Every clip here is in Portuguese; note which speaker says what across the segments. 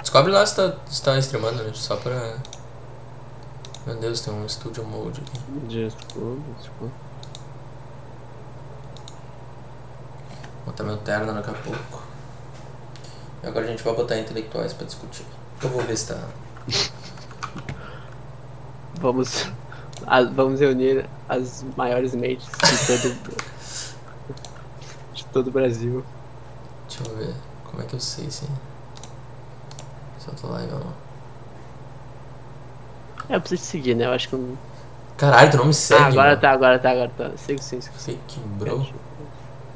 Speaker 1: Descobre lá se tá, se tá streamando, né? Só pra. Meu Deus, tem um studio mode aqui.
Speaker 2: Desculpa, desculpa.
Speaker 1: Vou botar meu terno daqui a pouco. E agora a gente vai botar intelectuais pra discutir. Eu vou ver se tá.
Speaker 2: Vamos. a- vamos reunir as maiores mentes de todo. de todo o Brasil.
Speaker 1: Deixa eu ver. Como é que eu sei se. Se eu tô live ou não.
Speaker 2: É, eu preciso te seguir, né? Eu acho que. eu não-
Speaker 1: Caralho, tu não me segue. né?
Speaker 2: ah, agora
Speaker 1: mano.
Speaker 2: tá, agora tá, agora tá. Sigo sim, sigo sim.
Speaker 1: Fake bro.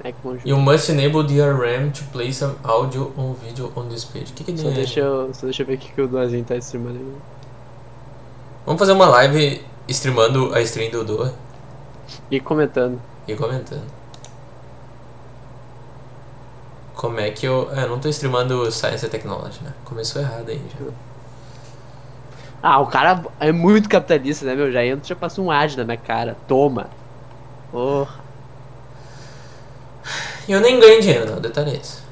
Speaker 2: É que bom jogo.
Speaker 1: You must enable DRM to play some audio or video on this page. Que que
Speaker 2: Só
Speaker 1: ele-
Speaker 2: deixa, eu, só deixa eu ver o que, que o Doazinho tá streamando aí.
Speaker 1: Vamos fazer uma live streamando a stream do Doa
Speaker 2: E comentando.
Speaker 1: e comentando. Como é que eu. É, eu não tô streamando Science and Technology, né? Começou errado aí já.
Speaker 2: Ah, o cara é muito capitalista, né, meu? Já entra, já passa um ad na minha cara. Toma. Porra.
Speaker 1: E eu nem ganho dinheiro, não, detalhe é esse.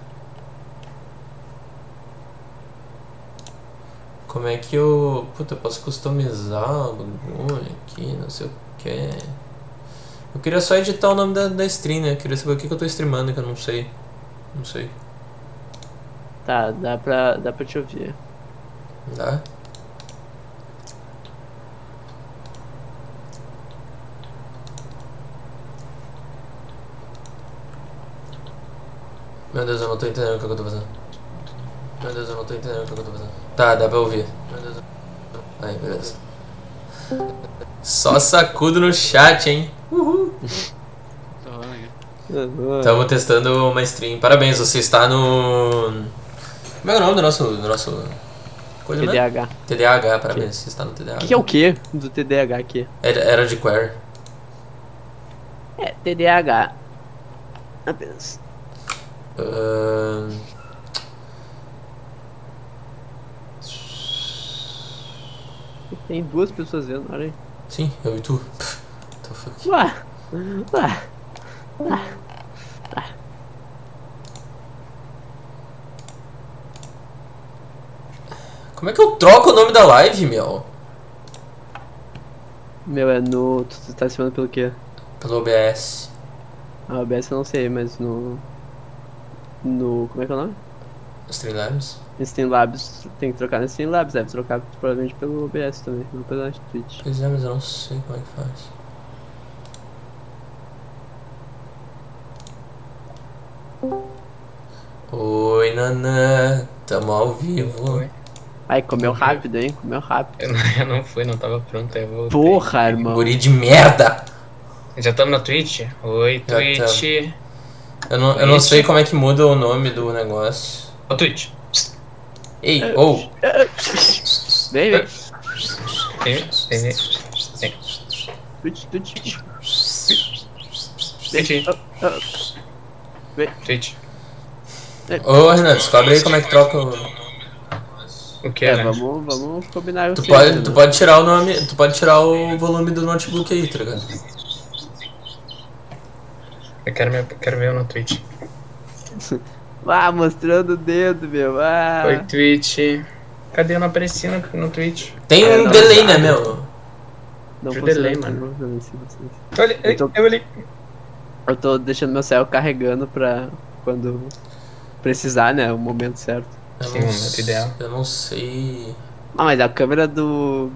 Speaker 1: Como é que eu. Puta, eu posso customizar o bagulho aqui, não sei o que. Eu queria só editar o nome da, da stream, né? Eu queria saber o que, que eu tô streamando, que eu não sei. Não sei.
Speaker 2: Tá, dá pra, dá pra te ouvir.
Speaker 1: Dá? Meu Deus, eu não tô entendendo o que, é que eu tô fazendo. Meu Deus, eu não tô entendendo o que, é que eu tô fazendo. Tá, dá pra ouvir. Meu Deus, eu... Aí, beleza. Só sacudo no chat, hein?
Speaker 3: Tá rolando aqui.
Speaker 1: Estamos testando uma stream. Parabéns, você está no. Como é o nome do nosso. Do nosso... Coisa mesmo?
Speaker 2: TDAH.
Speaker 1: TDAH, parabéns, você está no TDAH.
Speaker 2: O que, que é o quê do TDAH aqui?
Speaker 1: Era, era de queer.
Speaker 2: É, TDAH. Apenas.
Speaker 1: Ahn.
Speaker 2: Tem duas pessoas vendo, olha aí.
Speaker 1: Sim, eu e tu. Pff, tô fuck.
Speaker 2: Ué. Ué.
Speaker 1: Como é que eu troco o nome da live, meu?
Speaker 2: Meu, é no. Tu tu tá se vendo pelo quê?
Speaker 1: Pelo OBS.
Speaker 2: A OBS eu não sei, mas no. No. Como é que é o nome?
Speaker 1: Streamlabs?
Speaker 2: Streamlabs. Tem que trocar né? no Streamlabs, deve trocar provavelmente pelo OBS também, não pela Twitch.
Speaker 1: Pois é, mas eu não sei como é que faz. Oi, Nanã. Tamo ao vivo.
Speaker 2: Ai, comeu rápido, hein? Comeu rápido.
Speaker 3: Eu não, eu não fui, não tava pronto, eu vou.
Speaker 2: Porra, irmão.
Speaker 1: Guri de merda!
Speaker 3: Já estamos na Twitch? Oi,
Speaker 1: Já
Speaker 3: Twitch.
Speaker 1: Eu não, eu não
Speaker 3: Esse-
Speaker 1: sei como é que muda o nome do negócio.
Speaker 3: Ô, Twitch.
Speaker 1: Ei, ou.
Speaker 2: Vem, vem.
Speaker 3: Tem, tem, tem.
Speaker 2: Twitch, Twitch.
Speaker 3: Twitch,
Speaker 2: Ah,
Speaker 3: Twitch.
Speaker 1: Ô, Renan, descobre aí como é que troca o.
Speaker 3: O né? que
Speaker 2: É,
Speaker 3: era?
Speaker 2: vamos, vamos combinar o
Speaker 1: Tu
Speaker 2: filme,
Speaker 1: pode, tu
Speaker 2: né?
Speaker 1: pode tirar o nome, tu pode tirar o volume do notebook aí, tá ligado?
Speaker 3: Eu quero, me, quero ver eu na Twitch.
Speaker 2: Ah, mostrando o dedo, meu. Ah.
Speaker 3: Oi, Twitch. Cadê eu não apareci no, no Twitch?
Speaker 1: Tem
Speaker 2: É,
Speaker 1: um
Speaker 2: não,
Speaker 1: delay,
Speaker 2: sabe.
Speaker 1: né, meu?
Speaker 2: Não
Speaker 3: Deixa eu
Speaker 2: funciona, assim,
Speaker 3: delay,
Speaker 2: não
Speaker 3: mano.
Speaker 2: funciona, sim, funciona, sim.
Speaker 3: Eu olhei,
Speaker 2: Eu tô-
Speaker 3: eu olhei.
Speaker 2: Eu tô deixando meu céu carregando pra quando precisar, né? O momento certo.
Speaker 1: Eu
Speaker 3: Sim,
Speaker 1: não,
Speaker 3: um
Speaker 1: s-
Speaker 3: momento ideal.
Speaker 1: Eu não sei.
Speaker 2: Ah, mas a câmera do.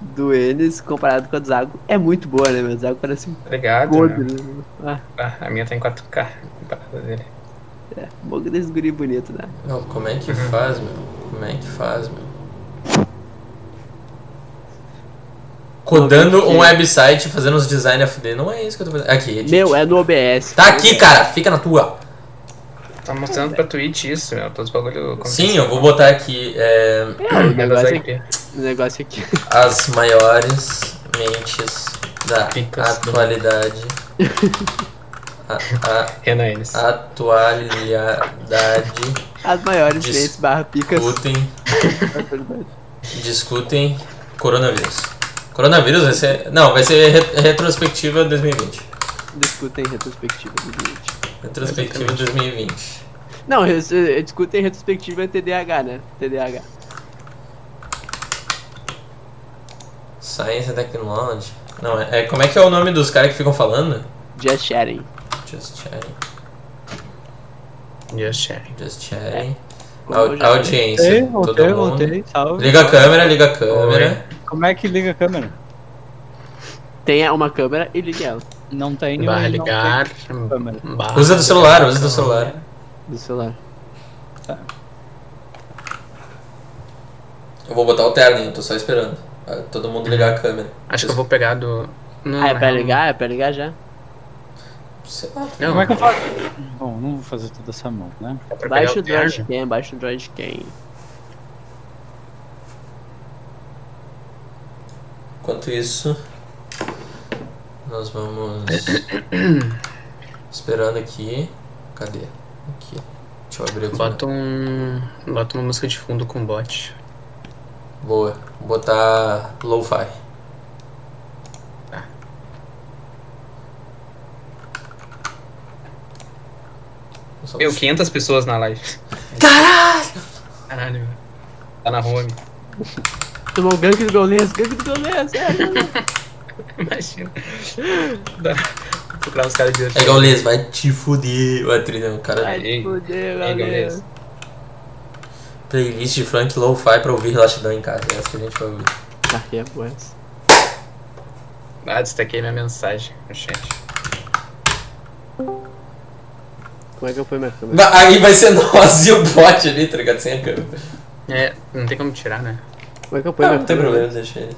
Speaker 2: do Enes comparado com a do Zago é muito boa, né? Meu O Zago parece um
Speaker 3: Obrigado.
Speaker 2: gordo.
Speaker 3: meu.
Speaker 2: Né? Ah,
Speaker 3: Ah, a minha tá em 4K. comparada dele.
Speaker 2: é. Boca desse guri bonito, né?
Speaker 1: Não, como é que
Speaker 3: Uhum.
Speaker 1: faz, meu? Como é que faz, meu? Codando um website, fazendo os design FD, não é isso que eu tô fazendo. Aqui, edit.
Speaker 2: Meu, é no OBS.
Speaker 1: Tá
Speaker 3: é.
Speaker 1: aqui, cara, fica na tua.
Speaker 3: Tá mostrando pra Twitch isso, meu. Todos os bagulho.
Speaker 1: Sim, eu vou botar aqui é,
Speaker 2: É, o negócio aqui.
Speaker 3: aqui.
Speaker 2: O negócio aqui.
Speaker 1: as maiores mentes da
Speaker 3: Picas do-
Speaker 1: atualidade. A- a-
Speaker 3: Renan Enes.
Speaker 1: Ah. Atualidade.
Speaker 2: As maiores
Speaker 1: Dis-
Speaker 2: três barra picas.
Speaker 1: Discutem. Discutem coronavírus. Coronavírus vai ser. Não, vai ser re- retrospectiva 2020.
Speaker 2: Discutem retrospectiva do vídeo.
Speaker 1: Retrospectiva 2020.
Speaker 2: eh, é Não, eu, eu discuto em retrospectiva TDAH, né? TDAH.
Speaker 1: Ciência e tecnologia. Não, é, é- Como é que é o nome dos caras que ficam falando?
Speaker 2: Just chatting.
Speaker 1: É Just chatting.
Speaker 3: Yes, sharing.
Speaker 1: Just chatting.
Speaker 2: Como eu
Speaker 1: Au-
Speaker 2: já-
Speaker 1: audiência.
Speaker 4: Voltei,
Speaker 1: todo
Speaker 4: voltei,
Speaker 1: mundo.
Speaker 4: voltei, salve.
Speaker 1: Liga a câmera, liga a câmera.
Speaker 4: Como é que liga a câmera?
Speaker 2: Tenha uma câmera e ligue ela
Speaker 4: Não tem nenhum.
Speaker 2: um
Speaker 3: Vai ligar.
Speaker 4: câmera.
Speaker 3: barra
Speaker 1: Ah, Usa do celular, usa do
Speaker 3: câmera.
Speaker 1: celular.
Speaker 2: do celular.
Speaker 1: Eu vou botar o terno, hein? eu tô só esperando. Ah, Todo mundo ligar a câmera.
Speaker 3: Acho que eu vou pegar do. Não,
Speaker 2: Ah, é pra
Speaker 3: não.
Speaker 2: ligar? É pra ligar já?
Speaker 1: Sei lá.
Speaker 3: Não,
Speaker 4: Como é que eu faço? Bom, não vou fazer toda essa mão, né?
Speaker 3: é pra
Speaker 2: Baixa o
Speaker 3: pegar o terno.
Speaker 2: Droidcam, baixa o Droidcam.
Speaker 1: Enquanto isso, nós vamos esperando aqui. Cadê? Aqui. Deixa eu abrir aqui. né?
Speaker 3: Bota um. Bota uma música de fundo com bot.
Speaker 1: Boa. Vou botar lo-fi. Só- um
Speaker 3: Eu, 500 pessoas na live. Caralho! Caralho. Tá na home.
Speaker 2: Tomou o gank do Golês, gank do Golês, é.
Speaker 3: Imagina. Dá- Procurar os caras de hoje.
Speaker 1: É Gaules, vai te fuder. Vai trilhar o cara.
Speaker 2: Ai,
Speaker 3: Ei,
Speaker 2: fudeu,
Speaker 3: ei,
Speaker 2: galera.
Speaker 3: Golês.
Speaker 1: Playlist de funk lo-fi pra ouvir relaxidão em casa. É essa que a gente vai ouvir.
Speaker 2: Carreia é boa essa.
Speaker 3: Ah, destaquei minha mensagem no chat.
Speaker 2: Como é que eu ponho minha câmera?
Speaker 1: Ba- Aí vai ser nós e o bot ali, tá ligado? Sem a câmera.
Speaker 3: É, não tem como tirar, né?
Speaker 2: Como é que eu ponho
Speaker 1: Não,
Speaker 2: minha
Speaker 1: não tem
Speaker 2: câmera?
Speaker 1: problema, deixa ele.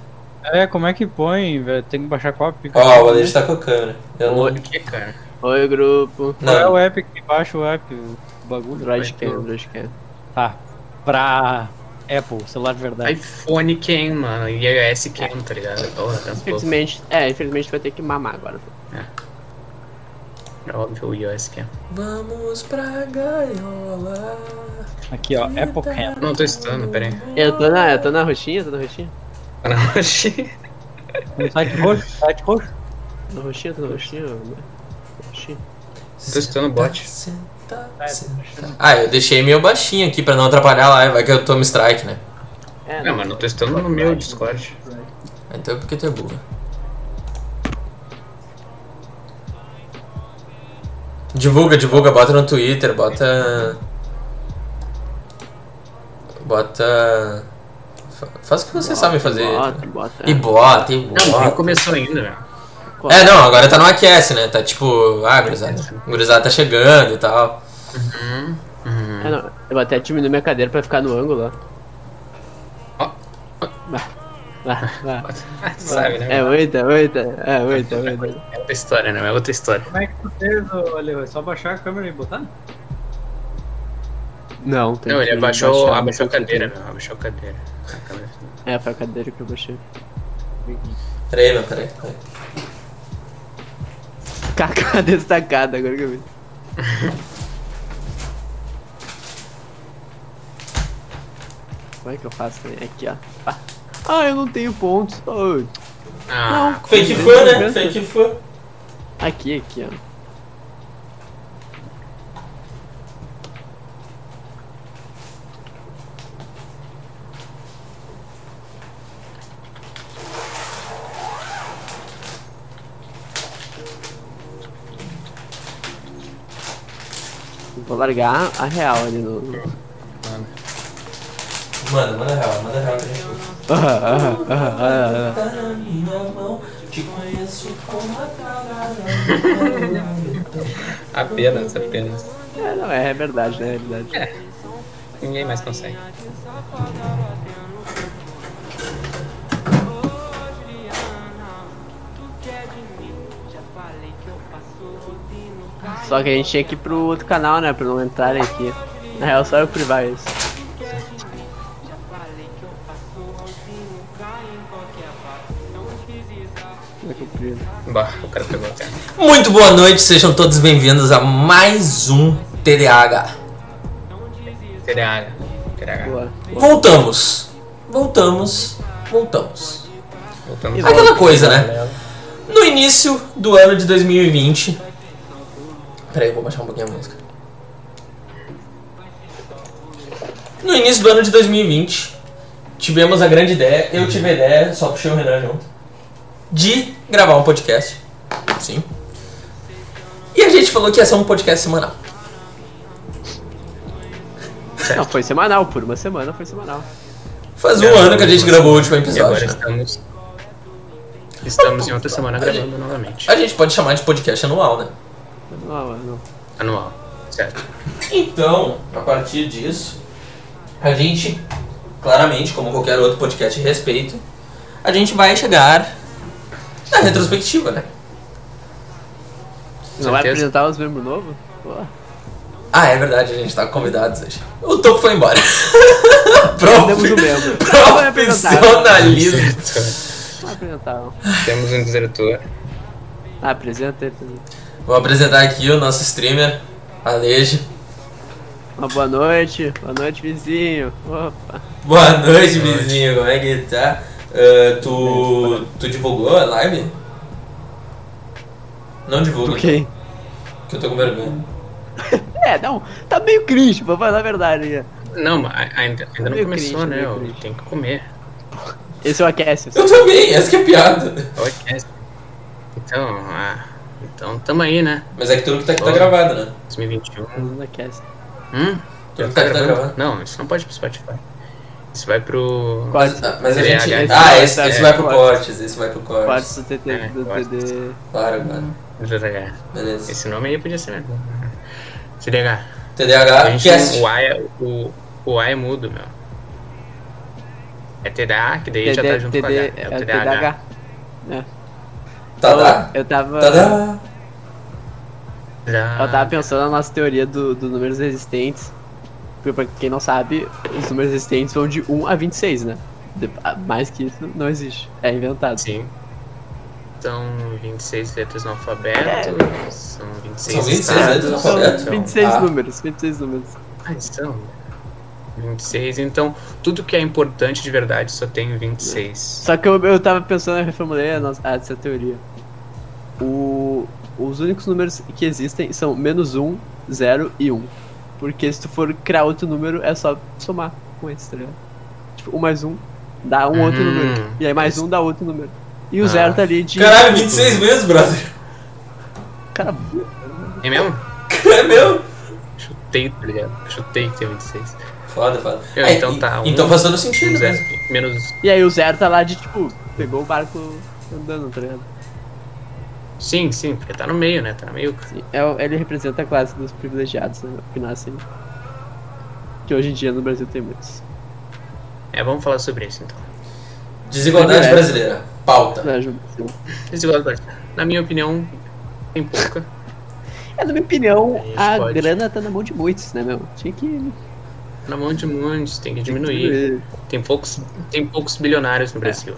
Speaker 4: É, como é que põe, velho? Tem que baixar qual app?
Speaker 1: Ó, o Alex tá com a câmera. Eu não.
Speaker 3: Por que, cara?
Speaker 2: Oi, grupo.
Speaker 4: Qual é
Speaker 1: Não,
Speaker 4: o app que baixa o app? O bagulho?
Speaker 2: Droidcam, Droidcam.
Speaker 4: Tá. Pra Apple, celular de verdade.
Speaker 3: iPhone quem, mano? iOS quem, tá ligado? Porra, tá pouco.
Speaker 2: Infelizmente, é, infelizmente vai ter que mamar agora.
Speaker 3: É óbvio o iOS quem.
Speaker 1: Vamos pra gaiola.
Speaker 4: Aqui, ó, é Apple Cam.
Speaker 3: Não, tô estando, pera aí.
Speaker 2: Eu tô na, eu tô na roxinha, tô na roxinha.
Speaker 3: Tá na roxinha.
Speaker 4: Um site roxo, site roxo.
Speaker 2: Tô na roxinha, tô na roxinha. eu- roxinha.
Speaker 3: Tô estando o bot.
Speaker 1: Senta, senta. Ah, eu deixei meio baixinho aqui pra não atrapalhar a live. Vai que eu tomo strike, né?
Speaker 2: É,
Speaker 3: Não, mano, eu tô estando no meu Discord.
Speaker 1: Então é porque tu é burro. Divulga, divulga, bota no Twitter, bota. Bota. fa- Faz o que vocês sabem fazer.
Speaker 2: Bota, bota.
Speaker 1: E bota, e
Speaker 3: Não, nem
Speaker 1: bota.
Speaker 3: começou ainda, velho.
Speaker 1: É, não, agora tá no aquece, né? Tá tipo, ah, gurizada, gurizada tá chegando e tal.
Speaker 3: Hum, hum.
Speaker 2: É, não, eu vou até diminuir minha cadeira pra ficar no ângulo, ó.
Speaker 3: Ó.
Speaker 2: Vai, vai.
Speaker 3: Sabe, né?
Speaker 2: É muita, muita, é muita, muita.
Speaker 3: É outra história, né? É outra história.
Speaker 4: Como é que tu fez, olha, é só baixar a câmera e botar?
Speaker 2: Não, tem
Speaker 3: Não, ele
Speaker 2: que
Speaker 3: abaixou,
Speaker 2: baixar,
Speaker 3: abaixou a
Speaker 2: baixar
Speaker 3: cadeira, meu. Abaixou a cadeira. A câmera.
Speaker 2: É, foi a cadeira que eu baixei.
Speaker 1: Peraí, meu, peraí. peraí.
Speaker 2: Cacá destacada, agora que eu vi. Como é que eu faço? né? Aqui, ó. Pá. Ah, eu não tenho pontos. Ai.
Speaker 3: Ah,
Speaker 1: Fake fã, né? Fake fã.
Speaker 2: Aqui, aqui, ó. Vou largar a real ali no.
Speaker 3: mano.
Speaker 1: Manda, manda real, manda real pra gente. Tá na minha mão, te conheço como a
Speaker 3: Apenas, apenas.
Speaker 2: É, não, é, é verdade, né? É verdade.
Speaker 3: É. Ninguém mais consegue.
Speaker 2: Só que a gente tinha que ir pro outro canal, né? Pra não entrar aqui. Na real, só eu privar isso. Como é que eu privo?
Speaker 3: Bah, o cara pegou a terra.
Speaker 1: Muito boa noite, sejam todos bem-vindos a mais um TDAH.
Speaker 3: TDAH. TDAH.
Speaker 2: Boa.
Speaker 1: Voltamos, voltamos, voltamos.
Speaker 3: Voltamos ao-
Speaker 1: Aquela coisa, né? No início do ano de 2020. Peraí, eu vou baixar um pouquinho a música. No início do ano de 2020, tivemos a grande ideia, eu tive a ideia, só puxei o Renan junto, de gravar um podcast. Sim. E a gente falou que ia ser um podcast semanal.
Speaker 2: Não, foi semanal, por uma semana foi semanal.
Speaker 1: Faz um ano que a gente gravou o último
Speaker 3: E agora
Speaker 1: episódio. né?
Speaker 3: estamos. Estamos em outra semana gravando novamente.
Speaker 1: A gente pode chamar de podcast anual, né?
Speaker 2: Não, não.
Speaker 3: Anual. Certo.
Speaker 1: Então, a partir disso, a gente, claramente, como qualquer outro podcast de respeito, a gente vai chegar na retrospectiva, né?
Speaker 2: Não vai
Speaker 3: Certeza.
Speaker 2: apresentar os membros novos? Pô.
Speaker 1: Ah, é verdade, a gente tá com convidados hoje. O Topo foi embora.
Speaker 2: Temos um membro. Não vai apresentar.
Speaker 1: Profissionalismo.
Speaker 3: Certo.
Speaker 2: Não vai apresentar. não.
Speaker 3: Temos um diretor.
Speaker 2: Ah, apresenta ele. também.
Speaker 1: Vou apresentar aqui o nosso streamer, Alejo.
Speaker 2: Uma boa noite. Boa noite, vizinho. Opa.
Speaker 1: Boa noite, vizinho, como é que tá? Ah, tu, tu divulgou a live? Não divulga,
Speaker 2: Ok.
Speaker 1: que eu tô com vergonha.
Speaker 2: É, não. Tá meio cringe, pra falar a verdade. né?
Speaker 3: Não, mas a- ainda, ainda não
Speaker 2: Meio
Speaker 3: começou,
Speaker 2: cringe,
Speaker 3: né?
Speaker 2: meio
Speaker 3: Eu
Speaker 2: cringe.
Speaker 3: tenho que comer.
Speaker 2: Esse é o aquece.
Speaker 1: Eu também, essa que é a piada.
Speaker 3: Podcast. Então, ah, então tamo aí, né?
Speaker 1: Mas é que tudo que tá aqui tá
Speaker 3: Bom.
Speaker 1: gravado, né?
Speaker 3: 2021.
Speaker 2: Não aquece.
Speaker 3: Hum?
Speaker 1: Tudo que tá aqui tá gravado.
Speaker 3: Não, isso não pode ir pro Spotify. Isso vai pro.
Speaker 2: Corte.
Speaker 1: Ah, mas a
Speaker 3: É,
Speaker 1: gente.
Speaker 3: aliás,
Speaker 1: Ah,
Speaker 2: é,
Speaker 1: esse, esse
Speaker 2: é,
Speaker 1: vai pro
Speaker 2: corte.
Speaker 1: cortes, esse vai pro
Speaker 2: Corte
Speaker 1: cortes.
Speaker 2: do TT.
Speaker 3: É,
Speaker 2: do
Speaker 3: corte.
Speaker 2: TD.
Speaker 1: Claro, claro. Beleza.
Speaker 3: Esse nome aí podia ser mesmo. CDH. A
Speaker 1: TDAH,
Speaker 3: gente,
Speaker 1: cast.
Speaker 3: o, A é, o, o A é mudo, meu. É TDA, que daí já tá junto com o H.
Speaker 2: TD.
Speaker 3: É
Speaker 2: É
Speaker 3: o
Speaker 2: o
Speaker 3: TDAH.
Speaker 2: TDAH.
Speaker 1: Tadá.
Speaker 2: Eu tava.
Speaker 1: Tá Tadá.
Speaker 3: Ah,
Speaker 2: Eu tava pensando na nossa teoria do- dos números existentes. Porque pra quem não sabe, os números existentes vão de 1 a 26, né? De- a- Mais que isso não existe. É inventado.
Speaker 3: Sim. São 26 letras no alfabeto. São 26,
Speaker 1: São 26
Speaker 3: estados,
Speaker 1: letras no
Speaker 2: São
Speaker 1: alfabeto.
Speaker 3: são-
Speaker 2: 26
Speaker 1: Ah.
Speaker 2: números, 26 números.
Speaker 3: Ah, são 26. Então, tudo que é importante de verdade só tem 26.
Speaker 2: Só que eu, eu tava pensando, eu reformulei a nossa, essa teoria. O, os únicos números que existem são menos 1, 0 e 1. Porque se tu for criar outro número, é só somar com esse, tá ligado? Tipo, 1 mais 1 dá um outro
Speaker 3: Hum,
Speaker 2: número. E aí mais
Speaker 3: esse-
Speaker 2: 1 dá outro número. E o
Speaker 3: Ah.
Speaker 2: 0 tá ali de.
Speaker 1: Caralho, 26 meses, brother.
Speaker 2: Cara,
Speaker 3: É mesmo?
Speaker 1: É meu?
Speaker 3: Chutei, tá ligado? Chutei que tem 26.
Speaker 1: Foda, foda.
Speaker 3: Eu,
Speaker 1: É,
Speaker 3: então
Speaker 1: e-
Speaker 3: tá, um-
Speaker 1: Então faz todo
Speaker 3: Um
Speaker 1: sentido,
Speaker 3: zero,
Speaker 1: né?
Speaker 3: menos
Speaker 2: e aí o 0 tá lá de tipo, pegou o barco andando, tá ligado?
Speaker 3: Sim, sim, porque tá no meio, né? Tá no meio.
Speaker 2: Sim, é o- ele representa a classe dos privilegiados, né? Que nascem. Que hoje em dia no Brasil tem muitos.
Speaker 3: É, vamos falar sobre isso então.
Speaker 1: Desigualdade
Speaker 2: Privilégio.
Speaker 1: brasileira. Pauta.
Speaker 2: Né, Ju?
Speaker 3: Desigualdade. Na minha opinião, tem pouca.
Speaker 2: É, na minha opinião,
Speaker 3: A gente
Speaker 2: a
Speaker 3: pode-
Speaker 2: grana tá na mão de muitos, né, meu? Tinha que
Speaker 3: Na mão de muitos, tem que diminuir.
Speaker 2: diminuir.
Speaker 3: Tem poucos, tem poucos bilionários no Brasil.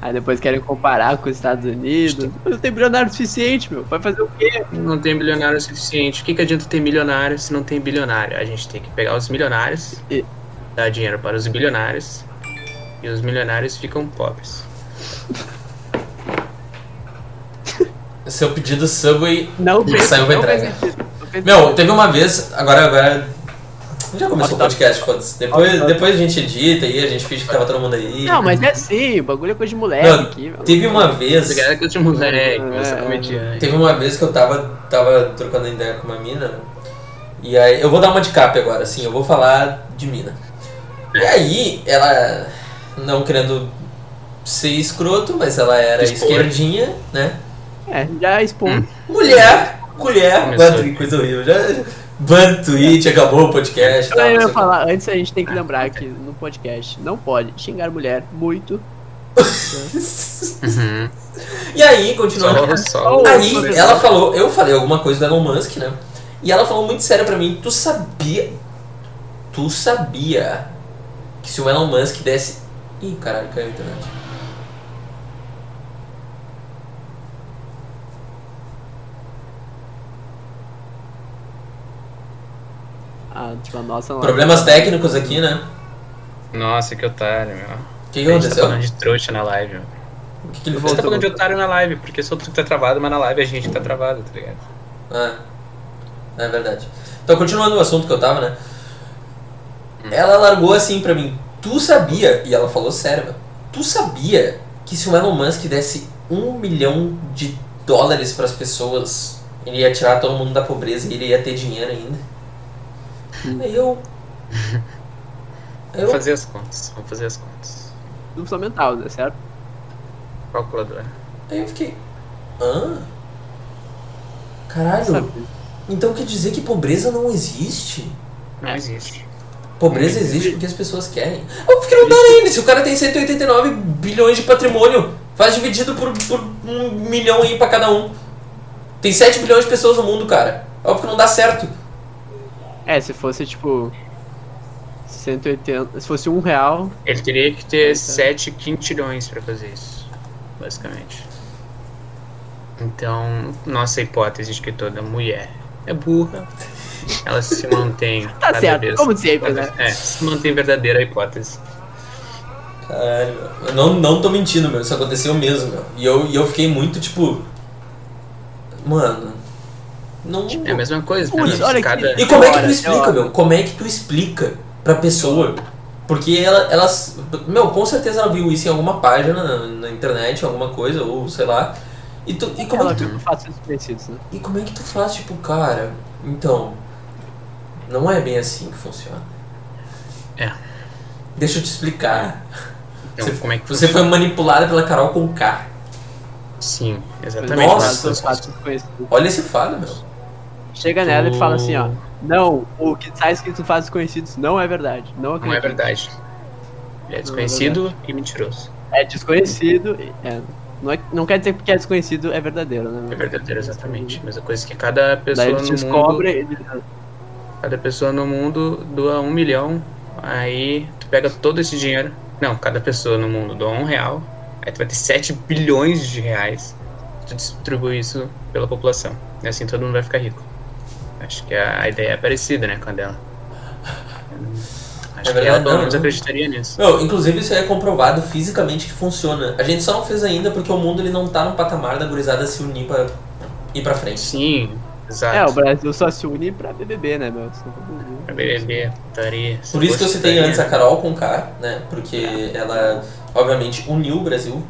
Speaker 2: Aí depois querem comparar com os Estados Unidos. Mas não tem bilionário suficiente, meu. Vai fazer o quê?
Speaker 3: Não tem bilionário o suficiente. O que, que adianta ter milionário se não tem bilionário? A gente tem que pegar os milionários,
Speaker 2: E-
Speaker 3: dar dinheiro para os bilionários, e os milionários ficam pobres.
Speaker 1: Seu pedido Subway.
Speaker 2: Não fez,
Speaker 1: Saiu pra
Speaker 2: não fez
Speaker 1: entrega.
Speaker 2: sentido. Não fez
Speaker 1: Meu,
Speaker 2: sentido.
Speaker 1: teve uma vez, agora, agora. Já começou o podcast, foda-se. Depois, depois a gente edita aí, a gente finge que tava todo mundo aí.
Speaker 2: Não, mas é assim, o bagulho é coisa de moleque
Speaker 1: Não,
Speaker 2: aqui, meu.
Speaker 1: Teve uma vez.
Speaker 3: Obrigado que eu te moleque, você é
Speaker 2: É.
Speaker 3: comediante.
Speaker 1: Teve uma vez que eu tava, tava trocando ideia com uma mina, né? E aí, eu vou dar uma de capa agora, assim, eu vou falar de mina. E
Speaker 3: É.
Speaker 1: aí, ela, não querendo ser escroto, mas ela era
Speaker 3: Expor.
Speaker 1: esquerdinha, né?
Speaker 2: É, já expõe.
Speaker 1: Hum, Mulher, mulher,
Speaker 3: Começou. É.
Speaker 1: bantu, que coisa horrível, já... Ban tweet, acabou o podcast e
Speaker 2: Então,
Speaker 1: tal. não
Speaker 2: eu ia
Speaker 1: sei o quê.
Speaker 2: falar, antes a gente tem que
Speaker 1: Ah,
Speaker 2: lembrar que no podcast não pode xingar mulher muito.
Speaker 3: Uhum.
Speaker 1: E aí, continuando.
Speaker 3: Só, só.
Speaker 2: Só-
Speaker 1: Aí ela falou, eu falei alguma coisa do Elon Musk, né? E ela falou muito sério pra mim, tu sabia. Tu sabia que se o Elon Musk desse. Ih, caralho, caiu a internet.
Speaker 2: Ah, tipo, a nossa...
Speaker 1: Problemas técnicos aqui, né?
Speaker 3: Nossa, que otário, meu.
Speaker 1: O que, que
Speaker 3: A gente tá
Speaker 1: aconteceu?
Speaker 3: falando de trouxa na live, meu.
Speaker 1: O que, que ele
Speaker 3: Você
Speaker 1: fez?
Speaker 3: tá
Speaker 2: Voltou,
Speaker 3: falando de
Speaker 2: voltou.
Speaker 3: otário na live, porque se outro tá travado, mas na live a gente tá travado, tá ligado?
Speaker 1: Ah, é verdade. Então, continuando o assunto que eu tava, né? Ela largou assim pra mim. Tu sabia, e ela falou sério, meu, tu sabia que se o Elon Musk desse um milhão de dólares pras pessoas, ele ia tirar todo mundo da pobreza e ele ia ter dinheiro ainda? Aí eu.
Speaker 3: Vamos
Speaker 1: Eu,
Speaker 3: fazer as contas. Vamos fazer as contas.
Speaker 2: Não precisa mental, né, certo?
Speaker 3: Calculadora.
Speaker 1: aí eu fiquei. Hã? Caralho.
Speaker 2: Sabe?
Speaker 1: Então quer dizer que pobreza não existe?
Speaker 3: Não
Speaker 2: É.
Speaker 3: existe.
Speaker 1: Pobreza existe porque as pessoas querem. Ó, Por que não dá nele? Se o cara tem 189 bilhões de patrimônio, faz dividido por, por um milhão aí pra cada um. Tem 7 bilhões de pessoas no mundo, cara. Óbvio que não dá certo.
Speaker 2: É, se fosse tipo. 180. Se fosse um real,
Speaker 3: Ele teria que ter
Speaker 2: Eita.
Speaker 3: 7 quintilhões pra fazer isso, basicamente. Então, nossa hipótese de que toda mulher é burra, ela se mantém.
Speaker 2: Tá
Speaker 3: cada
Speaker 2: certo,
Speaker 3: vez-
Speaker 2: como sempre,
Speaker 3: cada-
Speaker 2: né?
Speaker 3: É, se mantém verdadeira a hipótese.
Speaker 1: Caralho, meu. Eu não, não tô mentindo, meu. Isso aconteceu mesmo, meu. E eu, e eu fiquei muito tipo. Mano. Não.
Speaker 3: É a mesma coisa, né?
Speaker 2: Putz,
Speaker 3: Mas
Speaker 2: olha que-
Speaker 3: cada...
Speaker 1: E como é que
Speaker 2: Hora,
Speaker 1: tu
Speaker 2: é
Speaker 1: explica,
Speaker 2: hora.
Speaker 1: meu? Como é que tu explica pra pessoa? Porque ela, elas. Meu, com certeza ela viu isso em alguma página na, na internet, alguma coisa, ou sei lá. E, tu, e, como é
Speaker 2: ela
Speaker 1: que tu,
Speaker 2: viu fatos desconhecidos, né?
Speaker 1: e como é que tu faz, tipo, cara, então. Não é bem assim que funciona.
Speaker 3: É.
Speaker 1: Deixa eu te explicar.
Speaker 3: Então,
Speaker 1: Você-
Speaker 3: como é que
Speaker 1: Você foi manipulada pela Carol com K.
Speaker 3: Sim, exatamente.
Speaker 1: Nossa.
Speaker 2: Fatos- fatos desconhecidos.
Speaker 1: Olha esse fado, meu.
Speaker 2: Chega nela e fala assim, ó. Não, o que tá escrito em fatos desconhecidos não é verdade. Não,
Speaker 3: Não é
Speaker 2: acredito."
Speaker 3: verdade. Ele é desconhecido e mentiroso.
Speaker 2: É desconhecido. e- É, não, é- não quer dizer que porque é desconhecido é verdadeiro, né?
Speaker 3: É verdadeiro, exatamente. Mesma coisa que cada pessoa
Speaker 2: Daí
Speaker 3: no
Speaker 2: eles
Speaker 3: mundo...
Speaker 2: descobrem. eles-
Speaker 3: Cada pessoa no mundo doa um milhão, aí tu pega todo esse dinheiro. Não, cada pessoa no mundo doa um real, aí tu vai ter 7 bilhões de reais. Tu distribui isso pela população. E assim todo mundo vai ficar rico. Acho que a a ideia é parecida, né, com a dela. Acho
Speaker 1: É
Speaker 3: que ela
Speaker 1: verdade,
Speaker 3: pelo
Speaker 1: não,
Speaker 3: menos
Speaker 1: não.
Speaker 3: acreditaria nisso.
Speaker 1: Meu, inclusive isso é comprovado fisicamente que funciona. A gente só não fez ainda porque o mundo ele não tá no patamar da gurizada se unir pra ir pra frente.
Speaker 3: Sim, exato.
Speaker 2: É, o Brasil só se une pra BBB, né, meu? Senão-
Speaker 3: Pra BBB, putaria,
Speaker 1: Por isso que eu citei
Speaker 3: gostaria.
Speaker 1: antes a Carol com K, né? Porque ela, obviamente, uniu o Brasil.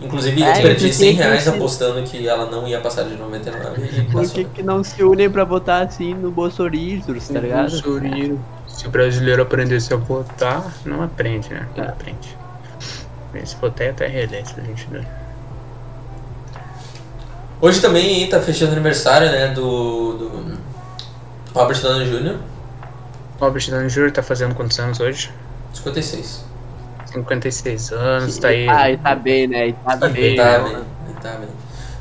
Speaker 1: Inclusive,
Speaker 2: É,
Speaker 1: eu perdi
Speaker 2: porque
Speaker 1: 100
Speaker 2: que
Speaker 1: reais
Speaker 2: que-
Speaker 1: apostando que ela não ia passar de 99 e
Speaker 2: Por
Speaker 1: passou.
Speaker 2: que, que não se unem pra votar assim no Bolsonaro, tá ligado?
Speaker 3: Bolsonaro. Se o brasileiro aprendesse a votar, não aprende, né?
Speaker 1: É.
Speaker 3: Não aprende. Esse votar é até reeleito, a gente dá.
Speaker 1: Hoje também aí, tá fechando o aniversário, né? Do, do Robert Downey Jr.,
Speaker 3: Robert Downey Jr. tá fazendo quantos anos hoje?
Speaker 1: 56.
Speaker 3: 56 anos, tá aí.
Speaker 2: Ah, e tá bem, né? E tá
Speaker 1: Tá bem,
Speaker 2: bem.
Speaker 1: tá
Speaker 2: né?
Speaker 1: bem. Tá bem.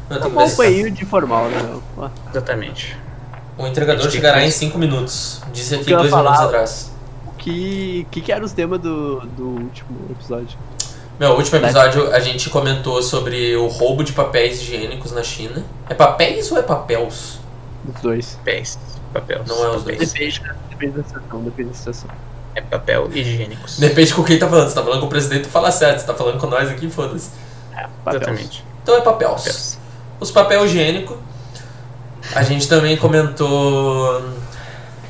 Speaker 1: Meu, tem
Speaker 2: Tá
Speaker 1: que ver se
Speaker 2: um
Speaker 1: tá-
Speaker 2: companheiro de formal, né, meu? Ó,
Speaker 3: Exatamente.
Speaker 1: O entregador chegará em 5 minutos. Disse
Speaker 2: O
Speaker 1: aqui
Speaker 2: que eu ia
Speaker 1: dois minutos
Speaker 2: falar?
Speaker 1: atrás.
Speaker 2: O que, que que era os temas do, do último episódio?
Speaker 1: Meu,
Speaker 2: né?
Speaker 1: último episódio a gente comentou sobre o roubo de papéis higiênicos na China. É papéis ou é papéis?
Speaker 2: Os dois.
Speaker 3: Papéis. Papel.
Speaker 1: Não é os
Speaker 3: papéis.
Speaker 2: Depende, da- depende da situação, depende da situação.
Speaker 3: É papel higiênicos.
Speaker 1: Depende com quem tá falando. Você tá falando com o presidente, tu fala certo. Você tá falando com nós aqui, foda-se.
Speaker 2: Papel.
Speaker 3: Exatamente.
Speaker 1: Então é papéis.
Speaker 3: Papéis.
Speaker 1: Os papel higiênico. A gente também comentou. O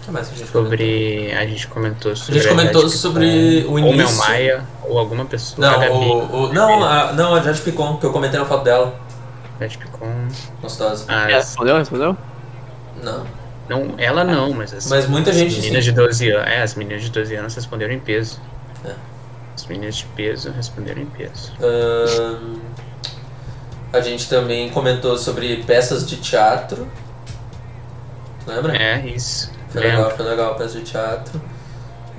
Speaker 1: que mais a gente comentou?
Speaker 3: Sobre. A gente comentou
Speaker 1: A
Speaker 3: sobre.
Speaker 1: gente comentou
Speaker 3: Jade Picon,
Speaker 1: sobre o
Speaker 3: Ou Mel
Speaker 1: início.
Speaker 3: Maia, ou alguma pessoa. a
Speaker 1: Não,
Speaker 3: Gabi,
Speaker 1: o, o, não, a, não, a Jade Picon, que eu comentei na foto dela.
Speaker 3: Jade Picon,
Speaker 1: Gostosa.
Speaker 3: as-
Speaker 2: Ela É, Respondeu, respondeu?
Speaker 1: Não.
Speaker 3: Não, ela não, mas as,
Speaker 1: Mas muita gente,
Speaker 3: as meninas
Speaker 1: sim.
Speaker 3: de 12 anos. É, as meninas de 12 anos responderam em peso.
Speaker 1: É.
Speaker 3: As meninas de peso responderam em peso.
Speaker 1: Ahn, a gente também comentou sobre peças de teatro. Lembra?
Speaker 3: É, isso.
Speaker 1: Foi legal,
Speaker 3: Lembro.
Speaker 1: foi legal, peças de teatro.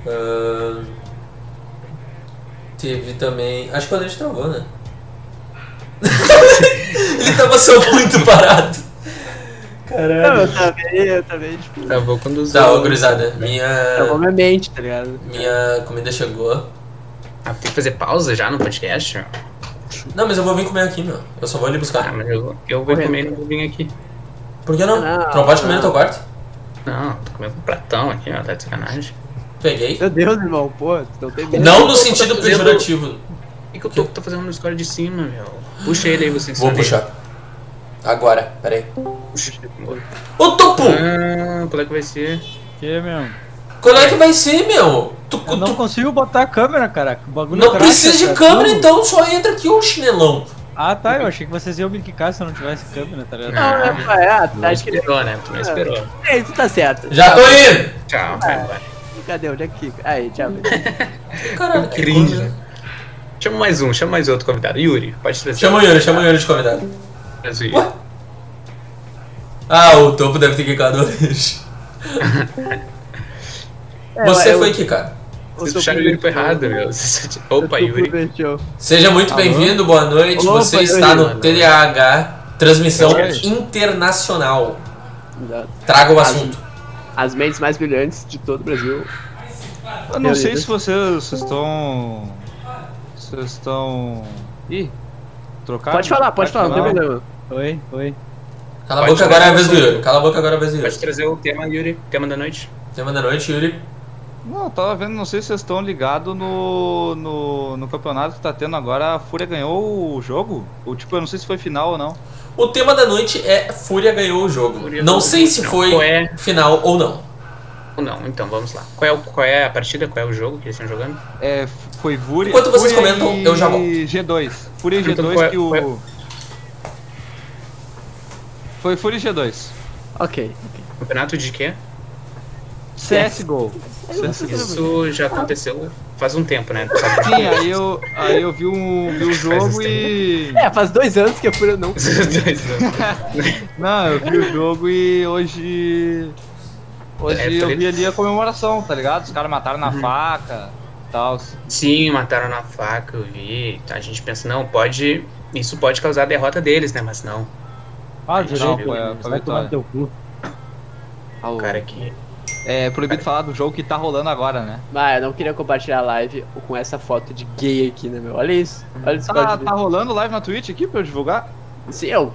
Speaker 1: Ahn, teve também. Acho que o Alex travou, né? Ele tava só muito parado.
Speaker 2: Não, eu também, eu também, tipo,
Speaker 3: Travou quando usou.
Speaker 1: Tá, ô gurizada,
Speaker 2: travou
Speaker 1: minha.
Speaker 2: minha mente, tá ligado?
Speaker 1: Minha comida chegou.
Speaker 3: Ah, tem que fazer pausa já no podcast?
Speaker 1: Não, mas eu vou vir comer aqui, meu. Eu só vou ali
Speaker 3: Ah,
Speaker 1: buscar.
Speaker 3: mas eu, eu vou
Speaker 2: Correto.
Speaker 3: comer e não vou vir aqui.
Speaker 1: Por que não?
Speaker 2: Não,
Speaker 1: Tu não pode comer no
Speaker 2: não.
Speaker 1: teu quarto?
Speaker 3: Não, tô comendo um pratão aqui, ó, tá de sacanagem.
Speaker 1: Peguei.
Speaker 2: Meu Deus, irmão, pô, tu não tem medo.
Speaker 1: Não tá no sentido
Speaker 3: fazendo-
Speaker 1: pejorativo.
Speaker 3: O que, que o Toco tá fazendo no score de cima, meu? Puxa ele aí, vocês.
Speaker 1: Vou
Speaker 3: saberem.
Speaker 1: puxar. Agora, peraí.
Speaker 3: Puxa.
Speaker 1: Ô Topo!
Speaker 5: Hum.
Speaker 3: Ah, qual é que vai ser?
Speaker 5: Que mesmo?
Speaker 1: Qual é que vai ser, meu? Tu,
Speaker 5: Eu não
Speaker 1: tu-
Speaker 5: consigo botar a câmera, caraca. O bagulho
Speaker 1: não
Speaker 5: cracha,
Speaker 1: precisa de
Speaker 5: cara,
Speaker 1: câmera,
Speaker 5: tudo.
Speaker 1: então só entra aqui o chinelão.
Speaker 5: Ah, tá. Eu achei que vocês iam me quicar se eu não tivesse câmera, tá
Speaker 1: Ah,
Speaker 5: ligado?
Speaker 2: Não, é, pá, é, acho que
Speaker 3: Esperou, né? Tu não esperou.
Speaker 2: é, tu tá certo.
Speaker 1: Já tô indo!
Speaker 3: Tchau, vai embora.
Speaker 2: Cadê? Onde é que fica? Aí, tchau.
Speaker 5: É
Speaker 1: Caralho, que
Speaker 3: Cringe,
Speaker 1: coisa.
Speaker 3: né? Chama mais um, chama mais outro convidado. Yuri, pode trazer.
Speaker 1: Chama o Yuri, chama o Yuri de convidado.
Speaker 3: Traz o Yuri.
Speaker 1: Ué? Ah, o topo deve ter quicado hoje. Você
Speaker 5: É,
Speaker 2: eu-
Speaker 1: foi quicado.
Speaker 3: Vocês puxaram o Yuri pro errado,
Speaker 2: né?
Speaker 3: meu. Opa, Yuri.
Speaker 1: Seja muito bem-vindo, boa noite.
Speaker 2: Opa,
Speaker 1: Você está
Speaker 2: Yuri.
Speaker 5: né?
Speaker 1: no TDAH, transmissão
Speaker 3: Boa noite.
Speaker 1: internacional. Traga
Speaker 5: Ah,
Speaker 1: o assunto.
Speaker 2: As mentes mais brilhantes de todo o Brasil.
Speaker 4: Eu não sei se vocês vocês estão. Vocês estão. Ih, trocaram?
Speaker 2: Pode falar, pode falar, não tem problema.
Speaker 5: Oi, oi.
Speaker 1: Cala a
Speaker 3: Pode
Speaker 1: boca agora é a vez
Speaker 3: trazer o
Speaker 1: do
Speaker 3: assunto.
Speaker 1: Yuri. Cala a boca agora é a vez do
Speaker 3: Pode
Speaker 1: Yuri.
Speaker 3: trazer o tema, Yuri. Tema da noite.
Speaker 1: Tema da noite, Yuri.
Speaker 4: Não, eu tava vendo, não sei se vocês estão ligados no, no, no campeonato que tá tendo agora. A Fúria ganhou o jogo? Ou tipo, eu não sei se foi final ou não.
Speaker 1: O tema da noite é Fúria ganhou o jogo.
Speaker 3: Fúria
Speaker 1: Não
Speaker 3: ganhou
Speaker 1: sei
Speaker 3: o
Speaker 1: se
Speaker 3: jogo.
Speaker 1: foi
Speaker 3: Qual é?
Speaker 1: final ou não.
Speaker 3: Ou não, então vamos lá. Qual é, o- qual é a partida? Qual é o jogo que eles estão jogando?
Speaker 4: É, f- foi Fúria.
Speaker 1: Enquanto vocês
Speaker 4: Fúria
Speaker 1: comentam,
Speaker 4: e
Speaker 1: eu já volto.
Speaker 4: G2. Fúria e G2
Speaker 3: Então, qual é-
Speaker 4: que o.
Speaker 3: qual
Speaker 4: Foi Fúria e G2.
Speaker 2: Ok.
Speaker 3: Campeonato de quê?
Speaker 4: CSGO.
Speaker 3: Isso já aconteceu faz um tempo, né? Sabe?
Speaker 4: Sim, aí eu, aí eu vi um, vi um jogo e.
Speaker 2: É, faz dois anos que a Fúria não.
Speaker 3: Esses dois, né?
Speaker 4: Não, eu vi o jogo e hoje. Hoje
Speaker 3: É,
Speaker 4: eu
Speaker 3: três.
Speaker 4: vi ali a comemoração, tá ligado? Os caras mataram na faca e tal.
Speaker 3: Sim, mataram na faca, eu vi. A gente pensa, não, pode. Isso pode causar a derrota deles, né? Mas não.
Speaker 5: Ah,
Speaker 3: Não,
Speaker 5: direito.
Speaker 4: Então, foi a- foi a
Speaker 5: Vai tomar no teu cu.
Speaker 3: O cara que.
Speaker 4: É proibido falar do jogo que tá rolando agora, né?
Speaker 2: Ah, eu não queria compartilhar a live com essa foto de gay aqui, né, meu? Olha isso. Olha isso.
Speaker 4: Tá, tá rolando live na Twitch aqui pra eu divulgar?
Speaker 2: Sim, é, eu.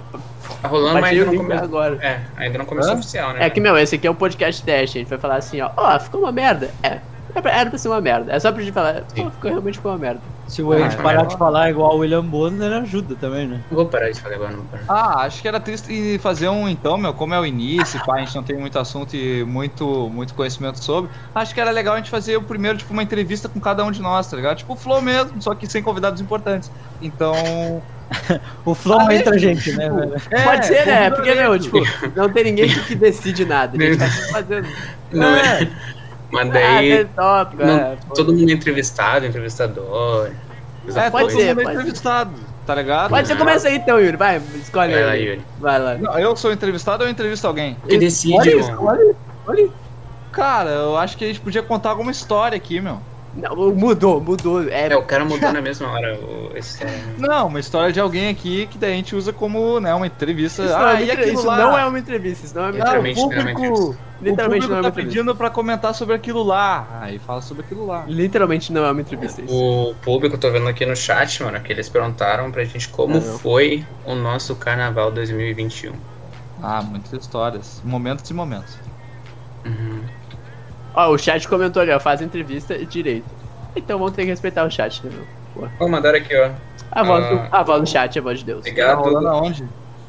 Speaker 3: Tá rolando, mas
Speaker 2: Compartilhei
Speaker 3: ainda
Speaker 2: o
Speaker 3: não
Speaker 2: link
Speaker 3: começou.
Speaker 2: agora.
Speaker 3: É, ainda não começou
Speaker 4: Hã?
Speaker 3: oficial, né?
Speaker 2: É que, meu, esse aqui é um podcast teste. A gente vai falar assim, ó. Ó, ficou uma merda. É. Era pra- Era pra ser uma merda. É só pra gente falar. Pô, ficou realmente ficou uma merda.
Speaker 5: Se o Wade
Speaker 3: Ah,
Speaker 5: parar
Speaker 4: melhor.
Speaker 5: de falar igual o William Bonner, ajuda também, né?
Speaker 3: Vou parar de falar agora, não vou parar.
Speaker 4: Ah, acho que era triste fazer um então, meu, como é o início, pá, a gente não tem muito assunto e muito, muito conhecimento sobre. Acho que era legal a gente fazer o primeiro, tipo, uma entrevista com cada um de nós, tá ligado? Tipo o Flow mesmo, só que sem convidados importantes. Então.
Speaker 5: O Flow
Speaker 4: Ah, é?
Speaker 5: entra a gente, né, velho?
Speaker 2: Pode ser, né? Porque, meu,
Speaker 4: meu
Speaker 2: tipo, não tem ninguém que que decide nada. A gente tá só fazendo.
Speaker 3: Não é. Mas
Speaker 2: Ah,
Speaker 3: daí.
Speaker 2: tem tópico,
Speaker 3: não-
Speaker 2: é, pô.
Speaker 3: todo mundo é entrevistado, entrevistador. coisa
Speaker 4: É,
Speaker 2: Pode
Speaker 3: boa.
Speaker 4: todo
Speaker 2: ser,
Speaker 4: mundo é
Speaker 2: pode ser.
Speaker 4: entrevistado, tá ligado?
Speaker 2: Pode ser, começa aí então, Yuri. Vai, escolhe
Speaker 3: Vai lá,
Speaker 2: aí.
Speaker 3: É, Yuri.
Speaker 2: Vai lá.
Speaker 4: Não, eu sou entrevistado ou eu entrevisto alguém?
Speaker 3: Quem decide,
Speaker 2: Olha isso,
Speaker 3: mano?
Speaker 2: olha isso, olha isso.
Speaker 4: Cara, eu acho que a gente podia contar alguma história aqui, meu.
Speaker 2: Não, mudou, mudou. É,
Speaker 3: É, o cara mudou na mesma hora. o- esse-
Speaker 4: Não, uma história de alguém aqui que daí a gente usa como, né, uma entrevista.
Speaker 2: isso não,
Speaker 4: ah,
Speaker 2: é
Speaker 4: e
Speaker 2: uma entre-
Speaker 4: aquilo
Speaker 2: isso
Speaker 4: lá?
Speaker 2: não é uma entrevista, isso não é uma
Speaker 4: Ah,
Speaker 2: entrevista.
Speaker 4: o
Speaker 3: Literalmente, não é uma
Speaker 4: público, o
Speaker 2: Literalmente
Speaker 4: público
Speaker 2: não é uma
Speaker 4: tá
Speaker 2: entrevista.
Speaker 4: pedindo pra comentar sobre aquilo lá. Aí fala sobre aquilo lá.
Speaker 2: Literalmente não é uma entrevista. Isso.
Speaker 3: O público, tô vendo aqui no chat, mano, que eles perguntaram pra gente como
Speaker 2: Não.
Speaker 3: foi o nosso carnaval 2021.
Speaker 4: Ah, muitas histórias. Momentos e momentos.
Speaker 3: Uhum.
Speaker 2: Ó, o chat comentou ali, ó, faz entrevista direito. Então vamos ter que respeitar o chat, né, meu?
Speaker 3: Ó, mandaram aqui, ó.
Speaker 2: A voz, do,
Speaker 3: Ah.
Speaker 2: a voz do chat, é a voz de Deus.
Speaker 4: Tá
Speaker 3: Obrigado.
Speaker 4: rolando aonde?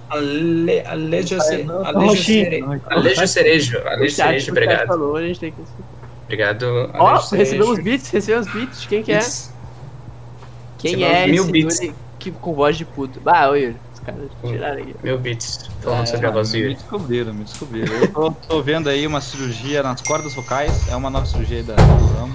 Speaker 3: Ale, Alejo Ce- Alejo Cere-
Speaker 5: Roxinho.
Speaker 3: Alejo Cerejo.
Speaker 2: O
Speaker 3: Alejo
Speaker 2: chat,
Speaker 3: Cerejo,
Speaker 2: o chat
Speaker 3: obrigado.
Speaker 2: falou, a gente tem que respeitar.
Speaker 3: Obrigado,
Speaker 2: Ó,
Speaker 3: Alejo Cerejo.
Speaker 2: recebemos beats, recebemos beats. Quem que é?
Speaker 3: Isso.
Speaker 2: Quem
Speaker 3: recebemos
Speaker 2: é
Speaker 3: mil
Speaker 2: esse
Speaker 3: beats.
Speaker 2: Yuri que com voz de puto? Ah, oi, Yuri. Os caras
Speaker 3: Hum.
Speaker 2: tiraram aqui.
Speaker 3: Meu beats. Falando
Speaker 2: Ah,
Speaker 3: sobre a voz do
Speaker 4: É, me
Speaker 3: Yuri.
Speaker 4: descobriram, me descobriram. Eu tô, tô vendo aí uma cirurgia nas cordas vocais. É uma nova cirurgia aí da do ramo.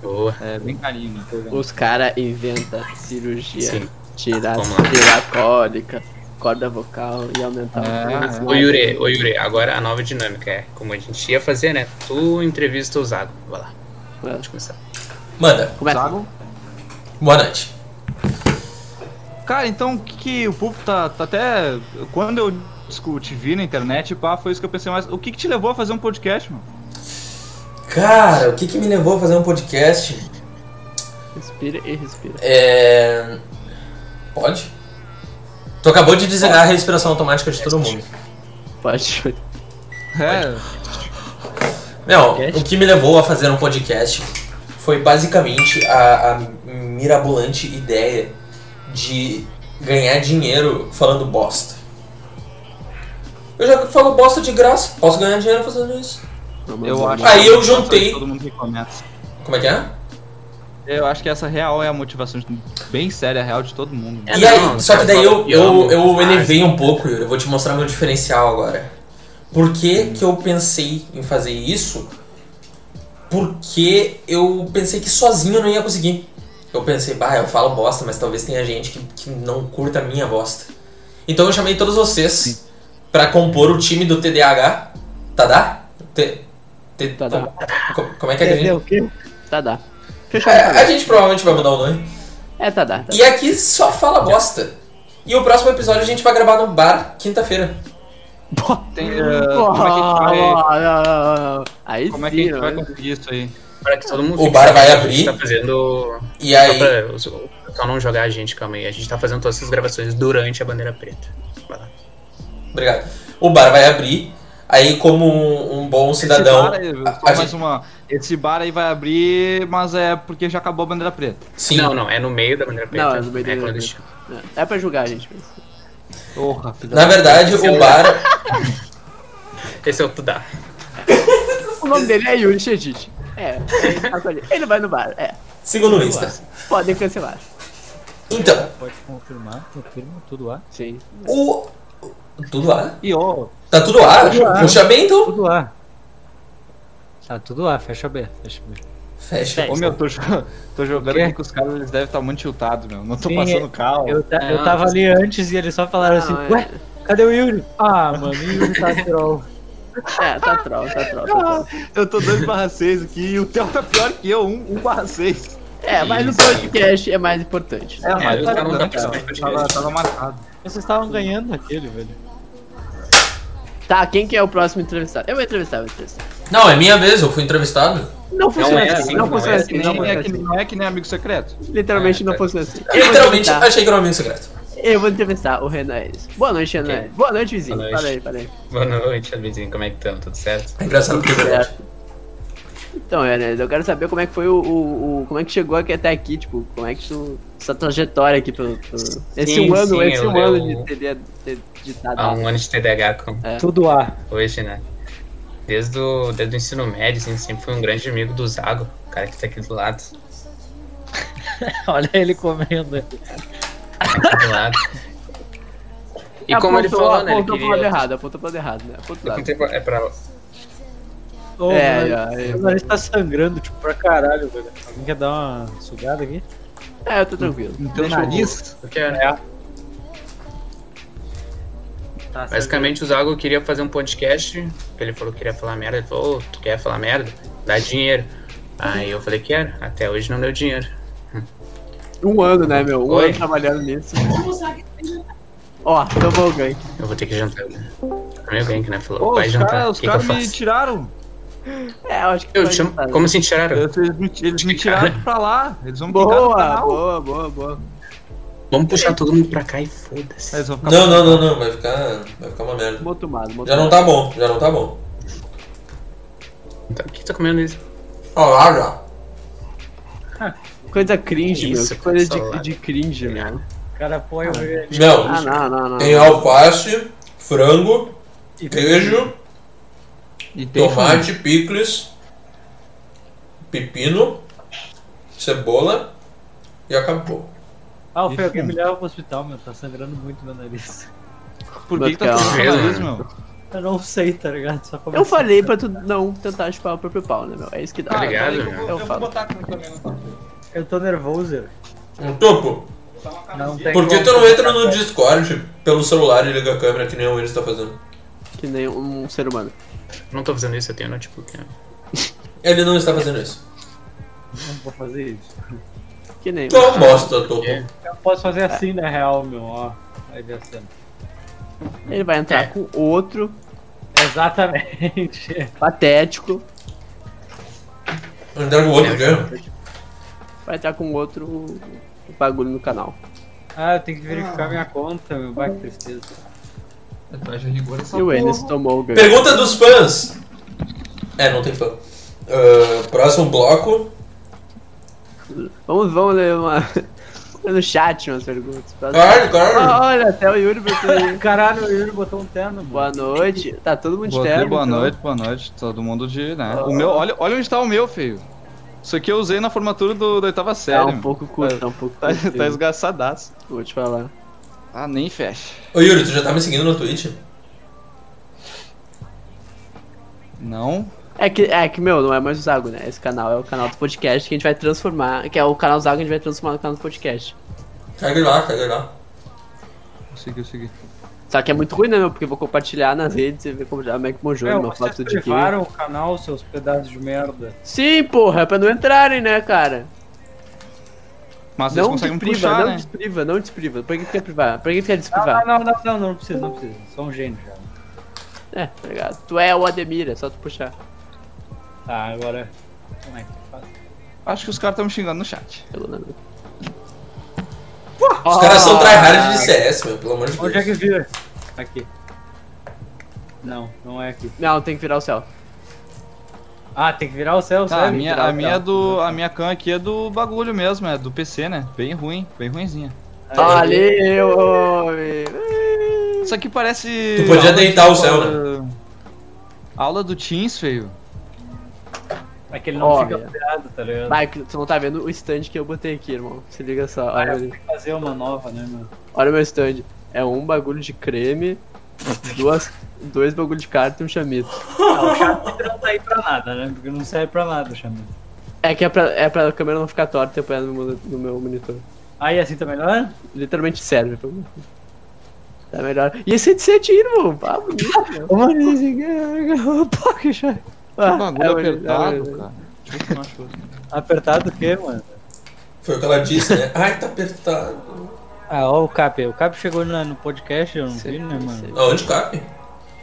Speaker 3: Boa.
Speaker 4: É bem carinho, né? tô vendo.
Speaker 2: Os caras inventam cirurgia.
Speaker 3: Sim.
Speaker 2: Tirar,
Speaker 3: Vamos lá.
Speaker 2: tirar cólica, corda vocal e aumentar
Speaker 4: É,
Speaker 2: o
Speaker 3: Ô Yuri, ô Yuri, agora a nova dinâmica é como a gente ia fazer, né? Tu entrevista o Zago. Vai lá,
Speaker 2: É.
Speaker 3: pode começar.
Speaker 1: Manda.
Speaker 2: Começa.
Speaker 4: Zago?
Speaker 1: Boa noite.
Speaker 4: Cara, então o que, que o público tá, tá até. Quando eu discu- te vi na internet, pá, foi isso que eu pensei mais. O que, que te levou a fazer um podcast, mano?
Speaker 1: Cara, o que, que me levou a fazer um podcast?
Speaker 2: Respira e respira.
Speaker 1: É. Pode? Tu acabou de desligar a respiração automática de todo mundo.
Speaker 2: Pode.
Speaker 4: É,
Speaker 1: Meu, o que me levou a fazer um podcast foi basicamente a, a mirabolante ideia de ganhar dinheiro falando bosta. Eu já falo bosta de graça, posso ganhar dinheiro fazendo isso.
Speaker 2: Vamos
Speaker 4: eu
Speaker 2: lá.
Speaker 4: acho.
Speaker 1: Aí eu
Speaker 4: que
Speaker 1: juntei.
Speaker 4: Todo mundo que começa.
Speaker 1: Como é que é?
Speaker 4: Eu acho que essa real é a motivação de- bem séria, real de todo mundo. né?
Speaker 3: É,
Speaker 1: e
Speaker 3: não,
Speaker 1: aí,
Speaker 3: não,
Speaker 1: só que daí eu,
Speaker 3: eu-
Speaker 1: eu,
Speaker 3: eu-
Speaker 1: eu elevei um pouco, Yuri. Eu vou te mostrar meu diferencial agora. Por que, que eu pensei em fazer isso? Porque eu pensei que sozinho eu não ia conseguir. Eu pensei, bah, eu falo bosta, mas talvez tenha gente que, que não curta a minha bosta. Então eu chamei todos vocês pra compor o time do TDAH. Tadá? T, T-
Speaker 2: Tadá.
Speaker 1: co- co- como é que é que a
Speaker 5: Entendeu
Speaker 1: gente.
Speaker 5: o quê?
Speaker 2: Tá, dá.
Speaker 1: A,
Speaker 2: Fechou
Speaker 1: a gente provavelmente vai mudar o nome.
Speaker 2: É, tá, dá. tá.
Speaker 1: E aqui só fala bosta. E o próximo episódio a gente vai gravar no bar, quinta-feira.
Speaker 4: Tem, eh, como é que
Speaker 2: Ah,
Speaker 4: a gente vai,
Speaker 2: Aí
Speaker 4: como é que
Speaker 2: sim, né?
Speaker 4: a gente vai
Speaker 2: mano.
Speaker 4: conseguir isso aí?
Speaker 3: Para que todo mundo
Speaker 1: O
Speaker 3: fique
Speaker 1: bar vai
Speaker 3: sabendo que
Speaker 1: abrir.
Speaker 3: A gente tá fazendo.
Speaker 1: E aí.
Speaker 3: Só pra os- o pessoal não jogar a gente, calma aí. A gente tá fazendo todas essas gravações durante a bandeira preta. Vai lá.
Speaker 1: Obrigado. O bar vai abrir. Aí, como um, um bom
Speaker 4: Esse
Speaker 1: cidadão.
Speaker 4: bar, aí,
Speaker 1: a-
Speaker 4: só
Speaker 1: a
Speaker 4: mais um-
Speaker 1: gente-
Speaker 4: uma. Esse bar aí vai abrir, mas é porque já acabou a bandeira preta.
Speaker 1: Sim.
Speaker 3: Não, não, é no meio da bandeira preta.
Speaker 2: Não, é no meio da bandeira
Speaker 3: clandestino.
Speaker 2: É pra julgar, gente. mas-
Speaker 4: Porra, filha
Speaker 1: Na verdade,
Speaker 3: Esse é
Speaker 1: o
Speaker 3: o-
Speaker 1: bar.
Speaker 3: Esse é o Tudá.
Speaker 2: O nome dele é Yuri Shedid. É, ele tá com ele. ele vai no bar, é.
Speaker 1: Sigam no Insta.
Speaker 2: Podem cancelar.
Speaker 1: Então,
Speaker 5: Pode confirmar, confirma tudo lá.
Speaker 2: Sim.
Speaker 1: o. Tudo lá?
Speaker 4: E ô,
Speaker 1: Tá tudo lá?
Speaker 5: Tudo lá.
Speaker 1: Eu chamei então.
Speaker 5: Tudo lá. Tá tudo lá, fecha B, fecha B.
Speaker 1: Fecha.
Speaker 4: ô, meu, tô, jo- tô jogando aqui com os caras, eles devem estar muito tiltados, meu. Não tô
Speaker 5: Sim,
Speaker 4: passando carro.
Speaker 5: Eu, ta- eu
Speaker 3: Não,
Speaker 5: tava ali antes e eles só falaram assim,
Speaker 2: Não, é.
Speaker 5: ué, cadê o Yuri? Ah, mano, o Yuri tá troll.
Speaker 2: É, tá troll, tá troll, tá troll.
Speaker 4: Eu tô 2 barra 6 aqui e o Theo é pior que eu, 1 um, barra 6.
Speaker 2: É, mas no podcast é mais importante.
Speaker 4: É,
Speaker 3: mas tá no
Speaker 4: cara,
Speaker 3: podcast.
Speaker 4: tava, tava marcado.
Speaker 5: Vocês estavam ganhando aquele, velho.
Speaker 2: Tá, quem que é o próximo entrevistado? Eu vou entrevistar, eu vou entrevistar.
Speaker 1: Não, é minha vez, eu fui entrevistado.
Speaker 2: Não funciona
Speaker 3: é
Speaker 2: assim,
Speaker 3: assim,
Speaker 2: não
Speaker 3: não
Speaker 2: funciona
Speaker 3: é
Speaker 2: assim, não
Speaker 4: Não é,
Speaker 2: funciona
Speaker 4: que,
Speaker 2: assim.
Speaker 4: não é que nem amigo secreto.
Speaker 2: Literalmente
Speaker 3: É,
Speaker 2: não
Speaker 3: tá.
Speaker 2: funciona assim. Eu vou
Speaker 1: Literalmente,
Speaker 2: entrevistar-
Speaker 1: achei que era um amigo secreto.
Speaker 2: Eu vou entrevistar o Renan Enes. Boa noite, Renan.
Speaker 3: Ok.
Speaker 2: Enes. Boa noite, vizinho.
Speaker 3: Boa noite.
Speaker 2: Fala aí, fala aí.
Speaker 3: Boa noite, Albizinho. Como é que estamos? Tudo certo?
Speaker 1: É engraçado porque é verdade.
Speaker 2: Então, Renan, eu quero saber como é que foi o, o- o- Como é que chegou aqui até aqui, tipo, como é que tu. Essa trajetória aqui pelo. pelo- esse
Speaker 3: Sim,
Speaker 2: um ano,
Speaker 3: sim,
Speaker 2: esse
Speaker 3: eu-
Speaker 2: um ano de
Speaker 3: eu-
Speaker 2: TD de- de dado.
Speaker 3: Há um ano de TDAH com
Speaker 5: Tudo A.
Speaker 3: hoje, né? Desde o, desde o ensino médio, assim, sempre fui um grande amigo do Zago, o cara que tá aqui do lado.
Speaker 5: Olha ele comendo.
Speaker 3: Aqui do lado. E
Speaker 2: É, Apontou-
Speaker 3: como ele falou, né? Ele
Speaker 2: Apontou pro lado
Speaker 3: queria...
Speaker 2: errado, apontou pro lado errado, né? Apontou pro lado.
Speaker 3: Apontei pra- É pra...
Speaker 2: É,
Speaker 5: Ô, o
Speaker 2: é,
Speaker 5: nariz-
Speaker 2: é.
Speaker 5: o nariz tá sangrando, tipo, pra caralho, velho. Alguém quer dar uma sugada aqui?
Speaker 2: É, eu tô tranquilo.
Speaker 4: Então,
Speaker 2: Deixa eu-
Speaker 4: nariz.
Speaker 3: Eu quero.
Speaker 5: Tá
Speaker 3: Basicamente, o Zago queria fazer um podcast. que Ele falou que queria falar merda. Ele falou: "Ô, Tu quer falar merda? Dá dinheiro. Aí eu falei: Quero. Até hoje não deu dinheiro.
Speaker 2: Um ano, né, meu? Um
Speaker 3: Oi.
Speaker 2: ano trabalhando nisso. Ó, tomou o gank.
Speaker 3: Eu vou ter que jantar. né? Também alguém que né? Falou:
Speaker 4: Ô,
Speaker 3: Vai
Speaker 4: os
Speaker 3: jantar. O
Speaker 4: caras
Speaker 3: que, que eu
Speaker 4: me
Speaker 3: faço?
Speaker 4: tiraram.
Speaker 2: É, eu acho que
Speaker 3: Eu
Speaker 2: foi
Speaker 3: te chamo-
Speaker 2: engraçado.
Speaker 3: Como se tiraram?
Speaker 4: Eu- Eles me, eles me tiraram pra lá. Eles vão me pegar no
Speaker 2: Boa,
Speaker 4: canal.
Speaker 2: boa, boa, boa.
Speaker 3: Vamos puxar todo mundo pra cá e foda-se.
Speaker 4: Eles vão ficar
Speaker 1: Não, não, não, não. Vai ficar. Vai ficar uma merda.
Speaker 2: Bom tomado, bom
Speaker 1: Já não tá
Speaker 2: tomado.
Speaker 1: bom, já não tá bom.
Speaker 3: Então, o que tá comendo isso?
Speaker 1: Ó lá, já.
Speaker 2: Coisa cringe,
Speaker 3: Isso,
Speaker 2: meu. Que coisa de,
Speaker 3: salada.
Speaker 2: de cringe, meu.
Speaker 5: O cara põe o velho
Speaker 1: Não,
Speaker 2: Ah, não, não, não.
Speaker 1: tem alface, frango,
Speaker 5: e
Speaker 1: queijo.
Speaker 4: E tem fome.
Speaker 1: Tomate, picles, pepino, cebola e acabou.
Speaker 5: Ah, o Fê,
Speaker 4: Isso.
Speaker 5: alguém me leva pro hospital, meu. Tá sangrando muito meu nariz.
Speaker 4: Por que, que tá
Speaker 2: Calma.
Speaker 4: tudo nariz, meu?
Speaker 5: Eu não sei, tá ligado? Só
Speaker 2: Eu falei pra tu não tentar chupar o próprio pau, né, meu? É isso que dá.
Speaker 3: Tá ligado,
Speaker 4: peraí que
Speaker 3: meu?
Speaker 4: eu vou- Eu vou
Speaker 2: falo.
Speaker 4: botar aqui também no tá? tapete.
Speaker 5: Eu tô nervoso, velho.
Speaker 1: Um topo,
Speaker 5: Não tem
Speaker 1: por que
Speaker 5: como.
Speaker 1: tu não entra no Discord pelo celular e liga a câmera que nem o Willis tá fazendo?
Speaker 2: Que nem um ser humano.
Speaker 3: Não tô fazendo isso, eu tenho notebook. né?
Speaker 1: Ele não está fazendo isso.
Speaker 5: Não vou fazer isso.
Speaker 2: Que nem.
Speaker 1: Então mostra, topo.
Speaker 3: É.
Speaker 5: Eu posso fazer assim, na real, meu, ó. Aí vê a cena.
Speaker 2: um- Ele vai entrar
Speaker 3: É.
Speaker 2: com outro,
Speaker 5: Exatamente.
Speaker 2: patético.
Speaker 1: Entrar com o outro quê?
Speaker 2: Vai entrar com outro bagulho no canal.
Speaker 5: Ah, eu tenho que verificar minha conta, meu. Vai, que tristeza.
Speaker 2: E o Enes tomou o gank.
Speaker 1: Pergunta dos fãs. É, não tem fã. Ah, próximo bloco.
Speaker 2: Vamos, vamos ler uma. no chat umas perguntas.
Speaker 1: Claro, claro.
Speaker 2: Ah, olha, até o Yuri botou aí.
Speaker 5: Caralho, o Yuri botou um terno, mano.
Speaker 2: Boa noite. Tá todo mundo de
Speaker 4: Botei
Speaker 2: terno.
Speaker 4: boa
Speaker 2: então.
Speaker 4: noite, boa noite. Todo mundo de, né? O meu, olha, olha onde tá o meu, feio. Isso aqui eu usei na formatura do, da oitava série.
Speaker 2: Tá um
Speaker 4: meu.
Speaker 2: pouco curto, tá um pouco
Speaker 4: Tá,
Speaker 2: curto.
Speaker 4: tá esgaçadaço.
Speaker 2: Vou te falar.
Speaker 4: Ah, nem fecha.
Speaker 1: Ô Yuri, tu já tá me seguindo no Twitch?
Speaker 4: Não.
Speaker 2: É que, é que, meu, não é mais o Zago, né? Esse canal é o canal do podcast que a gente vai transformar. Que é o canal Zago, a gente vai transformar no canal do podcast.
Speaker 1: Caguei lá, caguei lá.
Speaker 4: Consegui, consegui.
Speaker 2: Só que é muito ruim, né, meu? Porque eu vou compartilhar nas redes e ver como já Mac Mojo,
Speaker 5: Meu,
Speaker 2: uma
Speaker 5: É, vocês
Speaker 2: foto de game.
Speaker 5: privaram o canal, seus pedaços de merda.
Speaker 2: Sim, porra, é pra não entrarem, né, cara?
Speaker 4: Mas eles
Speaker 2: não
Speaker 4: conseguem me
Speaker 2: despriva,
Speaker 4: puxar,
Speaker 2: não
Speaker 4: né?
Speaker 2: despriva, não despriva. Por que tu quer privar? Por que tu quer
Speaker 5: Não,
Speaker 2: desprivar?
Speaker 5: não, Ah, não, não, não, não precisa, não precisa. Sou um gênio já.
Speaker 2: É, tá ligado? Tu é o Ademir, é só tu puxar.
Speaker 5: Tá, agora. Como é que eu faço?
Speaker 4: Acho que os caras estão me xingando no chat.
Speaker 2: Pelo Ah! nome.
Speaker 1: Os caras são tryhard de CS, meu, pelo amor de
Speaker 5: Ah. Onde é
Speaker 1: Deus.
Speaker 5: que vira? Aqui. Não, não é aqui.
Speaker 2: Não, tem que virar o céu.
Speaker 5: Ah, tem que virar o céu,
Speaker 4: Tá, a
Speaker 5: sério?
Speaker 4: minha,
Speaker 5: Virar
Speaker 4: a
Speaker 5: o
Speaker 4: minha é
Speaker 5: céu.
Speaker 4: do. A minha can aqui é do bagulho mesmo, é do PC, né? Bem ruim, bem ruinzinha.
Speaker 5: Tá,
Speaker 4: Ah,
Speaker 2: Valeu, homem!
Speaker 4: Isso aqui parece.
Speaker 1: Tu podia
Speaker 4: aula
Speaker 1: deitar
Speaker 4: de-
Speaker 1: o céu, né?
Speaker 4: Aula do Teams, feio.
Speaker 5: É que ele não
Speaker 2: Ó,
Speaker 5: fica
Speaker 2: minha.
Speaker 5: virado, tá ligado?
Speaker 2: Mike, tu não tá vendo o stand que eu botei aqui, irmão. Se liga só,
Speaker 5: Ah,
Speaker 4: é?
Speaker 2: olha
Speaker 5: eu
Speaker 2: ali.
Speaker 5: tenho que fazer uma nova, né, meu?
Speaker 2: Olha o meu stand. É um bagulho de creme, duas, dois bagulho de carta e um chamito.
Speaker 5: Ah, o Chamito não tá aí pra nada, né? Porque não serve pra nada o Chamito.
Speaker 2: É que é pra, é pra câmera não ficar torta e apoiar no, meu- no meu monitor.
Speaker 5: Aí assim tá melhor?
Speaker 2: Literalmente serve pra mim. Tá melhor. E esse de ser tiro, irmão. Pá, bonito. Pá, que chato. Ah,
Speaker 4: Que bagulho
Speaker 2: é bonito, é
Speaker 4: apertado,
Speaker 2: bonito.
Speaker 4: cara. Deixa eu ver se eu acho outro.
Speaker 5: Apertado o quê, mano?
Speaker 1: Foi o que ela disse, né? Ai, tá apertado.
Speaker 5: Ah, ó o Cap. aí. O Cap chegou na- no podcast, eu não
Speaker 2: Sim,
Speaker 5: vi, né, mano?
Speaker 2: sim.
Speaker 1: Aonde Ah, cabe?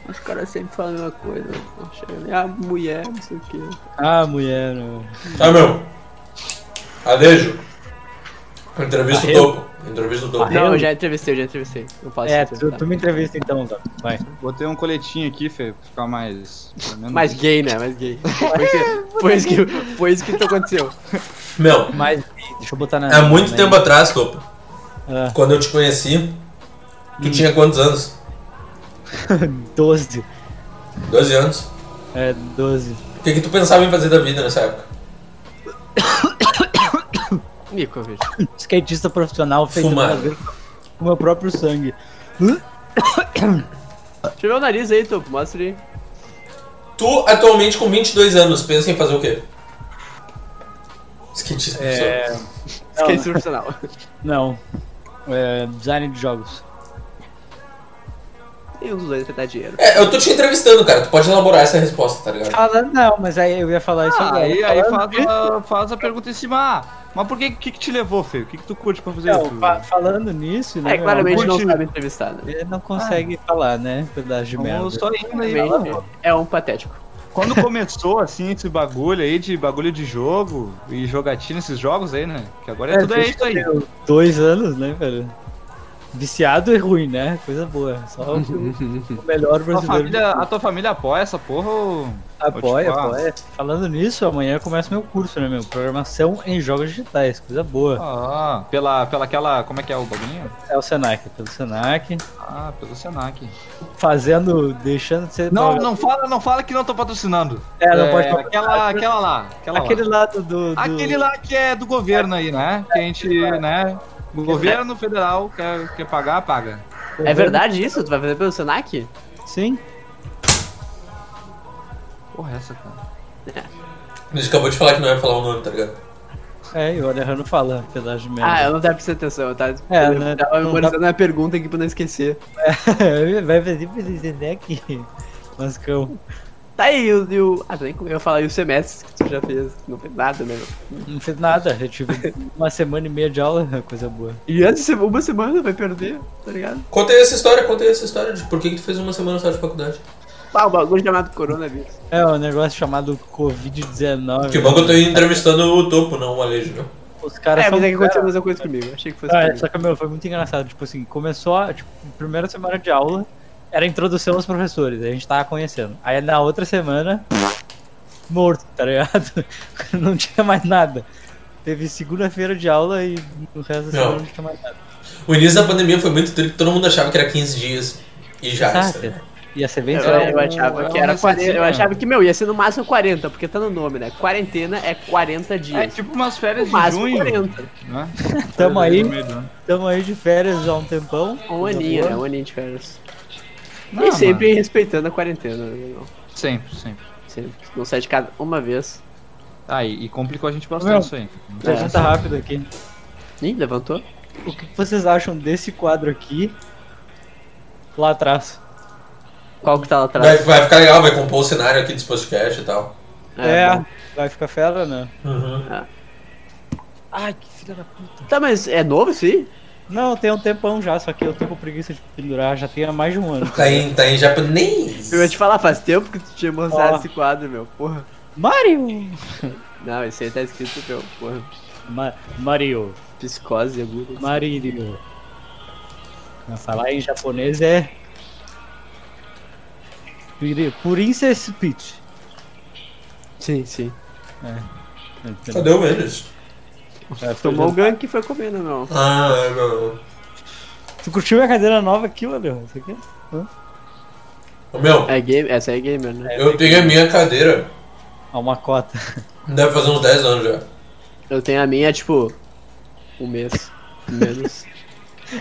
Speaker 2: Os caras sempre falam a mesma coisa. Não chega nem a mulher, não sei o que.
Speaker 5: Ah, mulher, meu.
Speaker 1: Tá, meu. Adejo. Entrevista o
Speaker 5: Valeu.
Speaker 1: topo. Entrevista o
Speaker 2: Não,
Speaker 4: Ah,
Speaker 1: topo.
Speaker 5: Valeu.
Speaker 2: eu já entrevistei, eu já entrevistei. Não posso
Speaker 5: É, tu,
Speaker 4: tá.
Speaker 2: entrevistar.
Speaker 5: tu me entrevista então, Zé. Vai.
Speaker 4: Botei um coletinho aqui, feio, pra ficar mais. pelo menos-
Speaker 2: Mais gay, né? Mais gay. Foi isso que- Foi isso que, foi isso que tu aconteceu.
Speaker 1: Meu,
Speaker 5: Mas, deixa eu botar na.
Speaker 1: é muito
Speaker 5: na-
Speaker 1: tempo atrás, topo.
Speaker 5: Ah.
Speaker 1: Quando eu te conheci, tu tinha quantos anos?
Speaker 5: 12.
Speaker 1: 12 anos.
Speaker 5: Ah, É, 12.
Speaker 1: O que, que tu pensava em fazer da vida nessa época?
Speaker 2: Nico, vejo.
Speaker 5: Skatista profissional feito
Speaker 1: Fumar.
Speaker 5: no Brasil com meu próprio sangue.
Speaker 2: Deixa eu ver o nariz aí, Topo. Mostra aí.
Speaker 5: né?
Speaker 1: Tu, atualmente, com 22 anos, pensa em fazer o quê? Skatista, professor.
Speaker 5: É.
Speaker 2: Skate profissional.
Speaker 5: Não. É, design de jogos.
Speaker 2: Tem um dos dois pra dar dinheiro.
Speaker 1: É, eu tô te entrevistando, cara. Tu pode elaborar essa resposta, tá ligado?
Speaker 5: Fala, não, mas aí eu ia falar isso
Speaker 4: Ah,
Speaker 5: agora.
Speaker 4: aí, aí faz, a, faz a pergunta em cima. Ah, mas por que que, que te levou, feio? O que, que tu curte pra fazer
Speaker 5: Não,
Speaker 4: isso?
Speaker 5: fa- falando nisso, né?
Speaker 2: É, claramente não
Speaker 4: curti.
Speaker 2: sabe entrevistar, né?
Speaker 5: Ele não consegue falar, né? Pedaço de merda.
Speaker 4: Vamos só indo aí.
Speaker 2: Claramente, É um patético.
Speaker 4: Quando começou assim esse bagulho aí de bagulho de jogo e jogatina esses jogos aí, né? Que agora é, tudo é
Speaker 5: deixa
Speaker 4: isso aí.
Speaker 5: eu ter Dois anos, né, velho? Viciado é ruim, né? Coisa boa. Só o, que o melhor
Speaker 4: Tua
Speaker 5: brasileiro.
Speaker 4: família, a tua família apoia essa porra ou.
Speaker 5: Apoia,
Speaker 4: Pode falar.
Speaker 5: apoia. Falando nisso, amanhã começa meu curso, né, meu? Programação em jogos digitais. Coisa boa.
Speaker 4: Ah, pela, pela aquela. Como é que é o bagulhinho?
Speaker 5: É o Senac, pelo Senac.
Speaker 4: Ah, pelo Senac.
Speaker 5: Fazendo, deixando de ser.
Speaker 4: Não,
Speaker 5: droga-
Speaker 4: não fala, não fala que não tô patrocinando.
Speaker 5: É, não pode falar.
Speaker 4: aquela, aquela lá. Aquela
Speaker 5: Aquele
Speaker 4: lá.
Speaker 5: lado do. do-
Speaker 4: Aquele lá que é do governo aí, né? Que a gente,
Speaker 2: É.
Speaker 4: né? O governo federal quer, quer pagar, paga.
Speaker 2: É
Speaker 5: Uhum.
Speaker 2: verdade isso? Tu vai fazer pelo Senac?
Speaker 5: Sim.
Speaker 4: Porra, essa, cara.
Speaker 1: Ele acabou de falar que não ia falar o nome, tá ligado?
Speaker 5: É, e o Alejandro fala, pedaço de merda.
Speaker 2: Ah, eu não tava prestando atenção, eu tava,
Speaker 5: É,
Speaker 2: eu
Speaker 5: né?
Speaker 2: tava
Speaker 5: Não
Speaker 2: memorizando a pergunta aqui pra não esquecer.
Speaker 5: Vai fazer pra entender aqui. Mascão.
Speaker 2: Tá aí, o, e o, ah, tu nem comeu, eu falar, e o semestre que tu já fez? Não fez nada, né?
Speaker 5: Não fiz nada, já tive uma semana e meia de aula, coisa boa.
Speaker 2: E antes, de ser- uma semana vai perder, tá ligado?
Speaker 1: Conta aí essa história, conta aí essa história de por que, que tu fez uma semana só de faculdade.
Speaker 2: Ah, o bagulho chamado coronavírus.
Speaker 5: É um negócio chamado Covid-19.
Speaker 1: Que bom que eu tô entrevistando o topo, não o Alejo, né?
Speaker 5: Os caras
Speaker 2: É,
Speaker 5: são.
Speaker 2: mas é que aconteceu né? a mesma coisa comigo, achei que fosse
Speaker 5: um Ah,
Speaker 2: comigo.
Speaker 5: só que, meu, foi muito engraçado. Tipo assim, começou, a- tipo, primeira semana de aula, era a introdução aos professores, a gente tava conhecendo. Aí na outra semana, morto, tá ligado? Não tinha mais nada. Teve segunda-feira de aula e o resto da semana
Speaker 1: Não.
Speaker 5: não tinha mais nada.
Speaker 1: O início da pandemia foi muito triste, todo mundo achava que era 15 dias e já.
Speaker 5: Saca?
Speaker 1: tá ligado?
Speaker 5: Ia ser bem
Speaker 2: Então, Eu,
Speaker 5: sério.
Speaker 2: eu achava
Speaker 4: Então, é
Speaker 2: que
Speaker 4: um
Speaker 2: era
Speaker 4: mês
Speaker 2: 40, eu
Speaker 4: assim,
Speaker 2: achava que, meu, ia ser no máximo 40, porque tá no nome, né? Quarentena é 40
Speaker 4: É
Speaker 2: dias.
Speaker 4: tipo umas férias
Speaker 2: No
Speaker 4: de
Speaker 2: máximo
Speaker 4: junho,
Speaker 2: 40.
Speaker 4: né?
Speaker 5: Tamo aí,
Speaker 4: No meio do ano.
Speaker 5: tamo aí de férias já há um tempão.
Speaker 2: Um
Speaker 5: Tá
Speaker 2: aninho,
Speaker 5: boa.
Speaker 2: né? Um aninho de férias.
Speaker 4: Não,
Speaker 2: e sempre respeitando a quarentena, né? Não,
Speaker 4: Sempre, sempre.
Speaker 2: sempre. Não sai de casa uma vez. Ah,
Speaker 4: Ah, e, e complicou a gente
Speaker 5: Meu.
Speaker 4: bastante isso aí.
Speaker 5: Pergunta rápida aqui.
Speaker 2: Ih, levantou?
Speaker 5: O que vocês acham desse quadro aqui? Lá atrás.
Speaker 2: Qual que tá lá
Speaker 1: Vai,
Speaker 2: atrás?
Speaker 1: vai ficar legal, vai compor o cenário aqui desse podcast e tal.
Speaker 5: É,
Speaker 2: bom.
Speaker 5: vai ficar fera, né?
Speaker 1: Uhum.
Speaker 5: Ai, que filha da puta.
Speaker 2: Tá, mas é novo sim?
Speaker 5: Não, tem um tempão já, só que eu tô com preguiça de pendurar, já tem há mais de um ano.
Speaker 1: Tá em, tá em japonês.
Speaker 2: Eu ia te falar, faz tempo que tu tinha mostrado
Speaker 5: Ó.
Speaker 2: esse quadro, meu. Porra.
Speaker 5: Mario!
Speaker 2: Não, esse aí tá escrito, meu. Porra.
Speaker 5: Ma- Mario.
Speaker 2: Psicose aguda.
Speaker 5: Mario. Não, falar em japonês é. Piri- Princess Peach.
Speaker 2: Sim, sim.
Speaker 1: Cadê o Mendes?
Speaker 5: É, foi
Speaker 2: Tomou um o
Speaker 5: já-
Speaker 2: gank e foi comendo, meu.
Speaker 1: Ah, é, meu.
Speaker 5: Tu curtiu minha cadeira nova aqui, Léo? Isso aqui?
Speaker 1: Ô, Meu,
Speaker 2: É game, essa aí é gamer, né?
Speaker 1: eu tenho a minha cadeira.
Speaker 5: Ah, uma cota.
Speaker 1: Deve fazer uns 10 anos já.
Speaker 2: Eu tenho a minha, tipo, um mês. Menos.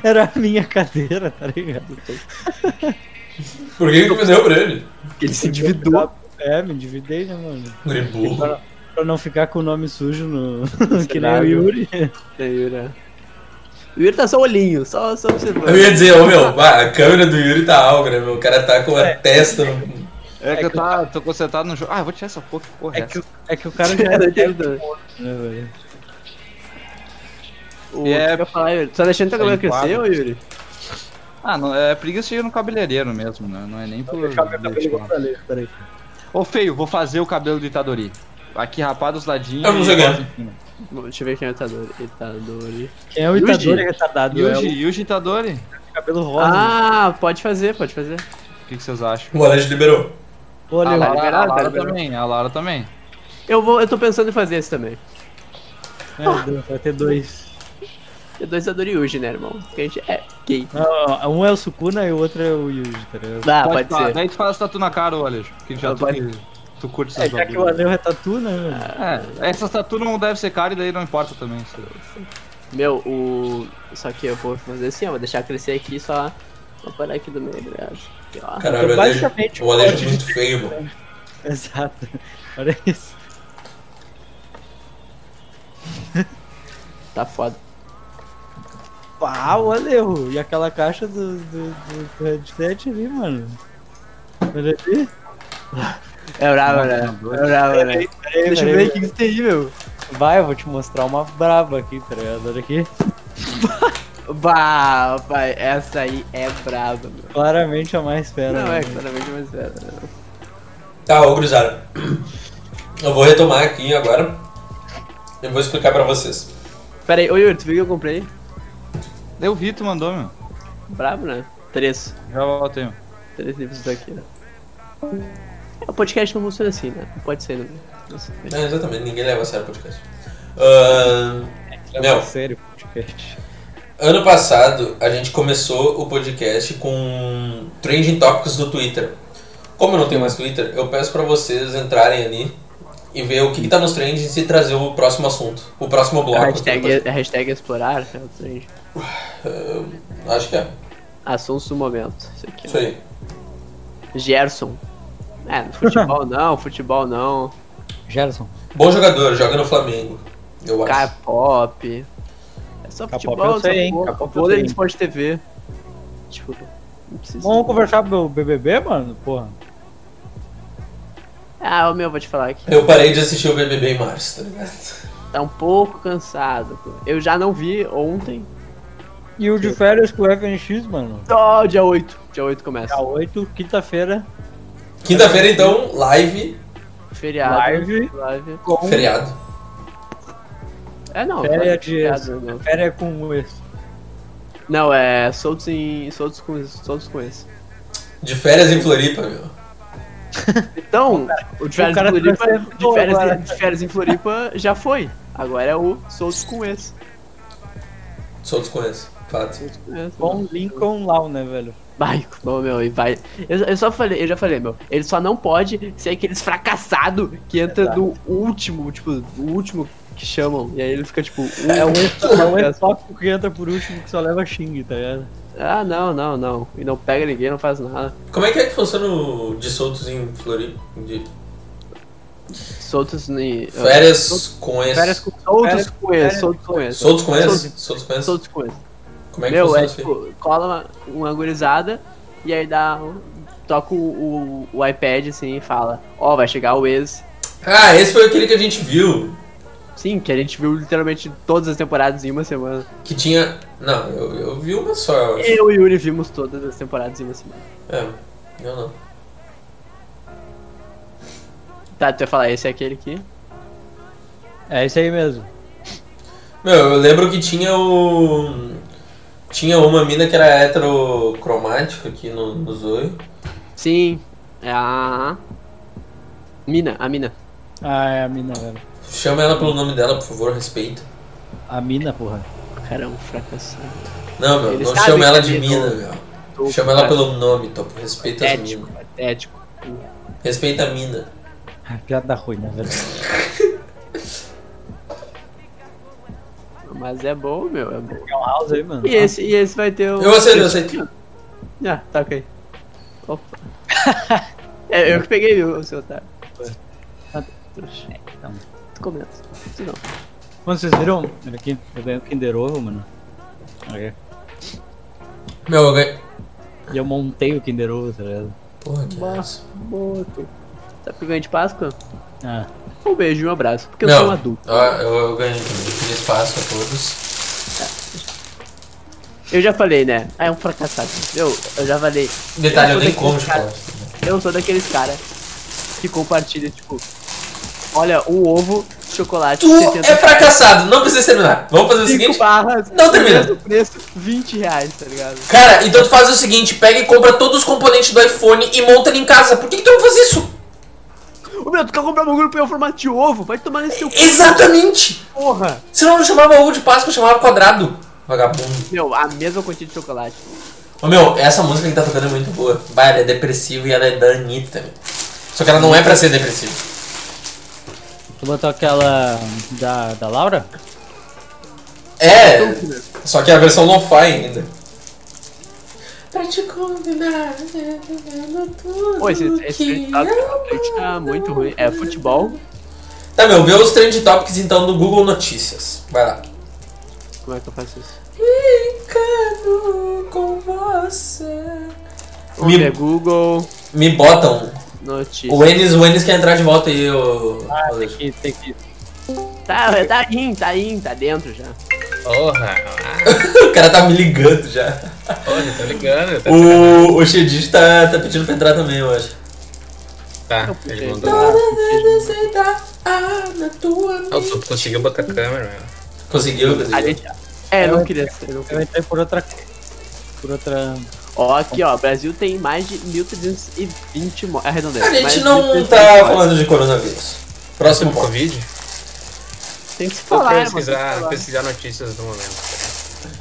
Speaker 5: Era a minha cadeira, tá ligado?
Speaker 1: Por que que tu me deu pra ele?
Speaker 2: Porque ele se endividou.
Speaker 5: É, me endividei, né, mano?
Speaker 1: Um Gribu.
Speaker 5: Pra não ficar com o nome sujo no. que nem o
Speaker 2: Cenário.
Speaker 5: Yuri.
Speaker 2: né, Yura? O Yuri tá só olhinho, só, só observando.
Speaker 1: Eu ia dizer, ô meu, bah, a câmera do Yuri tá algo, né, meu? O cara tá com a testa no.
Speaker 4: É que,
Speaker 5: É
Speaker 4: eu
Speaker 5: que
Speaker 4: tá, tô concentrado no jogo. Ah, eu vou tirar essa porra, que porra é,
Speaker 5: É
Speaker 4: essa?
Speaker 5: que, o- é que o cara já
Speaker 2: Era
Speaker 5: era
Speaker 2: endividado.
Speaker 5: né, velho?
Speaker 2: O
Speaker 4: É.
Speaker 2: que eu ia falar, Yuri? Tu tá deixando teu cabelo crescer, ô Yuri?
Speaker 4: Ah, não, é preguiça de ir no cabeleireiro mesmo, né? Não é nem por. deixar.
Speaker 5: Peraí.
Speaker 4: Ô, feio, vou fazer o cabelo do Itadori. Aqui rapado os ladinhos.
Speaker 1: Eu não sei
Speaker 4: e
Speaker 1: quem é.
Speaker 4: rosa em cima.
Speaker 2: Bom, Deixa eu ver quem é o Itadori. Itadori.
Speaker 5: Quem é o
Speaker 2: Yuji.
Speaker 5: Itadori retardado?
Speaker 4: Yuji, Yuji Itadori?
Speaker 5: É o cabelo rosa.
Speaker 2: Ah, pode fazer, pode fazer.
Speaker 4: O que, que vocês acham?
Speaker 1: O Alex liberou.
Speaker 5: Olha,
Speaker 4: a,
Speaker 5: eu-
Speaker 2: lá,
Speaker 4: Lara, é
Speaker 2: liberado,
Speaker 4: a Lara
Speaker 2: tá liberado.
Speaker 4: também, a Lara também.
Speaker 2: Eu vou, eu tô pensando em fazer esse também.
Speaker 5: meu né, Deus, vai ter dois.
Speaker 2: É dois Itadori Yuji, né, irmão? Porque a gente é gay.
Speaker 5: Não, não, um é o Sukuna e o outro é o Yuji, tá ligado?
Speaker 2: Ah, pode,
Speaker 4: falar.
Speaker 2: ser.
Speaker 4: Daí tu faz tatu na cara, ô, Alex. Que já
Speaker 2: Ah,
Speaker 4: tu,
Speaker 2: pode.
Speaker 4: tu curte
Speaker 5: É,
Speaker 4: essas
Speaker 5: já que o
Speaker 4: bagulho.
Speaker 5: anel é tatu, né, mano?
Speaker 4: É, essas tatu não deve ser cara e daí não importa também. isso.
Speaker 2: Meu, o. Só que eu vou fazer assim, ó. Vou deixar crescer aqui só. Vou parar aqui do meio, obrigado. Aqui, ó.
Speaker 1: Caralho,
Speaker 5: Então,
Speaker 1: o Alex,
Speaker 5: basicamente,
Speaker 1: o Alex é
Speaker 5: pode-
Speaker 1: muito feio, mano.
Speaker 5: Exato. Olha isso.
Speaker 2: Tá foda.
Speaker 5: Pá, olha o E aquela caixa do, do, do, do Red Dead ali, mano. Olha ali.
Speaker 2: É brabo, né? É brabo, né?
Speaker 5: Peraí,
Speaker 2: Deixa eu
Speaker 5: peraí,
Speaker 2: ver o que que tem aí, meu.
Speaker 5: velho. Vai, eu vou te mostrar uma braba aqui, tá ligado? Olha aqui.
Speaker 2: Bah, pai, essa aí é braba, meu.
Speaker 5: Claramente a mais fera.
Speaker 2: Não, é
Speaker 5: né?
Speaker 2: claramente mais velha. né?
Speaker 1: Tá, ô Grisara. Eu vou retomar aqui agora. Eu vou explicar pra vocês.
Speaker 2: Pera aí, ô Yuri, tu viu o que eu comprei?
Speaker 4: Eu vi, tu mandou, meu.
Speaker 2: Brabo, né? Três.
Speaker 4: Já voltei, meu.
Speaker 2: Três livros daqui, né? É, O podcast não funciona assim, né? Pode ser, né? Nossa,
Speaker 1: É, exatamente, ninguém leva a sério o podcast. Ahn, meu,
Speaker 5: Sério, podcast.
Speaker 1: ano passado a gente começou o podcast com trending topics do Twitter. Como eu não tenho mais Twitter, eu peço pra vocês entrarem ali e ver o que, que tá nos trends e trazer o próximo assunto, o próximo bloco.
Speaker 2: a
Speaker 1: aqui do podcast.
Speaker 2: hashtag, a hashtag explorar é o trend.
Speaker 1: Acho que é.
Speaker 2: Assuntos do momento. Isso aqui,
Speaker 1: Isso aí.
Speaker 2: ó. Gerson. É, no futebol não, futebol não.
Speaker 5: Gerson.
Speaker 1: Bom jogador, joga no Flamengo. Eu acho.
Speaker 2: K-pop. É só
Speaker 5: K-pop
Speaker 2: futebol,
Speaker 5: eu sei,
Speaker 2: só
Speaker 5: hein?
Speaker 2: porra.
Speaker 5: K-pop eu
Speaker 2: Vôlei
Speaker 5: sei.
Speaker 2: de esporte TV. Tipo, não precisa.
Speaker 5: Vamos conversar pro BBB, mano? Porra.
Speaker 2: Ah, o meu, vou te falar aqui.
Speaker 1: Eu parei de assistir o BBB em março, tá ligado?
Speaker 2: Tá um pouco cansado. pô. Eu já não vi ontem.
Speaker 5: E o de férias com o FNX, mano.
Speaker 2: Ó, dia 8. Dia 8 começa.
Speaker 5: Dia 8, quinta-feira,
Speaker 1: Quinta-feira, então, live,
Speaker 2: Feriado.
Speaker 5: live
Speaker 2: Live.
Speaker 5: com
Speaker 1: feriado.
Speaker 2: É não.
Speaker 5: Férias
Speaker 2: live,
Speaker 5: de-
Speaker 2: feriado, não.
Speaker 5: férias é com o ex.
Speaker 2: Não, é soltos em. soltos com isso, soltos com isso.
Speaker 1: De férias em Floripa, meu.
Speaker 2: Então, o de férias
Speaker 5: o cara
Speaker 2: em Floripa.
Speaker 5: tá sendo
Speaker 2: De férias,
Speaker 5: agora.
Speaker 2: de férias em Floripa já foi. Agora é o soltos com esse.
Speaker 1: Só desconheço. Fato.
Speaker 2: Soltos com esse.
Speaker 5: Com Lincoln Law, né, velho?
Speaker 2: Ai, não, meu, e vai. Eu, eu só falei, eu já falei, meu, ele só não pode ser aqueles fracassado que entra no último, tipo, o último que chamam. E aí ele fica tipo,
Speaker 5: É um,
Speaker 2: um-
Speaker 5: é um tópico que entra por último que só leva xing, tá ligado?
Speaker 2: Ah, não, não, não. E não pega ninguém, não faz nada.
Speaker 1: Como é que é que funciona o dissoltos em Floripa? De
Speaker 2: Soltos em. é,
Speaker 1: férias com esse.
Speaker 2: Férias com soltos
Speaker 5: férias-
Speaker 2: com esse, soltos com esse.
Speaker 1: Soltos com esse?
Speaker 2: Soltos-
Speaker 1: Soltos com esse?
Speaker 2: Soltos com esse.
Speaker 1: Como é que
Speaker 2: Meu,
Speaker 1: funciona
Speaker 2: é
Speaker 1: isso aí?
Speaker 2: tipo, cola uma, uma gurizada e aí dá. um, Toca o, o, o iPad assim e fala: Ó, vai chegar o ex.
Speaker 1: Ah, esse foi aquele que a gente viu.
Speaker 2: Sim, que a gente viu literalmente todas as temporadas em uma semana.
Speaker 1: Que tinha. Não, eu, eu vi uma só, eu acho.
Speaker 2: Eu e o Yuri vimos todas as temporadas em uma semana.
Speaker 1: É, eu não.
Speaker 2: Tá, tu ia falar, esse é aquele aqui.
Speaker 5: É isso aí mesmo.
Speaker 1: Meu, eu lembro que tinha o. Tinha uma mina que era heterocromática aqui no, no Zoe.
Speaker 2: Sim, é a. Mina, a Mina.
Speaker 5: Ah, é a mina, velho.
Speaker 1: Chama ela pelo nome dela, por favor, respeita.
Speaker 5: A mina, porra.
Speaker 2: Caramba, fracassado.
Speaker 1: Não, meu,
Speaker 2: Eles
Speaker 1: não
Speaker 2: sabem
Speaker 1: chama ela
Speaker 2: que
Speaker 1: de
Speaker 2: é
Speaker 1: mina,
Speaker 2: do-
Speaker 1: meu.
Speaker 2: Tô
Speaker 1: Chama ela pelo nome, topo. Respeita as
Speaker 2: Patético,
Speaker 1: minas.
Speaker 2: patético.
Speaker 1: Respeita a mina.
Speaker 5: Ah, Piada ruim, na verdade.
Speaker 2: Mas é bom, meu, é bom.
Speaker 5: É um house aí, mano.
Speaker 2: E esse, e esse vai ter o.
Speaker 1: Eu aceito, eu aceito.
Speaker 2: Ah, tá ok. Opa. é, eu que peguei, viu, seu otário. Ah, Trouxa.
Speaker 5: então.
Speaker 2: Tu começa. Tu não.
Speaker 5: Ah, Mano, vocês viram? Olha aqui, eu ganhei um Kinder Ovo, mano. Olha aqui.
Speaker 1: Meu, eu ganhei.
Speaker 5: E eu montei o Kinder Ovo, tá ligado?
Speaker 1: Porra, que é isso?
Speaker 2: Boto. Tá pegando de Páscoa?
Speaker 5: Ah,
Speaker 2: Um beijo e um abraço, porque eu
Speaker 1: Não.
Speaker 2: sou um adulto.
Speaker 1: Ah, eu, eu ganhei também. Feliz Páscoa a todos.
Speaker 2: Eu já falei, né? Ah, é um fracassado. Eu, eu já falei.
Speaker 1: Detalhe, eu
Speaker 2: sou
Speaker 1: nem
Speaker 2: daquele
Speaker 1: como
Speaker 2: cara-
Speaker 1: chocolate.
Speaker 2: Eu sou daqueles caras que compartilha, tipo, olha, um ovo, chocolate,
Speaker 1: Tu é fracassado, não precisa terminar. Vamos fazer o
Speaker 2: 5
Speaker 1: seguinte?
Speaker 2: barras,
Speaker 1: Não termina.
Speaker 2: mesmo preço, 20 reais, tá ligado?
Speaker 1: Cara, então tu faz o seguinte, pega e compra todos os componentes do iPhone e monta ele em casa. Por que, que tu não faz isso?
Speaker 2: Ô meu, tu quer comprar um grupo em formato de ovo? Vai tomar nesse teu
Speaker 1: Exatamente!
Speaker 2: porra!
Speaker 1: Senão eu não chamava ovo de Páscoa, eu chamava quadrado. Vagabundo.
Speaker 2: Meu, a mesma quantia de chocolate.
Speaker 1: Ô meu, essa música que tá tocando é muito boa. Bah, ela é depressiva e ela é da Anitta. meu. Só que ela não é pra ser depressiva.
Speaker 5: tu botou aquela da, da Laura?
Speaker 1: É, só que é a versão lo-fi ainda. Pra te combinar,
Speaker 2: Pô, esse, esse top tá muito ruim. É futebol.
Speaker 1: Tá, meu, vê os trend topics então do Google Notícias. Vai lá.
Speaker 2: Como é que eu faço isso?
Speaker 1: Brincando com você.
Speaker 2: Vamos
Speaker 1: Me-
Speaker 2: ver, Google,
Speaker 1: Me botam.
Speaker 2: notícias.
Speaker 1: O Enes, o Enes quer entrar de volta aí, ô. Alex.
Speaker 5: Que tem que.
Speaker 2: Tá, tá in, tá in, tá dentro já.
Speaker 3: Porra,
Speaker 1: o cara tá me ligando já.
Speaker 3: porra, tô ligando. Tá,
Speaker 1: O, o Xedid tá, tá pedindo pra entrar também, eu acho.
Speaker 3: tá ele mandou.
Speaker 1: tá,
Speaker 3: Ah, o Tupo conseguiu botar a câmera, meu.
Speaker 1: Conseguiu,
Speaker 2: A
Speaker 1: conseguiu.
Speaker 2: gente... É, não queria ser. não
Speaker 5: Eu
Speaker 2: queria.
Speaker 5: entrei por outra. Por outra.
Speaker 2: Ó, aqui ó, Brasil tem mais de 1.320 mortes. Arredondei.
Speaker 1: A
Speaker 2: é mais
Speaker 1: gente
Speaker 2: de
Speaker 1: não
Speaker 2: 1.320
Speaker 1: tá
Speaker 2: mortes.
Speaker 1: falando de coronavírus. Próximo
Speaker 3: Sobre
Speaker 1: ponto.
Speaker 3: Covid?
Speaker 2: Tem que se
Speaker 3: Vou
Speaker 2: falar, né, mano. tem que
Speaker 3: pesquisar,
Speaker 2: falar.
Speaker 3: pesquisar notícias do momento.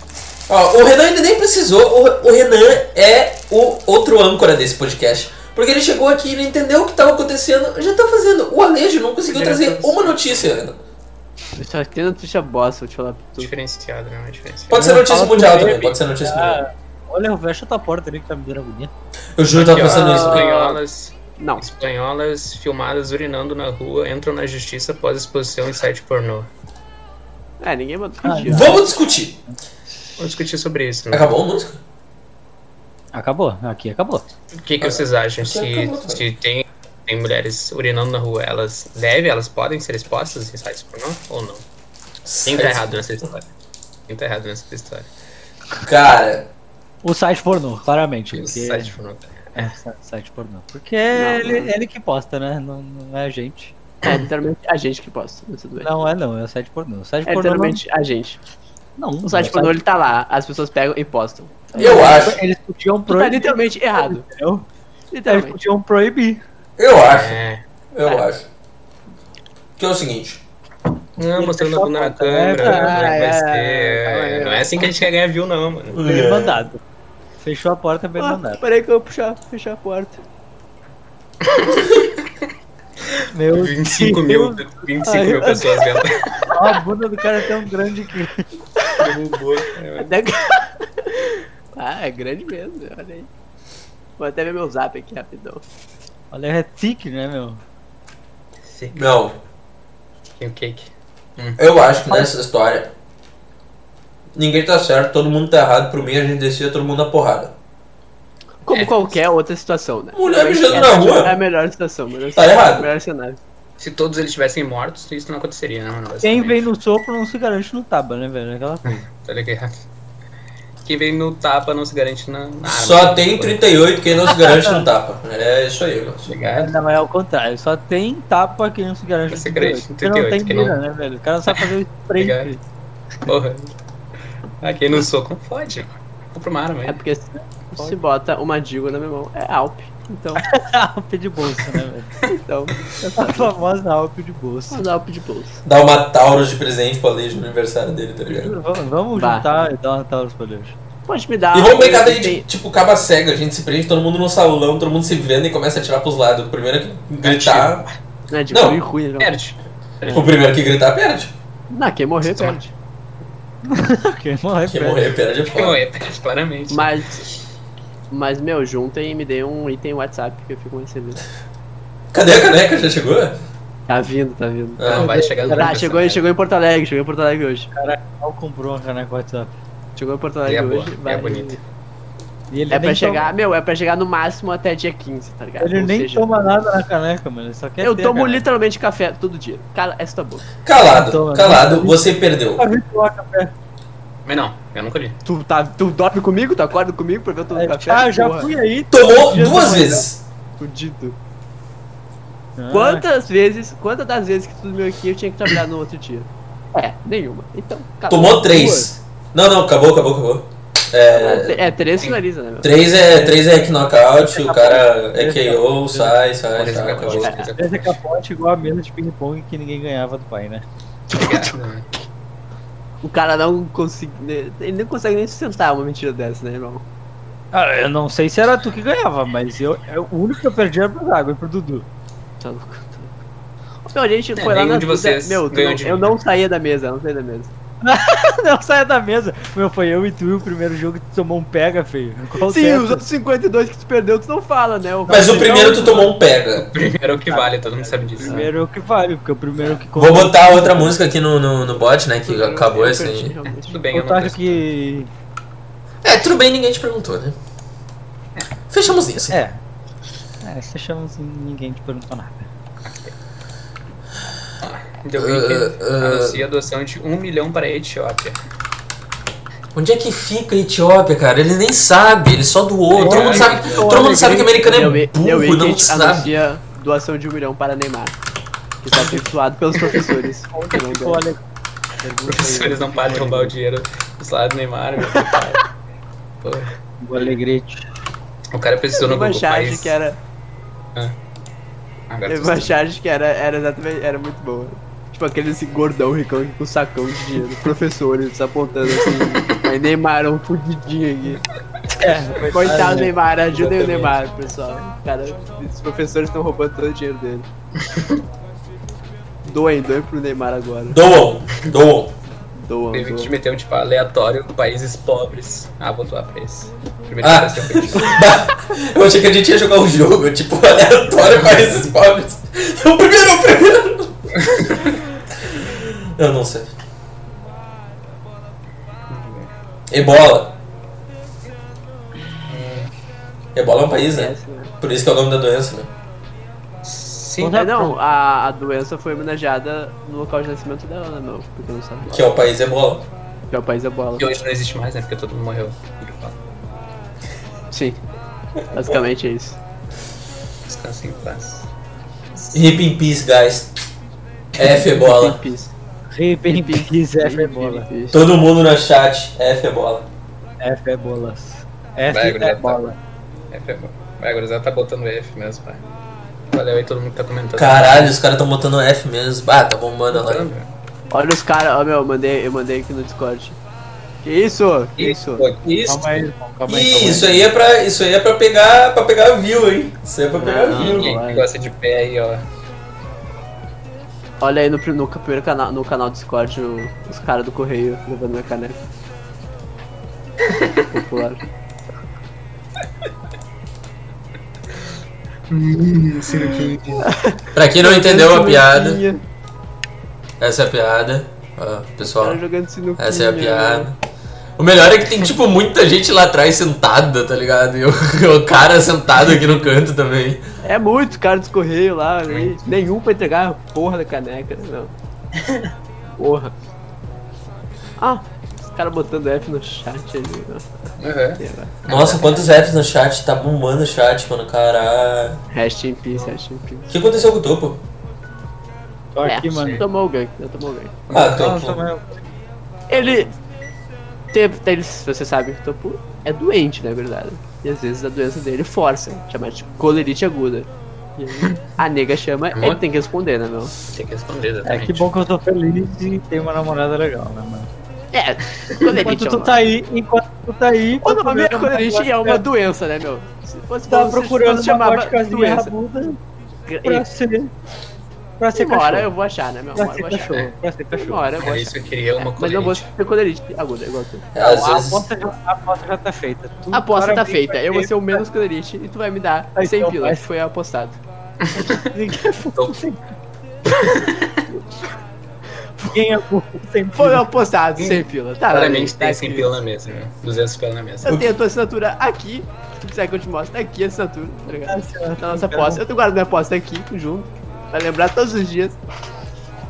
Speaker 1: Ó, o Renan ainda nem precisou. O, o Renan é o outro âncora desse podcast. Porque ele chegou aqui, ele entendeu o que tava acontecendo, já tá fazendo. O Alejo não conseguiu trazer uma notícia, Renan.
Speaker 2: Eu só tenho notícia bosta, vou te falar pra tu.
Speaker 3: Diferenciado, não é diferenciado.
Speaker 1: Pode ser notícia
Speaker 5: fala
Speaker 1: mundial
Speaker 5: com
Speaker 1: também,
Speaker 5: ele.
Speaker 1: pode ser notícia mundial.
Speaker 5: Ah, olha, fecha tua porta ali que tá me dando agonia.
Speaker 1: Eu juro, eu tava
Speaker 3: Aqui, ó,
Speaker 1: tá pensando nisso.
Speaker 3: Espanholas,
Speaker 2: Não.
Speaker 3: espanholas filmadas urinando na rua entram na justiça após exposição em site pornô.
Speaker 2: É, ninguém mandou
Speaker 5: Ah,
Speaker 2: pedir.
Speaker 1: Vamos discutir.
Speaker 3: Vamos discutir sobre isso, né?
Speaker 1: Acabou a música?
Speaker 5: Acabou, aqui acabou.
Speaker 3: O que, que vocês acham?
Speaker 1: Isso
Speaker 3: Se,
Speaker 1: acabou, cara.
Speaker 3: se tem, tem mulheres urinando na rua, elas devem, elas podem ser expostas em sites pornô ou não? Quem tá errado nessa história? Quem tá errado nessa história?
Speaker 1: Cara,
Speaker 5: O site pornô, claramente.
Speaker 3: O
Speaker 5: Porque...
Speaker 3: site pornô. tá errado.
Speaker 5: É, sa- site pornô. Porque é
Speaker 2: Não,
Speaker 5: ele,
Speaker 2: não.
Speaker 5: ele que posta, né? Não, não é a gente.
Speaker 2: É literalmente a gente que posta, mas tudo bem.
Speaker 5: Não é não, é o site pornô. O site
Speaker 2: É
Speaker 5: pornô não,
Speaker 2: literalmente a gente.
Speaker 5: não. É,
Speaker 2: O site pornô ele tá lá, as pessoas pegam e postam.
Speaker 1: eu acho,
Speaker 5: Eles podiam
Speaker 2: Tu tá
Speaker 5: proibir.
Speaker 2: literalmente errado.
Speaker 5: entendeu? Eles
Speaker 2: Literalmente.
Speaker 5: podiam proibir.
Speaker 1: eu acho.
Speaker 3: É.
Speaker 1: Eu acho. Que é o seguinte.
Speaker 3: Não, mostrando a bunda na
Speaker 5: fechou a porta, né?
Speaker 3: câmera, como é que
Speaker 2: Ah,
Speaker 3: vai
Speaker 2: é,
Speaker 3: ser?
Speaker 2: é,
Speaker 3: É, Não é assim que a gente quer ganhar view, não, mano.
Speaker 5: Ele mandado. Fechou a porta pra ele não
Speaker 2: Ah,
Speaker 5: andar.
Speaker 2: peraí que eu vou puxar, fechar a porta.
Speaker 5: Meu
Speaker 3: 25
Speaker 5: Deus.
Speaker 3: mil, 25 mil pessoas dentro.
Speaker 5: Olha, a bunda do cara é tão grande que.
Speaker 3: Derrubou.
Speaker 2: Até... ah, é grande mesmo, olha aí. Vou até ver meu zap aqui rapidão.
Speaker 5: Olha, é thick, né, meu?
Speaker 1: Não,
Speaker 3: Tem o cake.
Speaker 1: eu acho que nessa história ninguém tá certo, todo mundo tá errado. Por mim, a gente descia todo mundo na porrada.
Speaker 2: Como
Speaker 3: É.
Speaker 2: qualquer outra situação, né?
Speaker 1: Mulher
Speaker 2: Mas
Speaker 1: mijando
Speaker 2: é
Speaker 1: na
Speaker 2: a-
Speaker 1: rua?
Speaker 2: É a melhor situação, melhor
Speaker 1: Tá
Speaker 2: situação,
Speaker 1: errado.
Speaker 2: Melhor cenário.
Speaker 3: Se todos eles tivessem mortos, isso não aconteceria, né, mano?
Speaker 5: Quem
Speaker 3: Basicamente.
Speaker 5: vem no sopro não se garante no taba, né, velho? Aquela coisa.
Speaker 3: Tá ligado? Quem vem no tapa não se garante na, na arma. né,
Speaker 1: Só tem 38 quem não se garante no tapa. É isso aí, mano.
Speaker 3: Tá ligado?
Speaker 5: Não, é ao contrário. Só tem tapa que não se garante
Speaker 3: Pra
Speaker 5: no
Speaker 3: ser
Speaker 5: 38.
Speaker 3: crente,
Speaker 5: Porque não tem
Speaker 3: 38, que não-
Speaker 5: mira, né, velho? O cara não sabe fazer o spray.
Speaker 3: Obrigado.
Speaker 5: filho.
Speaker 3: Porra. Ah, quem não soco, fode. Compra uma arma aí.
Speaker 2: É porque se, se bota uma digo na minha mão, é Alp. Então,
Speaker 5: A Alp de bolsa, né, velho? É
Speaker 2: então,
Speaker 5: A famosa Alp de bolsa.
Speaker 2: faz Alp de bolsa.
Speaker 1: Dá uma Taurus de presente pra Leite no aniversário dele, tá ligado?
Speaker 5: Vamos, vamos
Speaker 2: Bah.
Speaker 5: juntar e dar uma Taurus pra Deus.
Speaker 2: Pode me dar.
Speaker 1: E vamos pegar daí,
Speaker 2: eu tenho-
Speaker 1: de, tipo, caba cega, a gente se prende, todo mundo no salão, todo mundo se vendo e começa a atirar pros lados. O primeiro que gritar.
Speaker 2: Né, de
Speaker 1: Não.
Speaker 2: ruim, ruim, né?
Speaker 3: Perde.
Speaker 1: O primeiro que gritar perde.
Speaker 2: Não, quem morrer perde.
Speaker 5: Quem morre,
Speaker 1: Quem
Speaker 5: perde.
Speaker 1: morrer perde é
Speaker 3: Não,
Speaker 1: foda.
Speaker 3: é, perde, claramente.
Speaker 2: Mas. Mas, meu, juntem e me dê um item WhatsApp que eu fico recebendo.
Speaker 1: Cadê a caneca? Já chegou?
Speaker 2: Tá vindo, tá vindo.
Speaker 3: Não,
Speaker 1: Ah,
Speaker 3: vai chegar no
Speaker 2: Ah, chegou, chegou em Porto Alegre, chegou em Porto Alegre hoje.
Speaker 5: Mal comprou uma caneca WhatsApp.
Speaker 2: Chegou em Porto
Speaker 3: E
Speaker 2: Alegre
Speaker 3: é boa,
Speaker 2: hoje.
Speaker 3: e
Speaker 2: vai-
Speaker 3: é bonita.
Speaker 5: E ele
Speaker 2: É pra
Speaker 5: nem
Speaker 2: chegar, meu, é pra chegar no máximo até dia 15, tá ligado?
Speaker 5: Toma, ele
Speaker 2: Ou
Speaker 5: nem
Speaker 2: seja,
Speaker 5: toma nada na caneca, mano. Ele só quer
Speaker 2: Eu
Speaker 5: ter
Speaker 2: tomo
Speaker 5: a caneca.
Speaker 2: literalmente café todo dia. Cala essa tá tua boca.
Speaker 1: Ah, Calado,
Speaker 5: Então,
Speaker 1: calado, você perdeu.
Speaker 5: Nunca vi tomar café.
Speaker 3: Mas não, eu nunca li.
Speaker 2: Tu, tá, tu dorme comigo? Tu acorda comigo pra ver É, eu tomar café?
Speaker 5: Ah, já
Speaker 2: Porra,
Speaker 5: fui aí.
Speaker 1: Tomou
Speaker 5: Jesus,
Speaker 1: duas vezes.
Speaker 2: Fudido.
Speaker 5: Ah,
Speaker 2: Quantas vezes, quantas das vezes que tu dormiu aqui eu tinha que trabalhar no outro dia? É, nenhuma. Então, acabou.
Speaker 1: Tomou
Speaker 2: Duas.
Speaker 1: três. Não, não, acabou, acabou, acabou.
Speaker 2: Ah,
Speaker 1: É,
Speaker 2: te- É, três finaliza, né, meu?
Speaker 1: três é, três é knockout, o cara é KO, sai, sai, sai, acabou.
Speaker 5: Essa é capote igual a mesa de ping-pong que ninguém ganhava do pai, né?
Speaker 3: Obrigado.
Speaker 2: O cara não consegue. né, Ele não consegue nem sustentar uma mentira dessa, né, irmão?
Speaker 5: Ah, eu não sei se era tu que ganhava, mas eu, eu- o único que eu perdi era pro Zago e pro Dudu.
Speaker 2: Tá louco. tá louco. Meu, a gente foi lá
Speaker 3: nenhum
Speaker 2: na
Speaker 3: de vocês
Speaker 2: Meu, tu
Speaker 3: ganhou
Speaker 2: não-
Speaker 3: de
Speaker 2: eu
Speaker 3: mim.
Speaker 2: não saía da mesa, eu não saía da mesa.
Speaker 5: não, saia da mesa. Meu, foi eu e tu e o primeiro jogo que tu tomou um pega, feio. Qual
Speaker 2: Sim,
Speaker 5: teto?
Speaker 2: os outros 52 que tu perdeu, tu não fala, né? O-
Speaker 1: Mas o primeiro tu tomou um pega.
Speaker 3: Primeiro é o que vale, todo mundo sabe
Speaker 5: O
Speaker 3: disso.
Speaker 5: primeiro é o que vale, porque o primeiro é o que
Speaker 1: Vou botar outra música aqui no, no, no bot, né? Que
Speaker 2: Eu-
Speaker 1: acabou
Speaker 2: eu
Speaker 1: esse
Speaker 2: perdi,
Speaker 1: aí.
Speaker 2: é um realmente.
Speaker 3: Tudo bem, eu
Speaker 5: Eu
Speaker 3: não
Speaker 5: acho
Speaker 3: tô...
Speaker 5: que.
Speaker 1: É, tudo bem, ninguém te perguntou, né? Fechamos isso.
Speaker 5: É. É, você chama assim, ninguém te perguntou nada.
Speaker 3: The Weeknd anuncia a doação de um milhão para a Etiópia.
Speaker 1: Onde é que fica a Etiópia, cara? Ele nem sabe, ele só doou. Todo mundo sabe, todo mundo sabe que americano
Speaker 2: Deu
Speaker 1: é
Speaker 2: Wee- Deu
Speaker 1: burro, não
Speaker 2: Weekend
Speaker 1: sabe.
Speaker 2: anuncia doação de um milhão para Neymar. Que está sendo suado pelos professores. Que não ganham.
Speaker 5: Olha,
Speaker 3: Professores não param de roubar o dinheiro dos lados do Neymar. meu. Porra.
Speaker 5: o Alegrete.
Speaker 3: O cara precisou no
Speaker 2: Uma
Speaker 3: Google
Speaker 2: charge
Speaker 3: País.
Speaker 2: que era.
Speaker 3: Agora
Speaker 2: Uma
Speaker 3: tu-
Speaker 2: charge que era, era exatamente. Era muito boa. Tipo aquele assim, gordão ricão com sacão de dinheiro. Professores apontando assim. Aí Neymar é um fudidinho aqui.
Speaker 5: É,
Speaker 2: Coitado do Neymar, ajudem o
Speaker 3: Exatamente.
Speaker 2: Neymar, pessoal. Cara, os professores estão roubando todo o dinheiro dele. Doem, doem pro Neymar agora.
Speaker 1: Doam, doam.
Speaker 2: Doam,
Speaker 3: Teve que te
Speaker 2: doam.
Speaker 3: meter um tipo aleatório, países pobres. Ah, vou doar pra esse. Primeiro
Speaker 1: Ah.
Speaker 3: ah. que apareceu
Speaker 1: Eu achei que a gente ia jogar um jogo, tipo, aleatório para esses pobres. O primeiro, o primeiro. Eu não sei. Ebola. Ebola é um país, né?
Speaker 2: Essa, né?
Speaker 1: Por isso que é o nome da doença, né?
Speaker 3: Sim,
Speaker 2: É, não, a, a doença foi homenageada no local de nascimento dela, né, meu? Porque não sabe.
Speaker 1: Que é o país Ebola.
Speaker 2: Que é o país da bola.
Speaker 3: que hoje não existe mais, né? Porque todo mundo morreu.
Speaker 2: Sim. Basicamente é isso.
Speaker 3: Descansa em paz.
Speaker 1: Rip in peace, guys. F é Ebola.
Speaker 2: Peace.
Speaker 5: Repentis, F é bola.
Speaker 2: Peace.
Speaker 1: Todo mundo no chat, F é Ebola.
Speaker 5: F é bolas. F
Speaker 3: Vai,
Speaker 5: é
Speaker 3: gurizada.
Speaker 5: bola.
Speaker 3: F é bom. Vai, gurizada, tá botando F mesmo, pai. Valeu aí todo mundo que tá comentando.
Speaker 1: Caralho, os caras estão botando F mesmo. Ah, tá bombando lá.
Speaker 3: Tá botando, velho.
Speaker 2: Olha os caras, ó meu, eu mandei, eu mandei aqui no Discord. Que isso? Que isso?
Speaker 1: Isso.
Speaker 5: Calma aí, irmão, calma aí.
Speaker 1: Ih,
Speaker 5: calma aí.
Speaker 1: isso aí é pra, isso aí é pra pegar, pra pegar view, hein? Isso aí é pra pegar
Speaker 2: Não.
Speaker 1: view.
Speaker 3: Ninguém que gosta de pé aí, ó.
Speaker 2: Olha aí no, prim- no primeiro canal, no canal do Discord, o- os caras do correio levando minha caneca. Popular.
Speaker 6: Pra quem não entendeu a
Speaker 2: Jogando
Speaker 6: piada,
Speaker 2: sinuquinha,
Speaker 6: essa é a piada. Ó,
Speaker 2: o
Speaker 6: pessoal,
Speaker 2: cara Tá jogando sinuquinha.
Speaker 6: essa é a
Speaker 5: né?
Speaker 6: piada. O melhor é que tem, tipo, muita gente lá atrás sentada, tá ligado? E o, o cara sentado aqui no canto também.
Speaker 2: É muito cara dos correios lá,
Speaker 5: É
Speaker 2: né? nenhum pra entregar a porra da caneca, não. Porra. Ah, os caras botando F no chat ali, né? ó.
Speaker 3: Uhum.
Speaker 1: Nossa, quantos apps no chat, tá bombando o chat, mano, caralho.
Speaker 2: Rest in peace, rest in peace.
Speaker 1: O que aconteceu com o topo?
Speaker 5: Tô aqui,
Speaker 2: É,
Speaker 5: mano.
Speaker 2: Tomou o gank, já tomou o gank.
Speaker 1: Ah,
Speaker 5: Não, tô
Speaker 1: topo.
Speaker 5: mesmo.
Speaker 2: Ele. Teve, tem- você sabe que o Topo é doente, na verdade. E às vezes a doença dele força, chama de colerite aguda. E aí, a nega chama, ele tem que responder, né, meu?
Speaker 3: Tem que responder,
Speaker 5: É
Speaker 3: exatamente.
Speaker 5: que bom que eu tô feliz e tenho uma namorada legal, né, mano?
Speaker 2: É, colerite
Speaker 5: Enquanto
Speaker 2: é
Speaker 5: tu
Speaker 2: uma...
Speaker 5: tá aí, enquanto tu tá aí.
Speaker 2: O
Speaker 5: tu
Speaker 2: nome é
Speaker 5: procura uma
Speaker 2: colerite e é uma
Speaker 5: vodka-
Speaker 2: doença, né, meu? Se fosse
Speaker 5: Tu tá
Speaker 2: bom, se-
Speaker 5: procurando
Speaker 2: se
Speaker 5: uma
Speaker 2: chamava
Speaker 5: vodkazinha
Speaker 2: doença.
Speaker 5: rabuda pra
Speaker 2: E,
Speaker 5: ser. Pra ser
Speaker 2: uma hora eu
Speaker 5: cachorro.
Speaker 2: vou achar, né, meu? Uma hora
Speaker 5: Pra
Speaker 2: eu
Speaker 5: ser
Speaker 2: vou achar.
Speaker 5: cachorro. Pra ser
Speaker 2: Uma
Speaker 5: cachorro.
Speaker 2: hora eu vou
Speaker 3: Era
Speaker 2: achar.
Speaker 3: É, isso que eu queria, uma
Speaker 2: É, Mas não vou
Speaker 3: colete.
Speaker 2: ter colerite aguda, igual tu.
Speaker 1: É, às
Speaker 5: A
Speaker 1: vezes...
Speaker 5: aposta, já, a aposta já tá feita. Tu
Speaker 2: A aposta tá
Speaker 5: claramente
Speaker 2: feita, eu vou
Speaker 5: vai
Speaker 2: ser o menos colerite e tu vai me dar
Speaker 5: Ah,
Speaker 2: 100
Speaker 5: então
Speaker 2: pila,
Speaker 5: vai.
Speaker 2: que foi apostado.
Speaker 5: ter- Ninguém é burro sem. Ninguém é burro sem.
Speaker 2: Foi apostado,
Speaker 5: Hum.
Speaker 2: 100 pila. Tá, lá,
Speaker 3: Claramente
Speaker 2: tá
Speaker 3: tem
Speaker 2: escrito.
Speaker 3: 100 pila na mesa, né? 200 pila na mesa.
Speaker 2: Eu tenho a tua assinatura aqui. Se tu quiser que eu te mostre, tá aqui a assinatura, tá ligado?
Speaker 5: Nossa,
Speaker 2: Tá a nossa posse. Eu guardo minha posse aqui, junto. Pra lembrar todos os dias.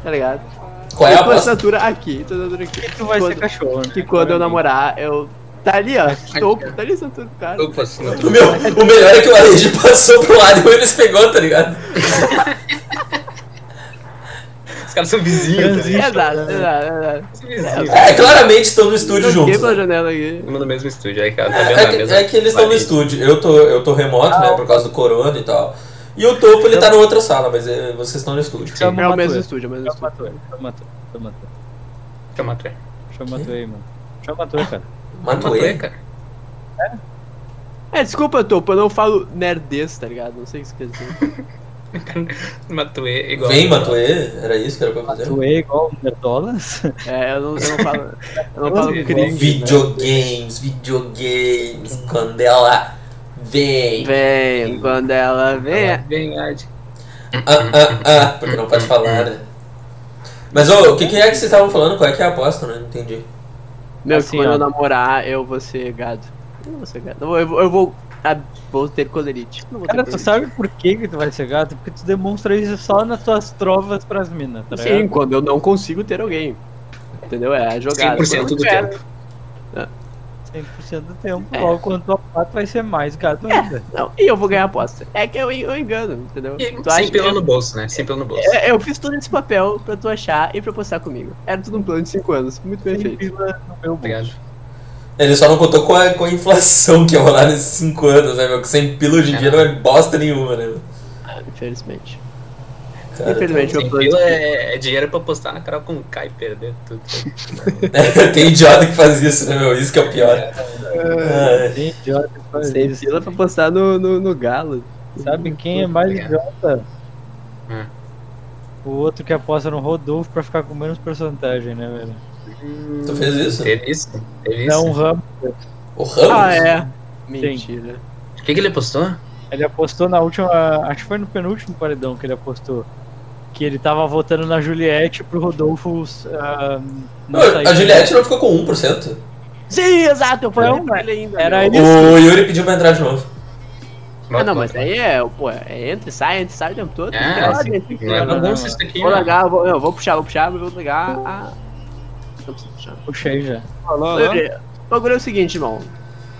Speaker 2: Tá ligado?
Speaker 1: Qual é
Speaker 2: e
Speaker 1: a
Speaker 2: tua
Speaker 1: aposta?
Speaker 2: assinatura aqui, tua assinatura aqui.
Speaker 5: Tu vai ser
Speaker 2: quando,
Speaker 5: cachorro, né?
Speaker 2: que quando eu namorar, eu. Tá ali, ó. Topo, tá ali a assinatura do cara.
Speaker 3: Opa, se não
Speaker 1: O, meu, o melhor é que o Aleji passou pro lado e eles pegou, tá ligado?
Speaker 3: Os caras são vizinhos, tá ligado?
Speaker 2: Exato, exato, exato.
Speaker 3: São vizinhos.
Speaker 1: É, claramente estão no estúdio
Speaker 2: Joguei
Speaker 1: juntos.
Speaker 2: pela
Speaker 1: né?
Speaker 2: janela aqui.
Speaker 3: Estamos no mesmo estúdio aí, cara. Tá vendo
Speaker 1: É,
Speaker 3: a
Speaker 1: que-
Speaker 3: mesa?
Speaker 1: é que eles estão no
Speaker 3: Parede.
Speaker 1: estúdio. Eu tô, eu tô remoto, né, por causa do corona e tal. E o topo, ele tá na outra sala, mas é, vocês estão no estúdio.
Speaker 5: Chama
Speaker 2: É o
Speaker 5: Matuê.
Speaker 2: mesmo estúdio, é o mesmo
Speaker 5: Chama o
Speaker 2: estúdio.
Speaker 5: Matuê. Chama o Matuê. Chama
Speaker 3: Chama a
Speaker 5: o Matuê.
Speaker 3: Tuê.
Speaker 5: Chama o Matuê aí, mano. Chama o Matuê, cara.
Speaker 1: Matuê?
Speaker 3: cara.
Speaker 2: É, desculpa, Topo, eu não falo nerdês, tá ligado? Não sei o que isso quer dizer.
Speaker 3: Matuê igual.
Speaker 1: Vem, Matuê? Era isso que era pra
Speaker 3: É?
Speaker 1: fazer?
Speaker 5: Matuê é igual o Nerdolas.
Speaker 2: É, eu não, eu não falo. Eu não falo né?
Speaker 3: Igual
Speaker 2: gringo.
Speaker 1: Videogames, videogames, quando ela vem.
Speaker 2: Vem, quando ela vem.
Speaker 3: Vem, Ad.
Speaker 1: Ah, ah, ah, porque não pode falar, né? Mas ô, o que, que é que vocês estavam falando? Qual é que é a aposta, né? Não entendi.
Speaker 2: Meu,
Speaker 5: Assim,
Speaker 2: que quando
Speaker 5: ó.
Speaker 2: eu namorar, eu vou ser gado. Eu não vou ser gado. Eu vou, eu vou, eu vou, ah, vou ter colerite. Não vou
Speaker 5: Cara,
Speaker 2: ter
Speaker 5: tu
Speaker 2: colerite.
Speaker 5: sabe por que que tu vai ser gato? Porque tu demonstra isso só nas tuas trovas pras minas, tá
Speaker 2: Sim,
Speaker 5: ligado?
Speaker 2: quando eu não consigo ter alguém. Entendeu? É a jogada.
Speaker 3: 100% do
Speaker 2: Quando-
Speaker 3: tempo.
Speaker 5: 100% do tempo.
Speaker 2: É.
Speaker 5: Logo, quando tu apaga, tu vai ser mais gato ainda.
Speaker 2: Não, e eu vou ganhar a aposta. É que eu, eu engano, entendeu? Tu acha
Speaker 3: Sem
Speaker 2: que
Speaker 3: pelo
Speaker 2: eu,
Speaker 3: no bolso, né? Sem pelo no bolso.
Speaker 2: é, eu fiz todo esse papel pra tu achar e pra postar comigo. Era tudo um plano de 5 anos. Muito bem
Speaker 5: Tem
Speaker 2: feito.
Speaker 5: pila no meu
Speaker 3: Obrigado.
Speaker 5: bolso.
Speaker 1: Ele só não contou com a, com a inflação que ia rolar nesses 5 anos, né, meu? Que sem pila hoje em dia não é bosta nenhuma, né? meu?
Speaker 2: Ah, Infelizmente.
Speaker 1: Cara,
Speaker 2: Infelizmente, meu
Speaker 3: Sem
Speaker 2: plano.
Speaker 3: pila é, é dinheiro pra postar na Carol com K e perder tudo.
Speaker 1: Tem idiota que faz isso, né, meu? Isso que é o pior. Ah,
Speaker 5: Tem idiota que faz
Speaker 2: Sem
Speaker 5: isso.
Speaker 2: fila pra postar no, no, no galo.
Speaker 5: Sabe quem é mais
Speaker 3: Obrigado.
Speaker 5: idiota?
Speaker 3: Hum.
Speaker 5: O outro que aposta no Rodolfo pra ficar com menos porcentagem, né, velho?
Speaker 2: Hum.
Speaker 5: um
Speaker 1: tu fez isso?
Speaker 3: Teve isso? Teve isso?
Speaker 5: Não, o Ramos.
Speaker 1: O Ramos?
Speaker 2: Ah, é. Mentira.
Speaker 3: O que, que ele postou?
Speaker 2: Ah,
Speaker 5: Ele apostou na última. Acho que foi no penúltimo paredão que ele apostou. Que ele tava votando na Juliette pro Rodolfo. ah, não
Speaker 1: Não,
Speaker 5: sair.
Speaker 1: a Juliette não ficou com 1%.
Speaker 2: Sim, exato. Eu falei
Speaker 5: Não,
Speaker 2: pra ele ainda.
Speaker 5: era
Speaker 2: meu.
Speaker 5: ele.
Speaker 1: O Yuri pediu pra entrar de novo.
Speaker 2: Ah, não, mas aí é, pô, é entra e sai, entra e sai o tempo todo.
Speaker 3: É,
Speaker 2: tem que ter
Speaker 3: assim,
Speaker 2: ordem, tem que ter
Speaker 3: Não é
Speaker 2: ordem.
Speaker 3: tão bom se isso aqui.
Speaker 2: Vou
Speaker 3: né?
Speaker 2: largar, vou, eu vou puxar, vou puxar, vou largar. Ah, não preciso puxar.
Speaker 5: Puxei já.
Speaker 4: Alô, alô?
Speaker 2: Olha, O bagulho é o seguinte, irmão.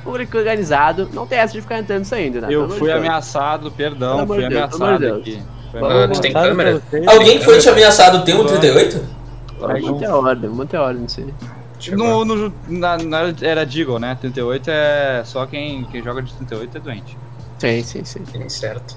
Speaker 2: O bagulho que é organizado, não tem essa de ficar entrando e saindo, né?
Speaker 4: Eu
Speaker 2: Pelo
Speaker 4: fui
Speaker 2: amor de Deus.
Speaker 4: ameaçado, perdão,
Speaker 2: Pelo amor de
Speaker 4: fui
Speaker 2: Deus, pelo
Speaker 4: ameaçado
Speaker 2: amor de
Speaker 4: aqui. Foi
Speaker 2: Vamos
Speaker 4: ameaçado.
Speaker 3: Ah, tu tem
Speaker 5: Sabe
Speaker 3: câmera?
Speaker 5: pra vocês?
Speaker 1: Alguém que foi te ameaçado tem um 38?
Speaker 2: Vamos manter a ordem, vamos manter a ordem nisso aí.
Speaker 3: Chegou.
Speaker 4: No, no- na, na era Deagle, né? 38 é. Só quem, quem joga de 38 é doente.
Speaker 2: Sim, sim, sim.
Speaker 3: Tem certo.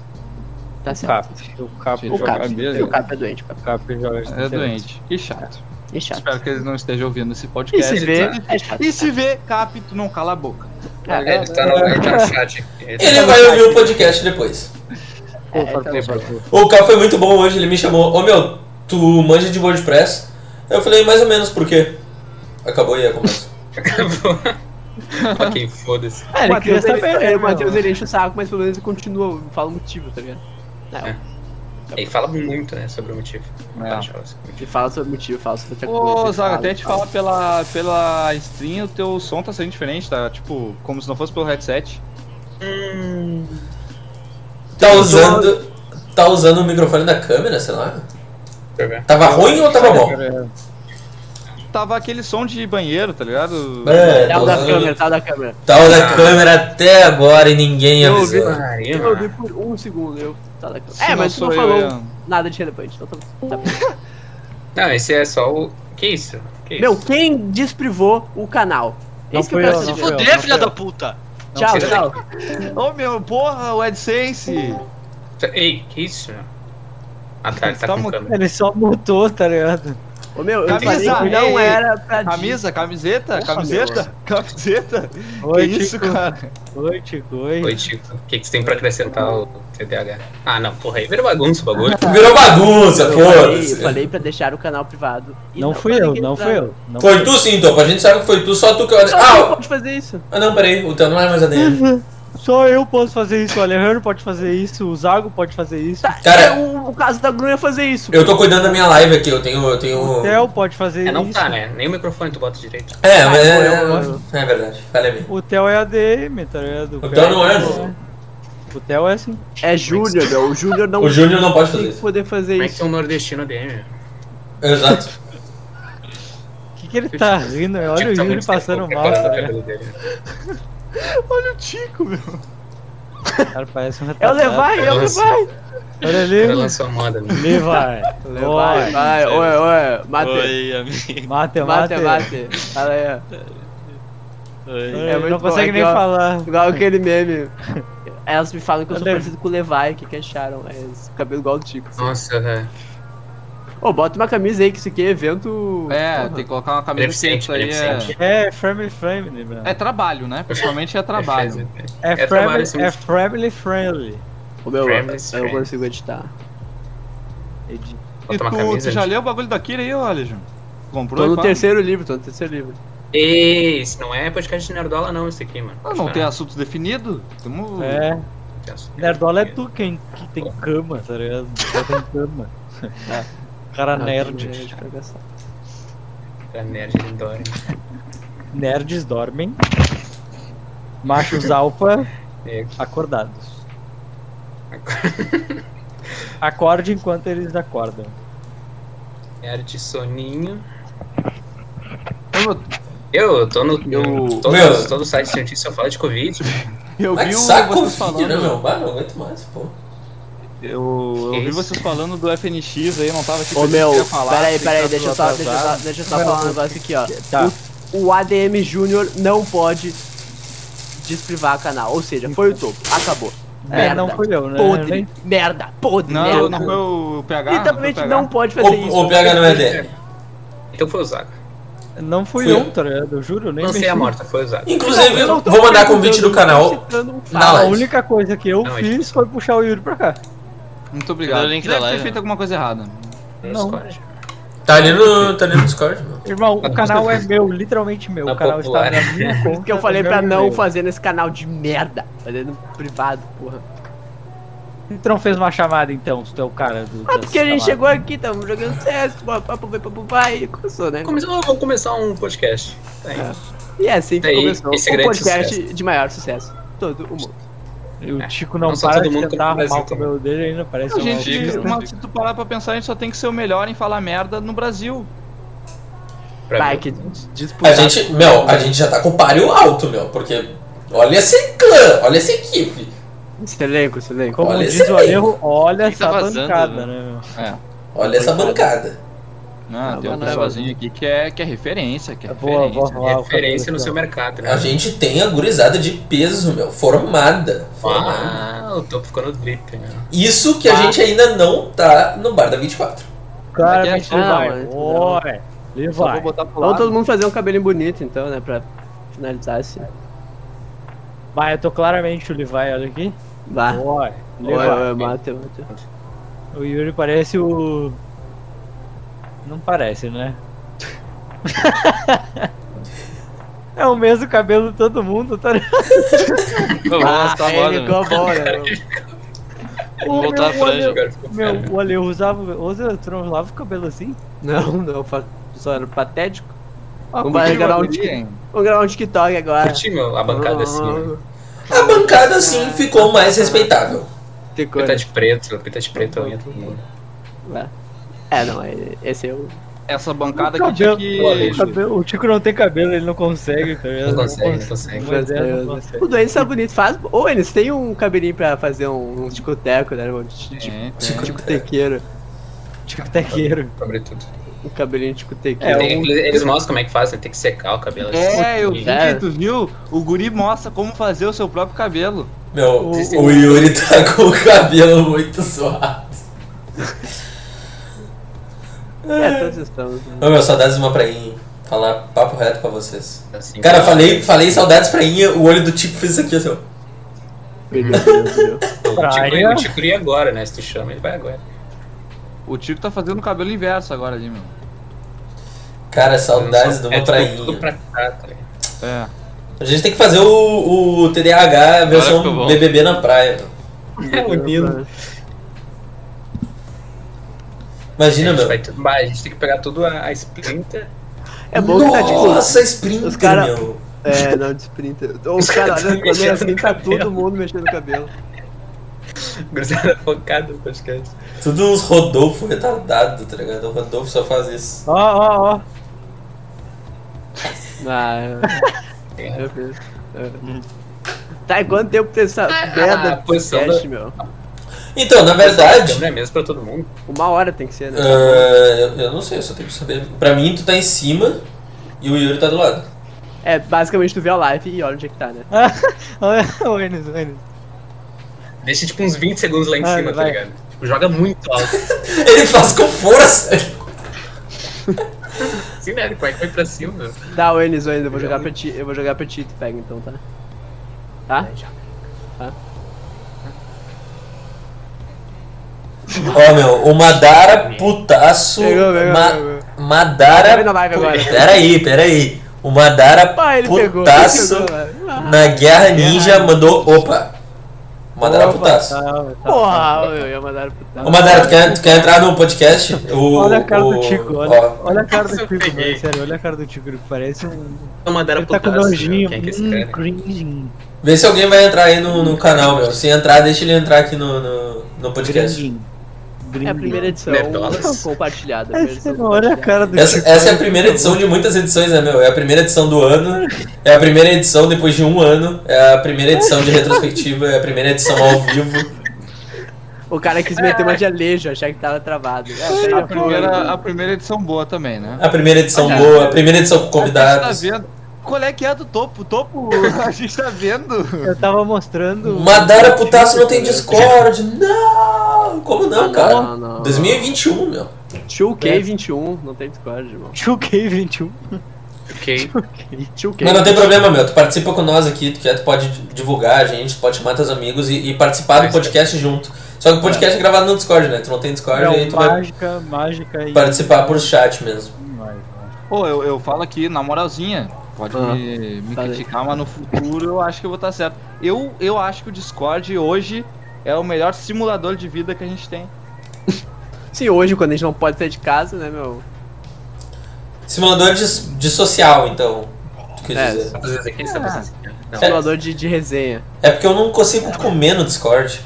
Speaker 2: Tá
Speaker 5: O
Speaker 2: certo.
Speaker 5: Cap. O Cap
Speaker 4: Sim.
Speaker 2: O
Speaker 4: joga
Speaker 2: Cap,
Speaker 4: Tá. mesmo.
Speaker 2: o Cap é doente, o Cap.
Speaker 5: O Cap joga
Speaker 4: É doente. Que chato.
Speaker 2: É chato.
Speaker 4: Espero que eles não estejam ouvindo esse
Speaker 2: E
Speaker 4: podcast. tá?
Speaker 2: se vê, é chato.
Speaker 4: E se vê, Cap, tu não cala a boca.
Speaker 2: Ah,
Speaker 3: Ele tá no, ele tá no chat. Ele tá
Speaker 1: Ele vai ouvir o podcast depois.
Speaker 2: é, tá bom.
Speaker 1: O Cal foi muito bom hoje, ele me chamou, ô meu, tu manja de WordPress? Eu falei, mais ou menos, por quê? Acabou aí a conversa.
Speaker 3: no- Ok, foda-se.
Speaker 2: Ah, ele
Speaker 5: Matheus
Speaker 2: queria
Speaker 5: tá
Speaker 2: saber,
Speaker 5: bem,
Speaker 2: é,
Speaker 5: né,
Speaker 2: o Matheus
Speaker 5: meu?
Speaker 2: ele enche o saco, mas pelo menos ele continua, fala o motivo, tá ligado? Não,
Speaker 3: É. Ele fala muito, né, sobre o motivo.
Speaker 4: É.
Speaker 3: Tá, Charles.
Speaker 2: ele fala sobre o motivo, fala sobre outra coisa.
Speaker 4: Ô,
Speaker 2: ele
Speaker 4: Zaga,
Speaker 2: fala,
Speaker 4: até te
Speaker 2: fala.
Speaker 4: falar pela, pela stream, o teu som tá saindo diferente, tá? Tipo, como se não fosse pelo headset.
Speaker 1: Tá
Speaker 2: um
Speaker 1: usando. Tá usando o microfone da câmera, sei lá?
Speaker 3: Deixa eu ver.
Speaker 1: Tava ruim ou tava Tá bom?
Speaker 4: É, Tava aquele som de banheiro, tá ligado?
Speaker 1: É,
Speaker 2: Tá o da
Speaker 1: Tá
Speaker 2: câmera, tá o da câmera.
Speaker 1: o da câmera até agora e ninguém
Speaker 2: Eu ouvi,
Speaker 1: avisou.
Speaker 3: Maria,
Speaker 2: Eu ouvi
Speaker 3: mano.
Speaker 2: por um segundo, eu. Tá da câmera.
Speaker 4: Se
Speaker 2: É, mas tu
Speaker 4: sou
Speaker 2: não
Speaker 4: eu,
Speaker 2: falou
Speaker 4: Ian.
Speaker 2: nada de relevante, então tá bom. Tá bom.
Speaker 3: Não, esse é só o. Que isso? Que isso?
Speaker 2: Meu, quem desprivou o canal? É
Speaker 5: Não
Speaker 2: isso que eu
Speaker 5: fui
Speaker 2: quero
Speaker 5: eu, não
Speaker 2: saber.
Speaker 5: fui eu.
Speaker 7: Fuder, filha da puta!
Speaker 2: Tchau,
Speaker 3: fui eu.
Speaker 2: tchau.
Speaker 4: Ô meu, porra, o AdSense!
Speaker 3: Ei, que isso, meu? Ah, tá, ele tá
Speaker 4: Tá
Speaker 3: com
Speaker 4: mu-
Speaker 3: câmera.
Speaker 5: Ele só mutou, tá ligado?
Speaker 2: Ô meu, eu
Speaker 4: Camisa,
Speaker 2: falei que
Speaker 4: ei,
Speaker 2: não
Speaker 4: ei.
Speaker 2: era pra disso.
Speaker 4: Camisa, camiseta, camiseta, camiseta. Que
Speaker 5: Oi,
Speaker 4: isso,
Speaker 5: Tico.
Speaker 4: cara?
Speaker 5: Oi, Tico, oi.
Speaker 3: Oi, Tico. tipo, O que, que você tem pra acrescentar o TDAH? Ah, não, porra, aí vira bagunça o bagulho.
Speaker 5: Ah,
Speaker 1: Virou bagunça,
Speaker 2: Eu falei, eu
Speaker 1: foda-se.
Speaker 2: falei pra deixar o canal privado. E
Speaker 5: Não fui
Speaker 2: pra
Speaker 5: eu,
Speaker 2: ninguém
Speaker 5: não
Speaker 2: entrar.
Speaker 5: fui eu. Não fui
Speaker 1: Foi tu sim, Topo. A gente sabe que foi tu, só tu que eu.
Speaker 2: Só tu
Speaker 1: Ah,
Speaker 2: pode fazer isso.
Speaker 1: ah, não, peraí. O teu não é mais ADM.
Speaker 5: eu. Só eu posso fazer isso, o Alejandro pode fazer isso, o Zago pode fazer isso,
Speaker 2: Tá,
Speaker 1: Cara-
Speaker 2: é, o, o caso da Grunha é fazer isso.
Speaker 1: Eu tô cuidando da minha live aqui, eu tenho. Eu tenho...
Speaker 5: o Theo pode fazer
Speaker 3: É, não
Speaker 5: isso.
Speaker 3: tá, né? Nem o microfone tu bota direito.
Speaker 1: É, mas
Speaker 2: Ah,
Speaker 1: é,
Speaker 2: eu- eu-
Speaker 1: é, verdade. Falha minha.
Speaker 5: O Theo é ADM, tá ligado?
Speaker 1: O Theo não é, não.
Speaker 5: tipo, O Theo é assim.
Speaker 2: É Júnior, meu. O Júnior não
Speaker 1: O Júnior não pode fazer
Speaker 2: tem que
Speaker 1: isso.
Speaker 2: poder fazer
Speaker 3: Como é que
Speaker 2: isso.
Speaker 3: é um nordestino né? DM?
Speaker 1: Exato.
Speaker 5: O que, que ele tá rindo? meu?
Speaker 1: Tipo,
Speaker 3: Tipo,
Speaker 5: Olha o Júlio passando mal, tá
Speaker 1: né?
Speaker 5: ligado?
Speaker 4: Olha o Tico, meu.
Speaker 5: Cara, parece um
Speaker 2: É o
Speaker 5: retardado.
Speaker 2: Levai, é o
Speaker 3: Nossa.
Speaker 2: Levai.
Speaker 5: Olha ali,
Speaker 3: Ela
Speaker 5: mano.
Speaker 3: lançou a moda, né?
Speaker 5: Levai.
Speaker 2: Vai,
Speaker 5: Levai.
Speaker 2: vai, oi, oi. Mate,
Speaker 7: Oi, amigo.
Speaker 5: Mate,
Speaker 2: mate,
Speaker 5: mate.
Speaker 2: mate. Fala aí, ó.
Speaker 7: Oi.
Speaker 5: Ele
Speaker 2: É muito
Speaker 5: não
Speaker 2: bom,
Speaker 5: consegue
Speaker 2: aqui,
Speaker 5: nem
Speaker 2: ó.
Speaker 5: falar.
Speaker 2: Igual aquele meme. Elas me falam que eu sou
Speaker 5: Olha.
Speaker 2: parecido com o Levai, o que, que acharam? É, esse cabelo igual o Tico. assim.
Speaker 3: Nossa, é, velho.
Speaker 2: Ô, bota uma camisa aí, que isso aqui é evento.
Speaker 4: É,
Speaker 2: Porra.
Speaker 4: tem que colocar uma camisa
Speaker 3: Beneficente,
Speaker 4: isso aí
Speaker 3: beneficente.
Speaker 5: É family friendly, mano.
Speaker 4: é... é trabalho, né? Principalmente é trabalho.
Speaker 5: É,
Speaker 3: é trabalho, sim.
Speaker 5: family, é family friendly.
Speaker 2: Ô, meu, eu,
Speaker 3: Frameless
Speaker 2: eu
Speaker 3: Friends.
Speaker 2: consigo editar.
Speaker 4: E
Speaker 3: Bota uma
Speaker 4: tu, tu
Speaker 3: camisa.
Speaker 4: já
Speaker 3: gente.
Speaker 4: leu o bagulho da Kira aí, olha, Ju? Comprou?
Speaker 2: Tô no
Speaker 4: pá?
Speaker 2: terceiro livro, tô no terceiro livro.
Speaker 3: Ei, isso não é podcast de Nerdola, não, isso aqui, mano.
Speaker 4: Ah, não tem assunto definido? Tamo...
Speaker 5: É.
Speaker 3: tem assunto.
Speaker 5: Nerdola é tu quem que tem cama, tá ligado? Só tem cama. Cara
Speaker 2: Ah, é
Speaker 5: nerd.
Speaker 3: Pra nerd de Dória.
Speaker 5: Nerds dormem. Machos alfa
Speaker 3: É.
Speaker 5: acordados. Acorde enquanto eles acordam.
Speaker 3: Nerd soninho.
Speaker 4: Eu,
Speaker 3: Eu tô no.
Speaker 4: Eu-
Speaker 3: todo,
Speaker 1: Meu.
Speaker 3: todo site de notícia só fala de Covid.
Speaker 4: eu
Speaker 1: Mas que
Speaker 4: vi o-
Speaker 1: saco
Speaker 4: vocês
Speaker 1: vídeo, né,
Speaker 4: falando...
Speaker 1: meu? Bah, não aguento mais, pô.
Speaker 4: Eu,
Speaker 3: Que
Speaker 4: eu vi
Speaker 3: isso?
Speaker 4: vocês falando do FNX aí, não tava aqui
Speaker 2: Ô
Speaker 4: pra
Speaker 2: meu,
Speaker 4: gente falar,
Speaker 2: peraí,
Speaker 4: tem
Speaker 2: peraí,
Speaker 4: tanto
Speaker 2: deixa eu só, deixa eu só,
Speaker 4: atrasado.
Speaker 2: deixa eu só falar um negócio aqui, ó.
Speaker 5: Tá.
Speaker 2: O, o ADM Júnior não pode desprivar o canal, ou seja, foi o topo, acabou.
Speaker 5: É,
Speaker 2: Merda,
Speaker 5: não fui eu, né?
Speaker 2: podre,
Speaker 5: Nem-
Speaker 2: merda, podre, merda.
Speaker 4: Não, não foi o PH?
Speaker 2: Literalmente
Speaker 4: não foi o PH.
Speaker 2: não pode fazer isso.
Speaker 1: O, o PH não é ADM.
Speaker 3: Então foi o Zaga.
Speaker 5: Não fui
Speaker 1: Fui
Speaker 5: eu,
Speaker 1: eu.
Speaker 5: tá ligado? Eu juro, eu nem
Speaker 3: Lancei
Speaker 5: mexi.
Speaker 3: a morta, foi o Zaga.
Speaker 1: Inclusive,
Speaker 2: Eu não
Speaker 1: eu
Speaker 2: tô
Speaker 1: vou mandar
Speaker 2: perguntando,
Speaker 1: convite do
Speaker 2: eu tô
Speaker 1: canal.
Speaker 2: citando um
Speaker 1: na
Speaker 2: fato.
Speaker 5: A
Speaker 1: live.
Speaker 5: única coisa que eu
Speaker 3: Não,
Speaker 5: fiz foi puxar o Yuri pra cá.
Speaker 4: Muito obrigado.
Speaker 7: Deu o link da
Speaker 4: Deve ter
Speaker 7: live,
Speaker 4: feito
Speaker 7: né?
Speaker 4: alguma coisa errada.
Speaker 3: No
Speaker 5: Não.
Speaker 3: Discord.
Speaker 1: Tá ali no, tá ali no Discord, mano.
Speaker 5: Irmão, o canal é meu, literalmente meu.
Speaker 3: Na
Speaker 5: o canal
Speaker 3: popular.
Speaker 5: está na minha
Speaker 2: Por
Speaker 5: conta.
Speaker 2: isso que eu falei
Speaker 5: no
Speaker 2: pra
Speaker 5: meu
Speaker 2: não
Speaker 5: e-mail.
Speaker 2: fazer nesse canal de merda, fazer no privado, porra.
Speaker 5: Tu não fez uma chamada então, se tu é o cara do.
Speaker 2: Ah,
Speaker 5: das
Speaker 2: porque a gente
Speaker 5: chamadas.
Speaker 2: chegou aqui, tamo jogando CS, papo, vai, papo, vai, e começou, né?
Speaker 3: Começou, ó, vamos começar um podcast. Tá aí.
Speaker 2: E é assim que
Speaker 3: Daí,
Speaker 2: começou
Speaker 3: esse
Speaker 2: o
Speaker 3: grande
Speaker 2: podcast
Speaker 3: sucesso.
Speaker 2: de maior sucesso. Todo o mundo.
Speaker 5: E o Tico não,
Speaker 3: Não só
Speaker 5: para
Speaker 3: todo
Speaker 5: de
Speaker 3: mundo como
Speaker 5: tentar
Speaker 3: no Brasil
Speaker 5: arrumar o cabelo dele ainda, parece
Speaker 4: A
Speaker 5: um
Speaker 4: gente,
Speaker 5: autista.
Speaker 7: dica, né?
Speaker 4: uma- se tu parar pra pensar, a gente só tem que ser o melhor em falar merda no Brasil.
Speaker 3: Pra
Speaker 2: Vai,
Speaker 3: mim.
Speaker 2: que disputa.
Speaker 1: A gente, meu, a gente já tá com o páreo alto, meu, porque olha esse clã, olha essa equipe.
Speaker 2: Esse elenco, esse elenco.
Speaker 5: Como
Speaker 1: Olha
Speaker 5: diz
Speaker 1: esse
Speaker 5: o
Speaker 1: aí.
Speaker 5: erro, olha
Speaker 7: Quem tá
Speaker 5: essa
Speaker 7: vazando, né?
Speaker 5: bancada, né? meu?
Speaker 1: Olha essa bancada.
Speaker 4: Ah, tem um
Speaker 2: mano,
Speaker 4: pessoalzinho aqui que é, que é referência, que é
Speaker 5: Eu vou, vou
Speaker 4: referência.
Speaker 5: arrumar o
Speaker 3: Referência
Speaker 5: cabelo
Speaker 3: no
Speaker 5: aqui,
Speaker 3: seu
Speaker 5: ó.
Speaker 3: mercado, né?
Speaker 1: A gente tem a gurizada de peso, meu, formada. formada.
Speaker 3: Ah, o topo ficou no drip, né?
Speaker 6: Ah.
Speaker 1: Isso que a gente ainda não tá no bar da 24.
Speaker 5: Claramente
Speaker 4: Aqui
Speaker 5: ele
Speaker 2: é- Ah,
Speaker 5: vai.
Speaker 2: mas-
Speaker 5: Oi. Ele
Speaker 4: Só
Speaker 5: vai.
Speaker 4: vou botar pro
Speaker 2: Vamos todo
Speaker 4: lado.
Speaker 2: mundo fazer um cabelinho bonito, então, né? Pra finalizar assim.
Speaker 5: Vai, eu tô claramente o Levi, olha aqui.
Speaker 2: Vá. Oi,
Speaker 5: Boy,
Speaker 2: oi, mata, mata.
Speaker 5: O Yuri parece o. Não parece, né? é o mesmo cabelo de todo mundo, tá ligado?
Speaker 7: Vamos tá
Speaker 2: Ah, ele
Speaker 7: mano.
Speaker 2: ficou bom, né?
Speaker 5: O
Speaker 7: Voltar a
Speaker 5: meu olho-
Speaker 7: franja.
Speaker 6: Cara, ficou fera.
Speaker 5: Meu, olha, eu usava. Usa, tu não lava o cabelo assim?
Speaker 2: Não, não, fa- só era patético.
Speaker 4: Ah,
Speaker 2: Vamos
Speaker 4: curtiu
Speaker 2: gravar
Speaker 4: a
Speaker 2: um
Speaker 4: guria,
Speaker 2: dia.
Speaker 4: hein?
Speaker 2: Vamos gravar um TikTok agora.
Speaker 6: Curti, meu, a
Speaker 5: Ah,
Speaker 6: bancada assim. né?
Speaker 1: A bancada assim ficou mais respeitável.
Speaker 2: Ficou,
Speaker 6: Pintar tá
Speaker 2: né?
Speaker 6: de preto, pintar de preto a unha todo mundo.
Speaker 2: Vá. É, não, é- esse é o.
Speaker 4: Essa bancada
Speaker 5: O
Speaker 4: aqui tinha
Speaker 5: cabelo- o,
Speaker 4: que.
Speaker 5: cabelo- o Tico não tem cabelo, ele não consegue, tá ligado?
Speaker 6: Não consegue, não consegue.
Speaker 5: Mas é, não consegue.
Speaker 2: O doente tá bonito, faz. Ô, eles têm um cabelinho pra fazer um, um ticoteco, né? Um ti- ti-
Speaker 4: É,
Speaker 2: tico- ticotequeiro.
Speaker 5: Tico tequeiro.
Speaker 6: Cobre tudo.
Speaker 2: Um cabelinho
Speaker 5: É,
Speaker 2: ticotequeiro.
Speaker 6: Tem- eles, eles mostram como é que faz, né? Tem que secar o cabelo assim.
Speaker 4: É, eu vi
Speaker 2: É.
Speaker 4: que tu viu, o guri mostra como fazer o seu próprio cabelo.
Speaker 1: Meu,
Speaker 5: O-
Speaker 1: o Yuri tá com o cabelo muito suado.
Speaker 2: É, todos estamos. né?
Speaker 1: Ô, meu, saudades de uma prainha. hein? Falar papo reto pra vocês.
Speaker 6: assim.
Speaker 1: Cara, falei, falei saudades prainha, o olho do tipo fez isso aqui, assim, ó.
Speaker 2: Brilhou, brilhou, brilhou.
Speaker 6: o Tico-
Speaker 5: praia.
Speaker 6: o Tico ia agora, né? Se tu chama, ele vai agora.
Speaker 4: O Tico tá fazendo o cabelo inverso agora ali, meu.
Speaker 1: Cara, saudades de
Speaker 6: Só-
Speaker 1: uma
Speaker 6: é, tipo, tudo
Speaker 1: prainha.
Speaker 6: pra cá, tá ligado?
Speaker 4: É.
Speaker 1: A gente tem que fazer o, o TDAH
Speaker 7: ficou
Speaker 1: versão
Speaker 7: bom.
Speaker 1: BBB na praia. meu.
Speaker 5: É o Nino.
Speaker 1: Imagina,
Speaker 6: a, gente
Speaker 1: meu.
Speaker 6: vai tudo- bah, a gente tem que pegar tudo a, a splinter.
Speaker 2: É bom que tá tipo.
Speaker 1: Nossa, Sprinter,
Speaker 2: os cara-
Speaker 1: meu.
Speaker 2: É, não, desprinta. Ou os caras olhando pra mim assim, tá todo mundo mexendo no cabelo.
Speaker 6: Gurizada focada no podcast.
Speaker 1: Tudo uns Rodolfo retardado, tá ligado? O Rodolfo só faz isso.
Speaker 5: Ó, ó, ó.
Speaker 2: Ah,
Speaker 5: É.
Speaker 2: eu- eu fiz. é. Tá, e quanto tempo tem essa merda
Speaker 6: Ah, a
Speaker 2: de
Speaker 6: posição
Speaker 2: podcast, meu?
Speaker 1: Então, na
Speaker 6: A
Speaker 1: verdade,
Speaker 6: câmera é mesmo pra todo mundo.
Speaker 2: Uma hora tem que ser, né?
Speaker 1: ah, eu, eu não sei, eu só tenho que saber. Pra mim, tu tá em cima e o Yuri tá do lado.
Speaker 2: É, basicamente tu vê a live e olha onde é que tá, né?
Speaker 5: Olha, o Enes, o Enes.
Speaker 6: Deixa tipo uns 20 segundos lá em
Speaker 5: Vai,
Speaker 6: cima, tá
Speaker 5: vai.
Speaker 6: ligado? Tipo, joga muito alto.
Speaker 1: Ele faz com força.
Speaker 6: Assim, né? Como é que vai pra cima?
Speaker 2: Dá o Enes ainda, eu vou jogar pra ti, eu vou jogar pra ti, tu pega então, tá? Tá?
Speaker 1: Ó, meu, o Madara putaço.
Speaker 2: Pegou, pegou,
Speaker 1: Ma-
Speaker 2: pegou.
Speaker 1: Madara.
Speaker 2: Tá vendo a live agora?
Speaker 1: Peraí, peraí. O Madara
Speaker 2: Ah, ele pegou.
Speaker 1: putaço Tá
Speaker 2: ele pegou, ah,
Speaker 1: na Guerra Ninja mandou. Opa! O Madara putaço.
Speaker 5: Tá, tá.
Speaker 2: Porra, eu ia mandar pro
Speaker 1: Ô Madara, tu quer, tu quer entrar no podcast? O-
Speaker 5: Olha a cara
Speaker 1: o-
Speaker 5: do Tico, olha,
Speaker 1: ó,
Speaker 5: olha a cara do
Speaker 6: Nossa, eu
Speaker 5: Tico,
Speaker 6: peguei.
Speaker 5: velho, sério, olha a cara do Tico, ele parece um...
Speaker 6: Mandaram
Speaker 5: Ele tá com
Speaker 3: assim,
Speaker 6: putaço, meu.
Speaker 5: nojinho,
Speaker 6: Quem
Speaker 3: né?
Speaker 6: é que é esse
Speaker 5: hum,
Speaker 6: cara?
Speaker 5: cringing,
Speaker 1: Vê se alguém vai entrar aí no, no canal, meu. Se entrar, deixa ele entrar aqui no, no, no podcast.
Speaker 5: cringing,
Speaker 2: É a primeira edição
Speaker 6: Nerdolas.
Speaker 2: compartilhada. a primeira edição
Speaker 5: Olha a cara do
Speaker 1: Essa,
Speaker 5: Tico.
Speaker 1: essa é a primeira edição de muitas edições, né, meu? É a primeira edição do ano, é a primeira edição depois de um ano, é a primeira edição de retrospectiva, é a primeira edição ao vivo.
Speaker 2: O cara quis meter uma de alejo, achar que tava travado. É, isso aí
Speaker 4: A
Speaker 2: já foi.
Speaker 4: primeira, a primeira edição boa também, né?
Speaker 1: A primeira edição boa, a primeira edição com convidados.
Speaker 4: A gente tá vendo. Qual é que é do topo? O topo a gente tá vendo.
Speaker 5: Eu tava mostrando...
Speaker 1: Madara Putaço não tem Discord. Não! Como não, cara?
Speaker 2: Ah,
Speaker 1: É.
Speaker 2: Não, não.
Speaker 1: 2021, meu.
Speaker 2: 2K21, não tem Discord, irmão.
Speaker 5: 2K21.
Speaker 7: Ok.
Speaker 2: 2K.
Speaker 1: Mas não tem problema, meu. Tu participa com nós aqui, tu, quer, tu pode divulgar a gente, tu pode chamar teus amigos e, e participar do podcast junto. Só que o podcast é gravado no Discord, né? Tu não tem Discord, aí
Speaker 5: Não,
Speaker 1: tu vai
Speaker 5: mágica, mágica e...
Speaker 1: participar por chat mesmo.
Speaker 4: Pô, eu, eu falo aqui, na moralzinha. Pode
Speaker 2: Ah,
Speaker 4: me, me
Speaker 2: falei.
Speaker 4: criticar, mas no futuro eu acho que eu vou estar certo. Eu, eu acho que o Discord hoje é o melhor simulador de vida que a gente tem.
Speaker 2: Sim, hoje, quando a gente não pode sair de casa, né, meu?
Speaker 1: Simulador de, de social, então. Tu quis
Speaker 2: É,
Speaker 3: Tá
Speaker 1: dizer.
Speaker 6: Às vezes aqui eles estão fazendo assim. Não.
Speaker 2: Simulador de, de resenha.
Speaker 1: É porque eu não consigo comer no Discord.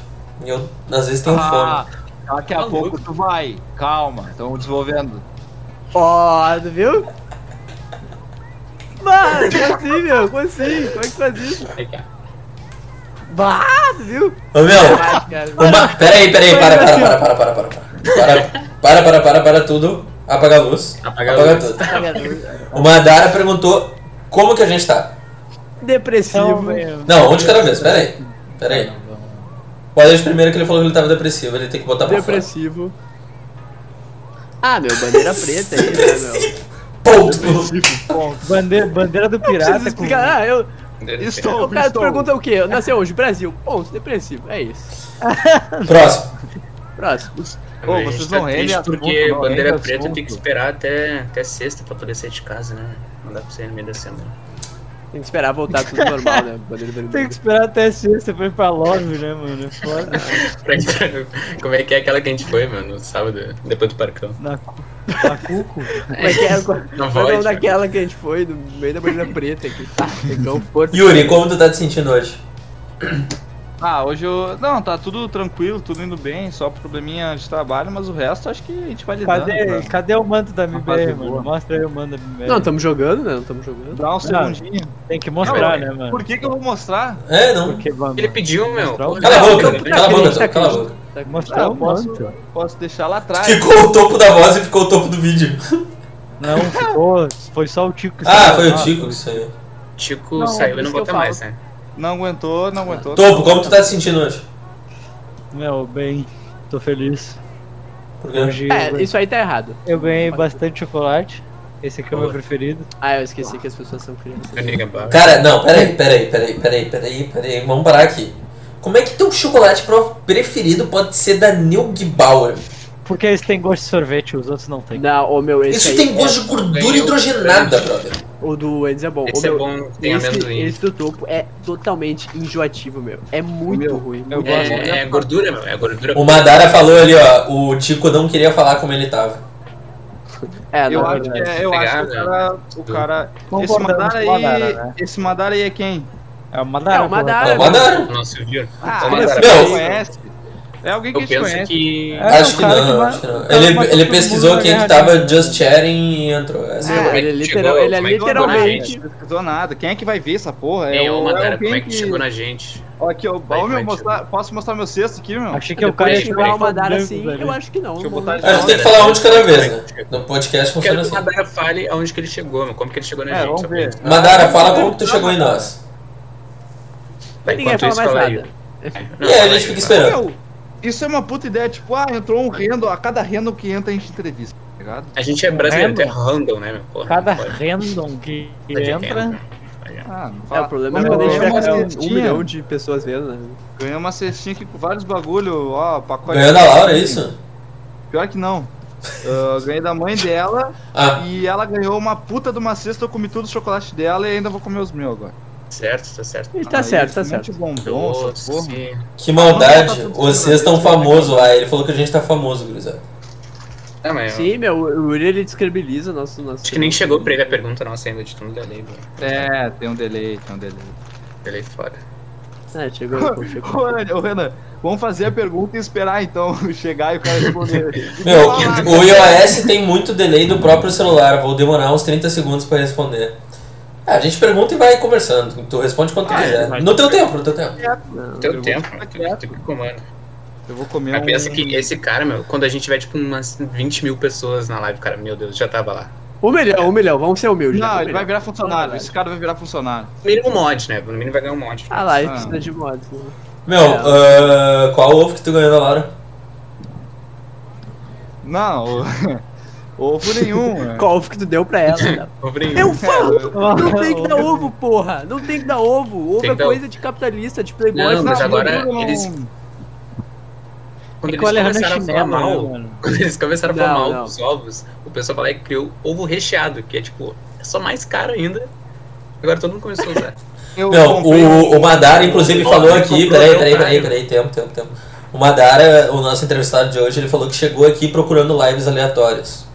Speaker 1: E eu, às vezes, tenho
Speaker 4: Ah,
Speaker 1: fome.
Speaker 4: daqui a
Speaker 6: Tá
Speaker 4: pouco
Speaker 6: louco.
Speaker 4: tu vai. Calma, estamos desenvolvendo.
Speaker 2: Ó, tu viu? Mano, como assim, meu? Como assim? Como é que tu faz isso? Bah, tu viu?
Speaker 1: Ô, meu,
Speaker 2: Vai, cara.
Speaker 1: Uma... Peraí, peraí, para, para, para, para, para, para, para. Para, para, para, para, para tudo. Apaga a luz.
Speaker 6: Apaga a
Speaker 1: Apaga
Speaker 6: luz.
Speaker 1: tudo. O Madara perguntou como que a gente tá.
Speaker 2: Depressivo.
Speaker 5: Então, velho,
Speaker 1: Não, um de cada vez, peraí. Peraí. Olha de primeiro que ele falou que ele tava depressivo, ele tem que botar pra fora.
Speaker 2: Depressivo. Ah, meu, bandeira preta aí, né, meu?
Speaker 1: Ponto.
Speaker 5: Bandeira, bandeira do pirata.
Speaker 2: Precisa explicar. Ah, eu,
Speaker 4: Estou,
Speaker 2: o cara te
Speaker 4: estou.
Speaker 2: pergunta o quê? Eu nasci hoje, Brasil. Ponto, depressivo. É isso.
Speaker 1: Próximo.
Speaker 2: Próximo.
Speaker 4: Ô,
Speaker 3: A gente
Speaker 4: vocês
Speaker 3: tá
Speaker 4: não rendem
Speaker 3: triste
Speaker 4: assunto,
Speaker 3: Porque
Speaker 4: não
Speaker 3: bandeira
Speaker 4: rendem
Speaker 3: preta
Speaker 4: assunto.
Speaker 3: tem que esperar até, até sexta pra poder sair de casa, né? Não dá pra sair no meio da semana.
Speaker 2: Tem que esperar voltar tudo normal, né? Bandeira
Speaker 5: Tem
Speaker 2: vermelha.
Speaker 5: que esperar até sexta pra ir pra love, né, mano? É Foda.
Speaker 3: Como é que é aquela que a gente foi, mano? No sábado, depois do parcão.
Speaker 5: Na, cu- na tá cuco.
Speaker 2: Como é que é? Qual-
Speaker 3: Não
Speaker 2: qual é o nome
Speaker 3: pode, né?
Speaker 2: daquela que a gente foi, no meio da bandeira preta aqui. Tá, pegou força.
Speaker 1: Yuri, como tu tá te sentindo hoje?
Speaker 4: Ah, hoje eu. Não, tá tudo tranquilo, tudo indo bem, só probleminha de trabalho, mas o resto acho que a gente vai lidando. né?
Speaker 5: Cadê,
Speaker 2: tá.
Speaker 4: cara.
Speaker 5: cadê o manto da MBR,
Speaker 4: fase
Speaker 5: mano?
Speaker 4: boa.
Speaker 5: Mostra aí o manto da MBR.
Speaker 2: Não, estamos jogando, né? Não estamos jogando.
Speaker 4: Dá um segundinho.
Speaker 5: Tem que mostrar,
Speaker 4: Não,
Speaker 5: né, mano?
Speaker 4: Por que, que eu vou mostrar?
Speaker 1: É, não.
Speaker 5: Porque, mano,
Speaker 3: Ele pediu, meu.
Speaker 5: Mostrar o-
Speaker 1: Cala a
Speaker 2: Não, tá
Speaker 1: boca,
Speaker 2: não,
Speaker 1: cala a
Speaker 2: não,
Speaker 1: boca,
Speaker 2: não,
Speaker 1: tu, cala a
Speaker 2: não,
Speaker 1: boca.
Speaker 5: mostrar
Speaker 4: Ah,
Speaker 5: o
Speaker 4: posso-
Speaker 5: manto.
Speaker 4: Posso deixar lá atrás.
Speaker 1: Ficou o topo da voz e ficou o topo do vídeo.
Speaker 5: Não, ficou. Foi só o Tico que
Speaker 1: Ah,
Speaker 2: é
Speaker 5: saiu,
Speaker 1: foi o
Speaker 5: ó.
Speaker 1: Tico que saiu.
Speaker 3: Tico
Speaker 2: Não,
Speaker 3: saiu
Speaker 2: isso
Speaker 3: e
Speaker 2: que
Speaker 3: não
Speaker 2: eu
Speaker 3: volta
Speaker 2: falo.
Speaker 3: mais, né?
Speaker 4: Não aguentou, não aguentou.
Speaker 1: Topo, como tu tá te sentindo hoje?
Speaker 5: Ah, Meu, bem, tô feliz.
Speaker 1: Por quê?
Speaker 5: Hoje eu,
Speaker 2: É,
Speaker 5: ganhei,
Speaker 2: isso aí tá errado.
Speaker 5: eu ganhei bastante chocolate. Esse aqui é o meu
Speaker 1: Boa.
Speaker 5: preferido.
Speaker 2: Ah, eu esqueci que as pessoas são crianças.
Speaker 3: Amiga, bah.
Speaker 1: Cara, não, peraí, peraí, peraí, peraí, peraí, peraí, vamos parar aqui. Como é que teu chocolate pro- preferido pode ser da Neugbauer?
Speaker 5: Porque esse tem gosto de sorvete, os outros não tem.
Speaker 2: Não, ô meu, esse
Speaker 1: Isso
Speaker 2: aí
Speaker 1: tem
Speaker 2: é-
Speaker 1: gosto de gordura
Speaker 3: Ganhou
Speaker 1: hidrogenada,
Speaker 3: grande.
Speaker 1: brother.
Speaker 2: O do Endes é bom. Ô,
Speaker 3: Esse é
Speaker 2: meu,
Speaker 3: bom, tem
Speaker 2: esse,
Speaker 3: amendoim.
Speaker 2: esse do topo é totalmente enjoativo, meu. É muito
Speaker 4: Meu,
Speaker 2: ruim.
Speaker 4: eu
Speaker 2: muito
Speaker 4: gosto.
Speaker 2: ruim.
Speaker 3: É, é gordura, meu. É gordura.
Speaker 1: O Madara falou ali, ó, o Tico não queria falar como ele tava.
Speaker 2: É,
Speaker 4: Eu
Speaker 2: não,
Speaker 4: acho que é, eu acho que o cara. O cara esse
Speaker 5: Concordamos
Speaker 4: Madara aí.
Speaker 5: com o Madara, né?
Speaker 4: Esse Madara aí é quem?
Speaker 5: É o Madara.
Speaker 2: É o Madara.
Speaker 3: tá
Speaker 1: É o Madara.
Speaker 3: Nossa, viu?
Speaker 4: Ah,
Speaker 3: Ô,
Speaker 4: mas
Speaker 3: Madara,
Speaker 1: meu.
Speaker 4: você
Speaker 3: eu-
Speaker 4: conhece. É alguém que
Speaker 3: Eu
Speaker 4: a gente
Speaker 3: penso
Speaker 4: conhece.
Speaker 3: que.
Speaker 5: É,
Speaker 1: acho
Speaker 5: o
Speaker 1: que
Speaker 5: cara
Speaker 1: não,
Speaker 5: que
Speaker 1: acho que não.
Speaker 5: vai-
Speaker 1: Ele,
Speaker 5: vai-
Speaker 1: ele
Speaker 5: vai-
Speaker 1: pesquisou
Speaker 5: vai
Speaker 1: quem que
Speaker 5: ganhar
Speaker 1: tava
Speaker 5: dinheiro.
Speaker 1: just chatting e entrou. Essa
Speaker 2: Meu,
Speaker 1: é.
Speaker 3: Como é
Speaker 2: ele é
Speaker 3: que
Speaker 2: literal-
Speaker 3: chegou?
Speaker 2: ele é
Speaker 3: Como é que chegou
Speaker 2: literalmente-
Speaker 3: na gente?
Speaker 4: Não pesquisou nada. Quem é que vai ver essa porra?
Speaker 3: É, ô,
Speaker 4: o-
Speaker 3: Madara, como é
Speaker 4: alguém
Speaker 3: que chegou na gente?
Speaker 4: Ó, Aqui, ó,
Speaker 3: Vai,
Speaker 4: ó, meu,
Speaker 3: vai,
Speaker 4: mostrar, posso mostrar meu cesto aqui, meu?
Speaker 5: Achei que o
Speaker 2: Depois
Speaker 5: cara
Speaker 2: de
Speaker 3: Peraí,
Speaker 2: chegar
Speaker 3: peraí,
Speaker 2: o Madara
Speaker 5: branco,
Speaker 2: assim,
Speaker 5: velho.
Speaker 2: eu acho que não.
Speaker 4: Deixa eu
Speaker 2: não
Speaker 4: botar
Speaker 2: vai-
Speaker 4: de
Speaker 1: A gente tem que falar um de cada vez, né? No podcast
Speaker 3: Quero
Speaker 1: funciona
Speaker 3: que o
Speaker 1: assim.
Speaker 3: Madara fale aonde que ele chegou, meu. Como que ele chegou na
Speaker 4: É,
Speaker 3: gente?
Speaker 4: vamos
Speaker 3: só pra
Speaker 4: ver.
Speaker 3: gente-
Speaker 1: Madara, fala como que tu chegou em nós.
Speaker 3: Tá,
Speaker 2: Ninguém
Speaker 3: enquanto
Speaker 2: fala
Speaker 3: isso,
Speaker 2: mais
Speaker 3: fala aí.
Speaker 2: nada. É,
Speaker 3: Não,
Speaker 1: E aí, É, a
Speaker 3: fala
Speaker 1: gente
Speaker 3: aí,
Speaker 1: fica
Speaker 3: fala.
Speaker 1: esperando.
Speaker 4: Meu, isso é uma puta ideia. Tipo, ah, entrou um rendo. A cada rendo que entra, a gente entrevista. Tá ligado?
Speaker 3: A gente é brasileiro, é random, né, meu? Porra,
Speaker 5: Cada
Speaker 3: pode.
Speaker 5: random que
Speaker 3: Tá de
Speaker 5: entra.
Speaker 3: renda.
Speaker 4: Ah, não
Speaker 2: É,
Speaker 4: fala.
Speaker 2: o problema é
Speaker 4: Meu,
Speaker 2: quando a gente
Speaker 4: ganhei
Speaker 2: vai
Speaker 4: uma
Speaker 2: ganhar um
Speaker 4: cestinha.
Speaker 2: milhão de pessoas vendo, né?
Speaker 4: Ganhei uma cestinha aqui com vários bagulho, ó, pacote.
Speaker 1: Ganhou da Laura, é isso?
Speaker 4: Pior que não. Ah, ganhei da mãe dela
Speaker 1: Ah,
Speaker 4: e ela ganhou uma puta de uma cesta, eu comi tudo o chocolate dela e ainda vou comer os meus agora.
Speaker 3: Certo, tá certo.
Speaker 2: E tá
Speaker 4: Aí,
Speaker 2: certo, tá
Speaker 4: um monte
Speaker 2: certo.
Speaker 4: de bombom, essa porra.
Speaker 3: Doce.
Speaker 1: que maldade. Vocês estão famosos lá. Ele falou que a gente tá famoso, gurizada.
Speaker 3: Ah, mas eu
Speaker 2: Sim, meu, o Yuri ele descredibiliza o nosso. nosso...
Speaker 3: acho que nem chegou pra ele a pergunta nossa ainda de tudo da lei, velho.
Speaker 4: É, tem um delay, tem um delay.
Speaker 3: Delei fora.
Speaker 2: É, chegou. pô, chegou.
Speaker 4: Ô, Renan, vamos fazer a pergunta e esperar então chegar e o cara responder.
Speaker 1: Meu,
Speaker 4: Fala,
Speaker 1: o iOS tem muito delay do próprio celular. Vou demorar uns 30 segundos pra responder. Ah, a gente pergunta e vai conversando. Tu responde quando tu
Speaker 2: Ah, é,
Speaker 1: quiser. No teu tempo, no teu tempo.
Speaker 4: É.
Speaker 3: Teu
Speaker 4: eu
Speaker 3: tempo,
Speaker 4: vou-
Speaker 3: mano. Tu- Tu que comanda.
Speaker 4: Eu vou comer
Speaker 3: Mas
Speaker 4: um...
Speaker 3: pensa que esse cara, meu, quando a gente tiver, tipo, umas 20 mil pessoas na live, cara, meu Deus, já tava lá.
Speaker 2: Um milhão, um milhão, vamos ser humildes. né? Um
Speaker 4: Não, ele vai
Speaker 2: milhão.
Speaker 4: virar funcionário. Esse cara vai virar funcionário.
Speaker 3: Mínimo mod, né? No mínimo vai ganhar um mod.
Speaker 2: Ah lá, ele
Speaker 4: Ah.
Speaker 2: precisa de modo.
Speaker 1: Meu,
Speaker 2: É.
Speaker 1: ah, qual ovo que tu ganhou da Laura?
Speaker 4: Não, ovo nenhum. né?
Speaker 2: Qual ovo que tu deu pra ela? né?
Speaker 3: Obrigado.
Speaker 2: Eu falo! Não tem que dar
Speaker 5: Ovo.
Speaker 2: ovo, porra! Não tem que dar ovo! Ovo
Speaker 3: Tem
Speaker 2: é
Speaker 3: que dar
Speaker 2: coisa de capitalista, de playboy.
Speaker 3: Não, mas
Speaker 2: tá?
Speaker 3: agora
Speaker 4: não-
Speaker 3: eles- Quando
Speaker 5: É
Speaker 3: eles
Speaker 5: que o Alejandro é
Speaker 3: começaram a falar
Speaker 5: chinelo, né,
Speaker 3: mal,
Speaker 5: mano?
Speaker 3: quando eles começaram a falar
Speaker 2: Não,
Speaker 3: mal
Speaker 2: não.
Speaker 3: dos ovos, o pessoal falou que criou ovo recheado, que é tipo, é só mais caro ainda. Agora todo mundo começou a usar.
Speaker 4: Eu
Speaker 1: Meu,
Speaker 4: comprei um.
Speaker 1: o, o Madara, inclusive,
Speaker 3: Ovo
Speaker 1: falou
Speaker 3: que
Speaker 1: aqui.
Speaker 3: comprou
Speaker 1: Peraí,
Speaker 3: meu
Speaker 1: peraí, peraí,
Speaker 3: pai.
Speaker 1: peraí. Tempo, tempo, tempo. O Madara, o nosso entrevistado de hoje, ele falou que chegou aqui procurando lives aleatórias.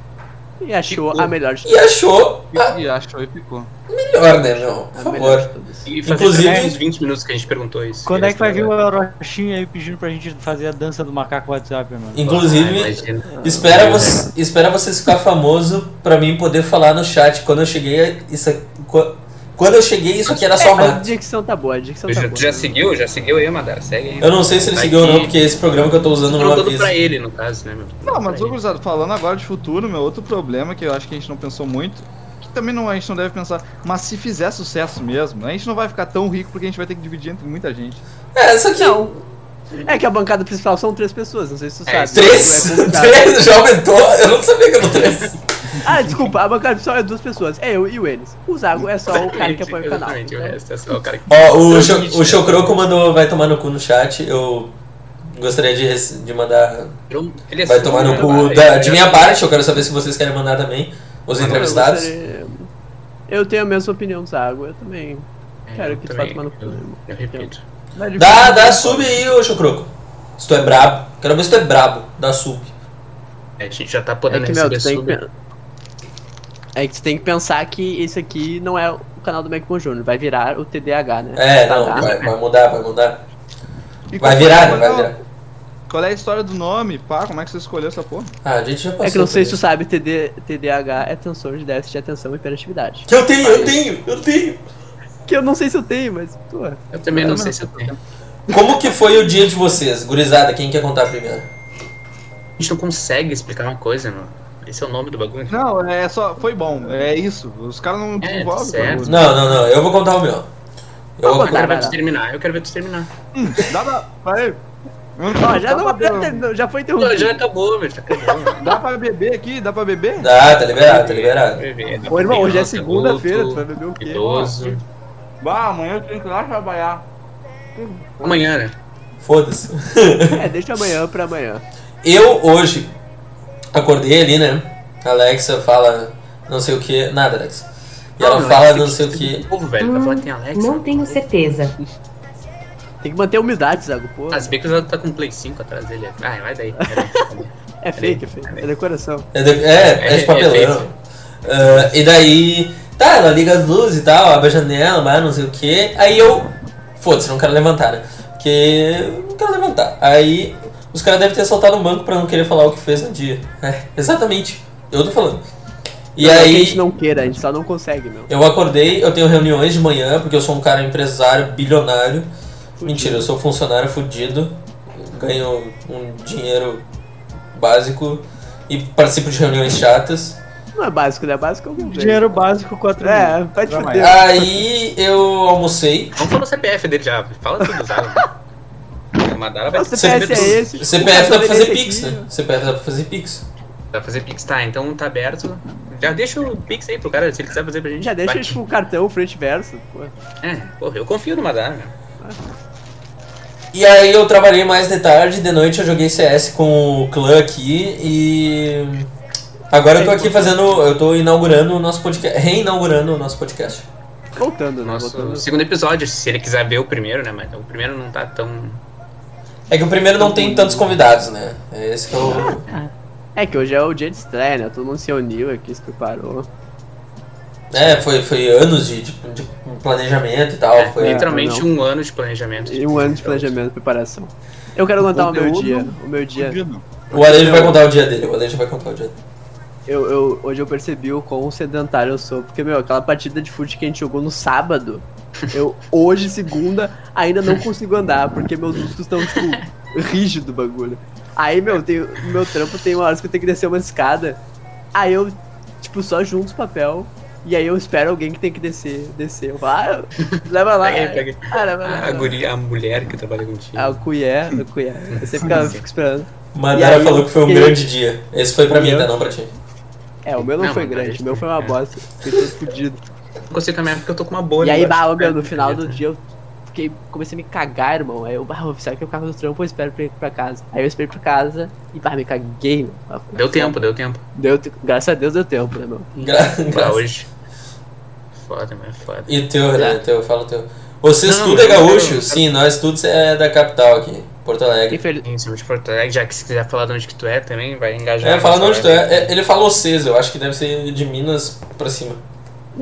Speaker 2: E né? achou a melhor de
Speaker 1: E achou a
Speaker 4: E achou e picou.
Speaker 1: melhor, né, meu? Por
Speaker 2: A
Speaker 1: favor.
Speaker 2: melhor de todas.
Speaker 3: E fazia
Speaker 1: Inclusive-
Speaker 3: também uns 20 minutos que a gente perguntou isso.
Speaker 5: Quando é que vai vir o
Speaker 3: Eles-
Speaker 1: né?
Speaker 5: Orochinha aí pedindo pra gente fazer a dança do macaco WhatsApp, mano?
Speaker 1: Inclusive,
Speaker 3: Ah,
Speaker 1: então
Speaker 3: imagina.
Speaker 1: Espera, você, espera vocês ficar famoso pra mim poder falar no chat. Quando eu cheguei, isso aqui- qu- quando eu cheguei, isso aqui era só
Speaker 2: A
Speaker 1: mato.
Speaker 2: dicção tá boa, a dicção
Speaker 3: Tu
Speaker 2: tá
Speaker 3: já, assim.
Speaker 2: boa.
Speaker 3: tu já seguiu? Já seguiu aí, Madara? Segue aí.
Speaker 1: Eu não sei se ele
Speaker 3: Tá
Speaker 1: seguiu ou não,
Speaker 3: aqui.
Speaker 1: porque esse programa que eu tô usando não
Speaker 3: Perguntando pra
Speaker 1: avisa.
Speaker 3: ele, no caso, né, meu?
Speaker 4: Não, mas ô
Speaker 3: Pra ele.
Speaker 4: gurizada, falando agora de futuro, meu outro problema que eu acho que a gente não pensou muito, que também não, a gente não deve pensar, mas se fizer sucesso mesmo, né, a gente não vai ficar tão rico porque a gente vai ter que dividir entre muita gente.
Speaker 1: É, isso aqui.
Speaker 2: É que a bancada principal são três pessoas, não sei se tu
Speaker 3: É,
Speaker 2: sabe.
Speaker 1: Três?
Speaker 2: É complicado.
Speaker 1: Três? Já aumentou? Eu não sabia que eram três.
Speaker 2: Ah, desculpa, a bancada só é duas pessoas. É eu e o Enes. O Zago é só o cara que apoia o canal. Então,
Speaker 3: Exatamente, o resto é só o cara que.
Speaker 1: Ó, o, Cho-
Speaker 3: Transmite,
Speaker 1: o Chocroco mandou vai tomar no cu no chat. Eu gostaria de, rece- de mandar
Speaker 3: Ele é
Speaker 1: vai
Speaker 3: só-
Speaker 1: tomar no
Speaker 3: Vai,
Speaker 1: cu da-
Speaker 3: ele
Speaker 1: de
Speaker 3: é-
Speaker 1: minha parte. Eu quero saber se vocês querem mandar também os
Speaker 2: Eu
Speaker 1: entrevistados.
Speaker 2: gostaria- Eu tenho a mesma opinião do Zago, eu também. Cara, que tu vai
Speaker 3: também,
Speaker 2: tomar no cu, né, irmão?
Speaker 3: Eu repito.
Speaker 1: Dá,
Speaker 2: é
Speaker 1: dá sub aí, ô Chocroco. Se tu é brabo. Quero ver se tu é brabo. Dá sub.
Speaker 3: A gente já tá
Speaker 2: É
Speaker 3: podendo
Speaker 2: que, meu,
Speaker 3: receber
Speaker 2: tu tem que
Speaker 3: sub.
Speaker 2: pen- É que tu tem que pensar que esse aqui não é o canal do Macmon Jr., vai virar o TDAH, né?
Speaker 1: É,
Speaker 2: Tá,
Speaker 1: não,
Speaker 2: tá.
Speaker 1: vai, vai mudar, vai mudar.
Speaker 4: E
Speaker 1: Vai
Speaker 4: qual-
Speaker 1: virar, né?
Speaker 4: qual
Speaker 1: Vai
Speaker 4: é o-
Speaker 1: virar.
Speaker 4: Qual é a história do nome, pá? Como é que você escolheu essa porra?
Speaker 1: Ah, a gente já passou.
Speaker 2: É que não sei
Speaker 1: por
Speaker 2: se tu
Speaker 1: isso.
Speaker 2: sabe, TD, TDAH é transtorno de déficit de atenção e hiperatividade.
Speaker 1: Eu tenho, eu tenho, eu tenho.
Speaker 2: Que eu não sei se eu tenho, mas, pô.
Speaker 3: Eu também não sei se eu tenho.
Speaker 1: Como que foi o dia de vocês? Gurizada, quem quer contar primeiro?
Speaker 3: A gente não consegue explicar uma coisa, mano. Esse é o nome do bagulho.
Speaker 4: Não, é só. Foi bom, é isso. Os caras não
Speaker 3: tá
Speaker 4: desenvolvem.
Speaker 3: certo.
Speaker 4: cara.
Speaker 1: Não, não, não. Eu vou contar o meu. Eu vou
Speaker 2: Vamos
Speaker 1: contar.
Speaker 2: lá.
Speaker 3: Agora Ah, vai
Speaker 2: vai
Speaker 3: tu terminar, eu quero ver tu terminar.
Speaker 4: Dá pra. Vai.
Speaker 2: Ó, já, não, já,
Speaker 4: dá,
Speaker 2: terminou, Tá já foi
Speaker 3: Não, já
Speaker 2: interrompido.
Speaker 3: acabou, velho. Tá acabando.
Speaker 4: pra, dá pra beber aqui? Dá pra beber?
Speaker 1: Tá, tá liberado, tá liberado.
Speaker 2: Ô, irmão, hoje é segunda-feira, tu vai beber o quê?
Speaker 3: Idoso.
Speaker 4: Bah, amanhã eu tenho que ir lá trabalhar.
Speaker 3: Amanhã, né?
Speaker 1: Foda-se.
Speaker 2: É, deixa amanhã pra amanhã.
Speaker 1: Eu hoje acordei ali, né? A Alexa fala não sei o que. Nada, Alexa. E ela
Speaker 3: meu,
Speaker 1: fala
Speaker 3: tem
Speaker 1: não
Speaker 3: que-
Speaker 1: sei o
Speaker 3: tem
Speaker 1: que.
Speaker 3: Povo, velho, vai falar que tem Alex. né?
Speaker 8: Não tenho certeza.
Speaker 2: Tem que manter a humildade, Zago, pô.
Speaker 3: Ah, se bem que o Zé tá com um Play 5 atrás dele. Ah, vai daí.
Speaker 2: É fake, é fake. É decoração.
Speaker 1: É, de- é, é
Speaker 3: É,
Speaker 1: de
Speaker 3: é
Speaker 1: papelão.
Speaker 3: feito.
Speaker 1: Ah, e daí. Tá, ela liga as luzes e tal, abre a janela, mas não sei o que. Aí eu. Foda-se, não quero levantar, né? Porque. eu Não quero levantar. Aí. Os caras devem ter soltado o banco pra não querer falar o que fez no dia. É, exatamente. Eu tô falando. E
Speaker 2: Não é que a
Speaker 1: aí.
Speaker 2: gente não queira, a gente só não consegue, meu.
Speaker 1: Eu acordei, eu tenho reuniões de manhã, porque eu sou um cara empresário, bilionário. Mentira, eu sou funcionário fudido. Ganho um dinheiro básico e participo de reuniões chatas.
Speaker 2: Não é básico, né? Básico é o meu.
Speaker 5: Dinheiro básico, 4
Speaker 2: É, vai te
Speaker 5: Não,
Speaker 2: fuder.
Speaker 1: Aí eu almocei.
Speaker 3: Vamos falar o CPF dele já. Fala tudo, Zé. A Madara vai
Speaker 2: Nossa, CPF é esse.
Speaker 1: CPF dá pra fazer pix,
Speaker 2: aqui,
Speaker 1: né? CPF dá pra fazer pix.
Speaker 3: Vai fazer Pix, tá? Então tá aberto. Já deixa o Pix aí pro cara, se ele quiser fazer pra gente.
Speaker 2: Já deixa,
Speaker 3: bate.
Speaker 2: tipo, o cartão, frente e verso. Pô.
Speaker 3: É, porra, eu confio no Madara. né?
Speaker 1: E aí eu trabalhei mais de tarde, de noite eu joguei CS com o clã aqui e. Agora eu tô aqui fazendo. Eu tô inaugurando o nosso podcast. Reinaugurando o nosso podcast.
Speaker 2: Voltando, né?
Speaker 3: Nosso
Speaker 2: Voltando.
Speaker 3: segundo episódio, se ele quiser ver o primeiro, né? Mas o primeiro não tá tão.
Speaker 1: É que o primeiro não tem tantos convidados, né? É esse que é o.
Speaker 2: É que hoje é o dia de estreia, né? Todo mundo se uniu aqui, se preparou.
Speaker 1: É, foi, foi anos de, de, de planejamento e tal. Foi...
Speaker 3: literalmente
Speaker 2: não.
Speaker 3: um ano de planejamento.
Speaker 2: E um ano de planejamento e preparação. Eu quero contar o meu
Speaker 4: Conteúdo
Speaker 2: dia. O meu dia.
Speaker 4: Fudido.
Speaker 1: O Alejo vai contar o dia dele, o Alejo vai contar o dia dele.
Speaker 2: Eu, eu- hoje eu percebi o quão sedentário eu sou, porque, meu, aquela partida de fute que a gente jogou no sábado, eu, hoje, segunda, ainda não consigo andar, porque meus músculos estão, tipo, rígido o bagulho. Aí, meu, tem, no meu trampo tem uma hora que eu tenho que descer uma escada, aí eu, tipo, só junto os papel, e aí eu espero alguém que tem que descer, descer. Eu falo, ah, leva lá.
Speaker 3: Pega aí, pega aí.
Speaker 2: Ah, leva lá.
Speaker 3: A, guria, a mulher que trabalha contigo.
Speaker 2: Ah, o cuié, o cuié. Eu sempre fico, fico esperando. E
Speaker 1: Madara
Speaker 2: aí,
Speaker 1: falou que foi um
Speaker 2: e-
Speaker 1: grande dia. Esse foi pra
Speaker 2: e
Speaker 1: mim,
Speaker 2: eu-
Speaker 1: tá? Não pra ti.
Speaker 2: É, o meu não,
Speaker 3: Não,
Speaker 2: foi
Speaker 3: mas é.
Speaker 2: grande,
Speaker 3: parece
Speaker 2: o meu foi uma
Speaker 3: que-
Speaker 2: bosta. Fiquei todo fudido.
Speaker 3: Não consigo caminhar porque eu é tô com uma bolha.
Speaker 2: E aí,
Speaker 3: embaixo
Speaker 2: bah, ô,
Speaker 3: do pé.
Speaker 2: meu, no final do dia eu fiquei, comecei a me cagar, irmão. Aí eu, bah, ô, será que eu cago no trampo ou eu espero pra ir pra casa? Aí eu esperei pra casa e, bah, me caguei, meu. Ah, foi
Speaker 3: Deu
Speaker 2: foda.
Speaker 3: tempo, deu tempo.
Speaker 2: Deu, te- graças a Deus deu tempo, né, meu?
Speaker 1: Gra-
Speaker 3: Pra
Speaker 1: graças.
Speaker 3: hoje. Foda, mas é foda.
Speaker 1: E teu,
Speaker 2: É.
Speaker 1: Renan, teu, fala o teu. Vocês
Speaker 3: Não,
Speaker 1: tudo é
Speaker 3: eu quero-
Speaker 1: gaúcho?
Speaker 3: eu quero-
Speaker 1: Sim, nós tudo é da capital aqui, Porto
Speaker 3: É.
Speaker 1: Alegre.
Speaker 2: Infeliz...
Speaker 3: Em cima de Porto Alegre, já é que se quiser falar de onde que tu é também, vai engajar.
Speaker 1: É, fala de
Speaker 3: Nossa,
Speaker 1: onde tu
Speaker 3: vai.
Speaker 1: é. É, Ele falou vocês, eu acho que deve ser de Minas pra cima.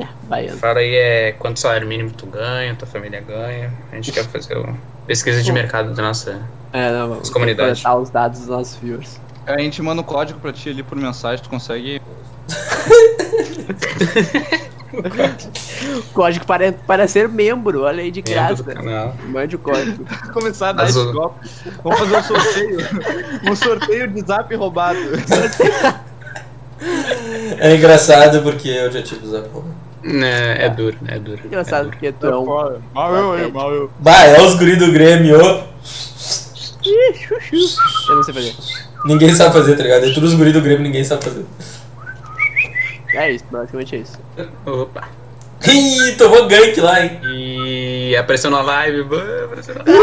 Speaker 2: É, baiano.
Speaker 3: Fala aí é, quanto salário mínimo tu ganha, tua família ganha. A gente quer fazer uma pesquisa de mercado da nossa.
Speaker 2: É, não, mano.
Speaker 3: comunidades.
Speaker 2: coletar os dados dos nossos viewers.
Speaker 4: A gente manda um código pra ti ali por mensagem, tu consegue.
Speaker 2: Código para, para ser membro, olha aí, de
Speaker 3: membro do
Speaker 2: graça.
Speaker 3: canal.
Speaker 2: Mande o código.
Speaker 4: Começar a dar
Speaker 3: Azul.
Speaker 4: esse golpe. Vamos fazer um sorteio. um sorteio de zap roubado.
Speaker 1: É engraçado porque eu já tive usar porra.
Speaker 3: É, é duro, é duro.
Speaker 2: Engraçado,
Speaker 3: É duro.
Speaker 2: porque tu é um...
Speaker 4: Mal eu aí, mal eu.
Speaker 1: Bah, é os guri do Grêmio. ô.
Speaker 2: Eu não sei fazer.
Speaker 1: Ninguém sabe fazer, tá ligado? É tudo os guri do Grêmio, ninguém sabe fazer.
Speaker 2: É isso, basicamente é isso.
Speaker 3: Opa.
Speaker 1: Ih, tomou gank lá, hein?
Speaker 3: E apareceu na live. bã, Apareceu na live.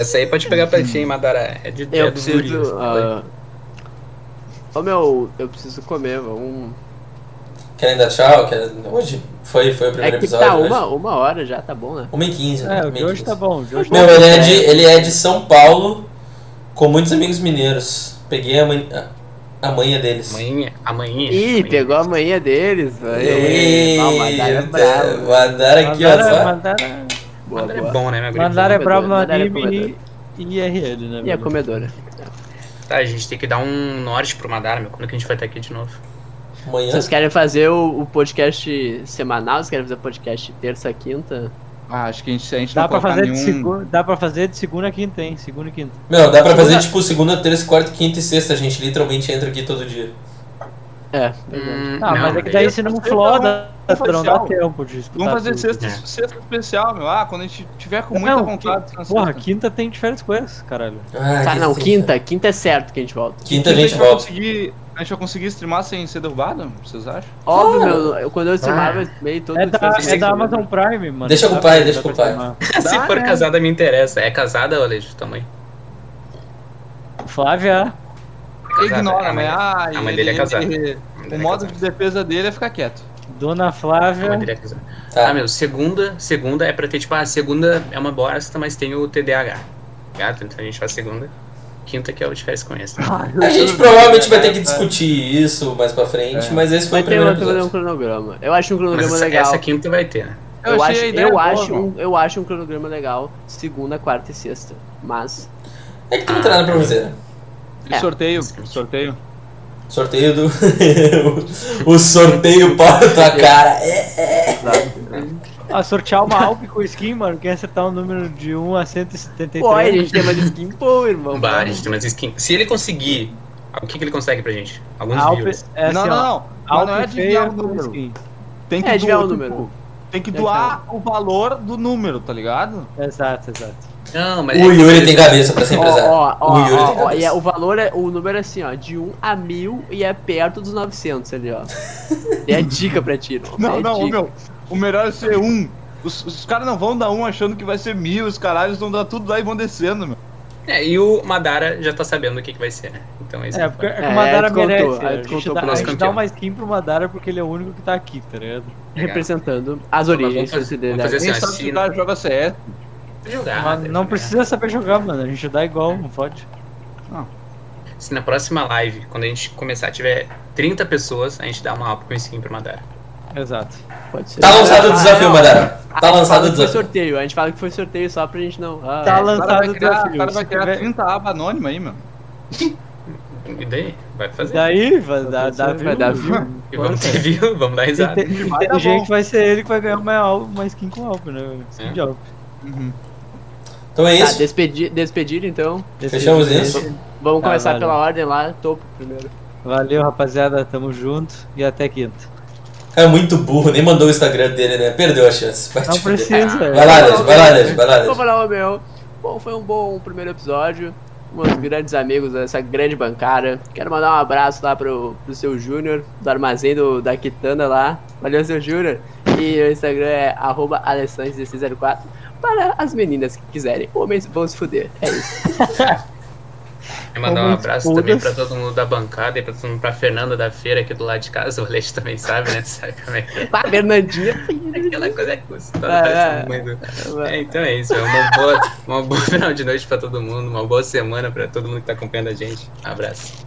Speaker 3: Essa aí pode pegar pra ti, hein, Madara. É de
Speaker 2: Eu
Speaker 3: é dos
Speaker 2: preciso.
Speaker 3: guris.
Speaker 2: ah, Ô meu, eu preciso comer, vamos.
Speaker 1: Querem dar tchau? Querem... Hoje? Foi, foi o primeiro
Speaker 2: É que
Speaker 1: episódio. né?
Speaker 2: tá
Speaker 1: hoje.
Speaker 2: uma, uma hora já, tá bom, né?
Speaker 1: 1h15.
Speaker 5: É, o de hoje tá bom. o de hoje tá
Speaker 1: Meu, ele é, de, ele é de São Paulo, com muitos amigos mineiros. Peguei a, man... a- a manha deles.
Speaker 3: Amanhã, amanhã.
Speaker 2: Ih,
Speaker 3: amanhã.
Speaker 2: pegou a manhã deles, velho.
Speaker 1: Eita,
Speaker 2: Ah, o Madara é bravo.
Speaker 5: tá
Speaker 1: Mandaram Tá aqui, ó.
Speaker 5: Mandara,
Speaker 1: só.
Speaker 5: mandara,
Speaker 2: Boa,
Speaker 3: Madara
Speaker 2: boa.
Speaker 3: é bom, né, meu guri?
Speaker 5: mandara é
Speaker 2: comedor,
Speaker 5: brabo no
Speaker 2: mandara é
Speaker 5: anime e e IRL, né?
Speaker 2: E é a
Speaker 5: velho?
Speaker 2: comedora.
Speaker 3: Tá, a gente tem que dar um norte pro Madara, meu. Quando que a gente vai estar aqui de novo?
Speaker 1: Amanhã.
Speaker 2: Vocês querem fazer o, o podcast semanal? Vocês querem fazer podcast terça, quinta?
Speaker 4: Ah, acho que a gente, a gente
Speaker 5: Dá
Speaker 4: não
Speaker 5: pra,
Speaker 4: colocar um.
Speaker 5: fazer
Speaker 4: nenhum...
Speaker 5: de segunda, dá pra fazer de segunda a quinta, hein? Segunda e quinta.
Speaker 1: Meu, dá pra fazer tipo segunda, terça, quarta, quinta e sexta. A gente literalmente entra aqui todo dia.
Speaker 2: É,
Speaker 3: Hum,
Speaker 5: Ah, mas é que daí se não
Speaker 4: fazer
Speaker 5: floda, não dá
Speaker 4: oficial.
Speaker 5: tempo de escutar
Speaker 4: Vamos fazer
Speaker 5: tá tudo.
Speaker 4: sexta,
Speaker 3: É.
Speaker 4: sexta especial, meu. Ah, quando a gente tiver com muita
Speaker 5: Não,
Speaker 4: vontade. na
Speaker 5: Porra,
Speaker 4: sexta.
Speaker 5: quinta tem diferentes coisas, caralho.
Speaker 1: Ah,
Speaker 2: tá,
Speaker 1: que
Speaker 2: não,
Speaker 1: sexta.
Speaker 2: quinta. Quinta é certo que a gente volta.
Speaker 1: Quinta a
Speaker 4: Quinta
Speaker 1: gente volta.
Speaker 4: Vai conseguir, a gente vai conseguir streamar sem ser derrubado? Vocês acham?
Speaker 2: Óbvio, meu, eu- quando eu streamava, eu meio todo
Speaker 5: É da, é da Amazon Prime, mano.
Speaker 1: Deixa com o
Speaker 5: Dá pra-
Speaker 1: pai, deixa
Speaker 5: dá
Speaker 1: com o
Speaker 5: pra
Speaker 1: pai.
Speaker 5: chamar.
Speaker 3: Se
Speaker 4: Dá,
Speaker 3: for
Speaker 4: né?
Speaker 3: casada, me interessa. É casada, Alejo, também.
Speaker 5: Flávia,
Speaker 4: Ignora, mas. Ah,
Speaker 3: É A mãe dele é casada.
Speaker 4: O modo de defesa dele é ficar quieto.
Speaker 5: Dona
Speaker 3: A mãe
Speaker 5: Flávia.
Speaker 3: dele é casada.
Speaker 1: Tá.
Speaker 3: Ah, meu, segunda, segunda é pra ter, tipo, ah, segunda é uma bosta, mas tem o TDAH. Gato, então a gente faz segunda. Quinta que é o de férias com essa.
Speaker 5: Ah,
Speaker 1: A gente provavelmente vai ter que discutir isso mais pra frente, mas esse foi
Speaker 2: É. Vai
Speaker 1: o
Speaker 2: ter,
Speaker 1: primeiro
Speaker 2: vai ter um
Speaker 1: episódio.
Speaker 2: cronograma. Eu acho um
Speaker 5: é
Speaker 3: Mas
Speaker 2: cronograma
Speaker 3: essa,
Speaker 2: legal.
Speaker 3: essa quinta vai ter, né?
Speaker 4: Eu
Speaker 2: Eu,
Speaker 4: achei
Speaker 2: acho,
Speaker 4: a ideia
Speaker 2: eu,
Speaker 4: boa,
Speaker 2: acho
Speaker 4: mano.
Speaker 2: um, eu acho um cronograma legal, segunda, quarta e sexta. Mas.
Speaker 1: É que tu não tem nada pra fazer, né?
Speaker 2: um-
Speaker 4: E
Speaker 2: é.
Speaker 4: sorteio, sorteio.
Speaker 1: Sorteio do. o sorteio para a tua cara. É.
Speaker 5: Ah, sortear uma Alp com skin, mano. Quem acertar um número de 1 a 173.
Speaker 2: Pô, a gente tem mais skin, pô, irmão.
Speaker 3: Vamos lá, a gente tem umas skins. Se ele conseguir, o que, que ele consegue pra gente? Alguns
Speaker 5: A Alp
Speaker 3: views.
Speaker 5: é assim,
Speaker 4: não,
Speaker 5: ó,
Speaker 4: não, não. Mas
Speaker 5: Alp
Speaker 4: não é
Speaker 5: feia
Speaker 4: adivinhar o
Speaker 5: com
Speaker 4: número.
Speaker 5: skin.
Speaker 4: Tem que
Speaker 2: assim. É, adivinhar o
Speaker 4: doar,
Speaker 2: número.
Speaker 4: tipo, Tem que
Speaker 2: É,
Speaker 4: doar o valor do número, tá ligado?
Speaker 5: Exato, exato.
Speaker 3: Não, mas. é
Speaker 1: O Yuri tem cabeça pra ser
Speaker 2: Ó,
Speaker 1: empresário.
Speaker 2: ó, ó,
Speaker 1: o Yuri tem
Speaker 2: ó, ó, e
Speaker 1: cabeça.
Speaker 2: é- o valor é. O número é assim, ó, de 1 a 1000 e é perto dos 900 ali, ó. É a dica pra ti, irmão.
Speaker 4: Não,
Speaker 2: é
Speaker 4: não,
Speaker 2: dica.
Speaker 4: meu. O melhor é ser um. Os, os caras não vão dar um achando que vai ser mil, os caralhos vão dar tudo lá e vão descendo, meu.
Speaker 3: É, e o Madara já tá sabendo o que, que vai ser, né? Então é isso.
Speaker 5: É,
Speaker 3: que
Speaker 5: porque
Speaker 3: eu
Speaker 5: é, que
Speaker 2: É,
Speaker 5: o Madara
Speaker 2: descontou,
Speaker 5: merece. né?
Speaker 2: aí
Speaker 5: A
Speaker 2: descontou
Speaker 5: gente, dá,
Speaker 2: pro
Speaker 5: a
Speaker 3: nosso
Speaker 5: gente dá
Speaker 3: campeão.
Speaker 5: uma skin pro Madara porque ele é o único que tá aqui, tá ligado?
Speaker 3: falo.
Speaker 2: Representando as origens da
Speaker 3: fazer- vamos
Speaker 2: cidade.
Speaker 3: fazer-
Speaker 4: Quem
Speaker 3: assim,
Speaker 4: sabe
Speaker 3: ó,
Speaker 4: se
Speaker 3: se-
Speaker 4: o cara joga CS.
Speaker 3: Jogar,
Speaker 5: Mas
Speaker 3: deve
Speaker 5: não
Speaker 3: jogar.
Speaker 5: precisa saber jogar, mano. A gente dá igual, não pode.
Speaker 3: Se na próxima live, quando a gente começar, tiver 30 pessoas, a gente dá uma alpa com skin pro Madara.
Speaker 5: Exato.
Speaker 2: Pode ser.
Speaker 1: Tá lançado o desafio,
Speaker 2: não.
Speaker 1: Madara.
Speaker 2: A
Speaker 1: Tá
Speaker 2: gente
Speaker 1: lançado
Speaker 2: fala
Speaker 1: o
Speaker 2: que foi
Speaker 1: desafio.
Speaker 2: sorteio, a gente fala que foi sorteio só pra gente não. Ah, é.
Speaker 5: Tá
Speaker 4: O cara
Speaker 5: lançado
Speaker 4: vai
Speaker 5: o
Speaker 4: criar,
Speaker 5: desafio.
Speaker 4: o cara vai
Speaker 5: se
Speaker 4: criar
Speaker 5: tiver-
Speaker 4: 30 abas anônimas aí, meu.
Speaker 3: E daí? Vai fazer.
Speaker 5: Daí vai dar, dá,
Speaker 2: vai dar view.
Speaker 3: e vamos ter view, vamos dar risada.
Speaker 5: Inte- Inteligente vai ser ele que vai ganhar uma, al- uma skin com Alp, né? velho? Skin
Speaker 3: É.
Speaker 5: de Alp.
Speaker 4: Uhum.
Speaker 1: Então é
Speaker 2: Tá,
Speaker 1: isso.
Speaker 2: despedir, despedir então.
Speaker 1: Fechamos isso.
Speaker 2: Vamos
Speaker 5: Tá,
Speaker 2: começar
Speaker 5: valeu.
Speaker 2: pela ordem lá, topo primeiro.
Speaker 5: Valeu, rapaziada. Tamo junto e até quinta.
Speaker 1: É muito burro, nem mandou o Instagram dele, né? Perdeu a chance. Vai, te
Speaker 5: Não
Speaker 1: fuder.
Speaker 5: precisa. é
Speaker 1: Vai lá, Led, vai lá, Led, vai lá,
Speaker 2: Vou
Speaker 1: Led.
Speaker 2: falar o meu. Bom, foi um bom primeiro episódio. Meus grandes amigos dessa grande bancada. Quero mandar um abraço lá pro, pro seu Júnior, do armazém do, da Quitanda lá. Valeu, seu Júnior. E o Instagram é arroba alessandro1604 para as meninas que quiserem. Homens vão se fuder. É isso.
Speaker 3: Quero mandar um
Speaker 5: Vamos
Speaker 3: abraço também pra
Speaker 5: todas.
Speaker 3: todo mundo da bancada e pra todo mundo, pra Fernanda da feira aqui do lado de casa. O Leite também sabe, né? Sabe como é que é.
Speaker 2: Pá, Bernardinha.
Speaker 3: Aquela coisa é custosa,
Speaker 2: Ah,
Speaker 3: parece
Speaker 2: é.
Speaker 3: a mãe do- É, então é isso. É uma boa, uma boa final de noite pra todo mundo. Uma boa semana pra todo mundo que tá acompanhando a gente. Abraço.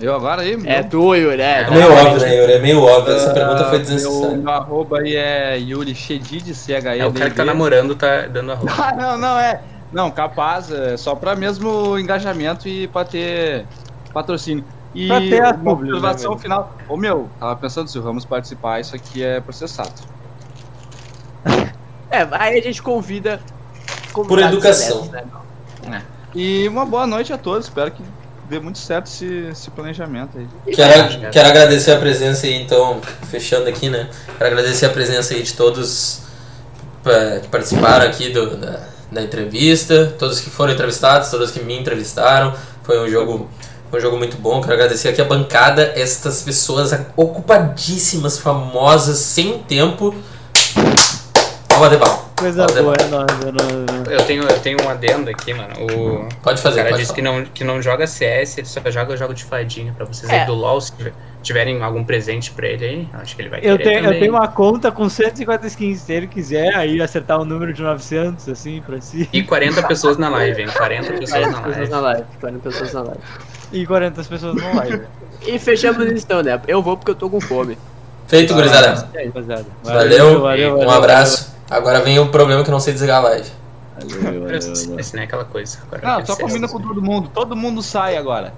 Speaker 4: Eu agora aí, meu.
Speaker 2: É tu, Yuri. É,
Speaker 1: É meio óbvio, né, Yuri? É meio óbvio. Essa pergunta foi
Speaker 4: Ah,
Speaker 1: desnecessária.
Speaker 4: Meu, meu arroba aí é Yuri Chedid, C-H-E-D-D.
Speaker 3: É o cara que tá namorando, tá dando a roupa.
Speaker 4: Ah, não, não, é. Não, capaz, é só pra mesmo engajamento e pra ter patrocínio. E
Speaker 5: Pra ter a
Speaker 4: uma
Speaker 5: publi, né,
Speaker 4: observação
Speaker 5: velho?
Speaker 4: final. Ô meu, tava pensando se o Ramos participar, isso aqui é processado.
Speaker 2: é, aí a gente convida.
Speaker 1: Por educação.
Speaker 2: Né? meu?
Speaker 4: E uma boa noite a todos, espero que dê muito certo esse, esse planejamento aí.
Speaker 3: É,
Speaker 1: Quero, quero agradecer a presença aí, então, fechando aqui, né? Quero agradecer a presença aí de todos pa- que participaram aqui do- da, da entrevista, todos que foram entrevistados, todos que me entrevistaram. Foi um jogo, foi Foi um jogo muito bom. Quero agradecer aqui a bancada, estas pessoas ocupadíssimas, famosas, sem tempo. Vamos bater palma.
Speaker 5: Coisa
Speaker 1: Fazer
Speaker 5: boa, é nóis, é nóis, é nóis.
Speaker 3: Eu tenho, eu tenho um adendo aqui, mano. O
Speaker 1: Pode fazer,
Speaker 3: cara
Speaker 1: pode
Speaker 3: disse
Speaker 1: falar.
Speaker 3: que não, que não joga CS, ele só joga jogo de fadinha. Pra vocês aí
Speaker 2: É.
Speaker 3: do LoL, se tiver- tiverem algum presente pra ele aí, eu acho que ele vai
Speaker 5: Eu
Speaker 3: querer
Speaker 5: tenho, eu
Speaker 3: também.
Speaker 5: tenho uma conta com 150 skins, se ele quiser aí acertar um número de 900, assim, pra si,
Speaker 3: E 40 pessoas na live, hein? 40 pessoas na
Speaker 2: 40 pessoas
Speaker 3: live.
Speaker 2: na live. 40 pessoas na live.
Speaker 5: e 40 pessoas não vai, velho.
Speaker 2: E fechamos isso então, né? Eu vou porque eu tô com fome.
Speaker 1: Feito, gurizada.
Speaker 5: É, rapaziada.
Speaker 1: Valeu, um abraço. Agora vem o problema que eu não sei desligar a live.
Speaker 3: Esse não é aquela coisa. Agora
Speaker 4: Não,
Speaker 3: vai
Speaker 4: só
Speaker 3: ser
Speaker 4: combina
Speaker 3: essas-
Speaker 4: com todo mundo. Todo mundo sai agora.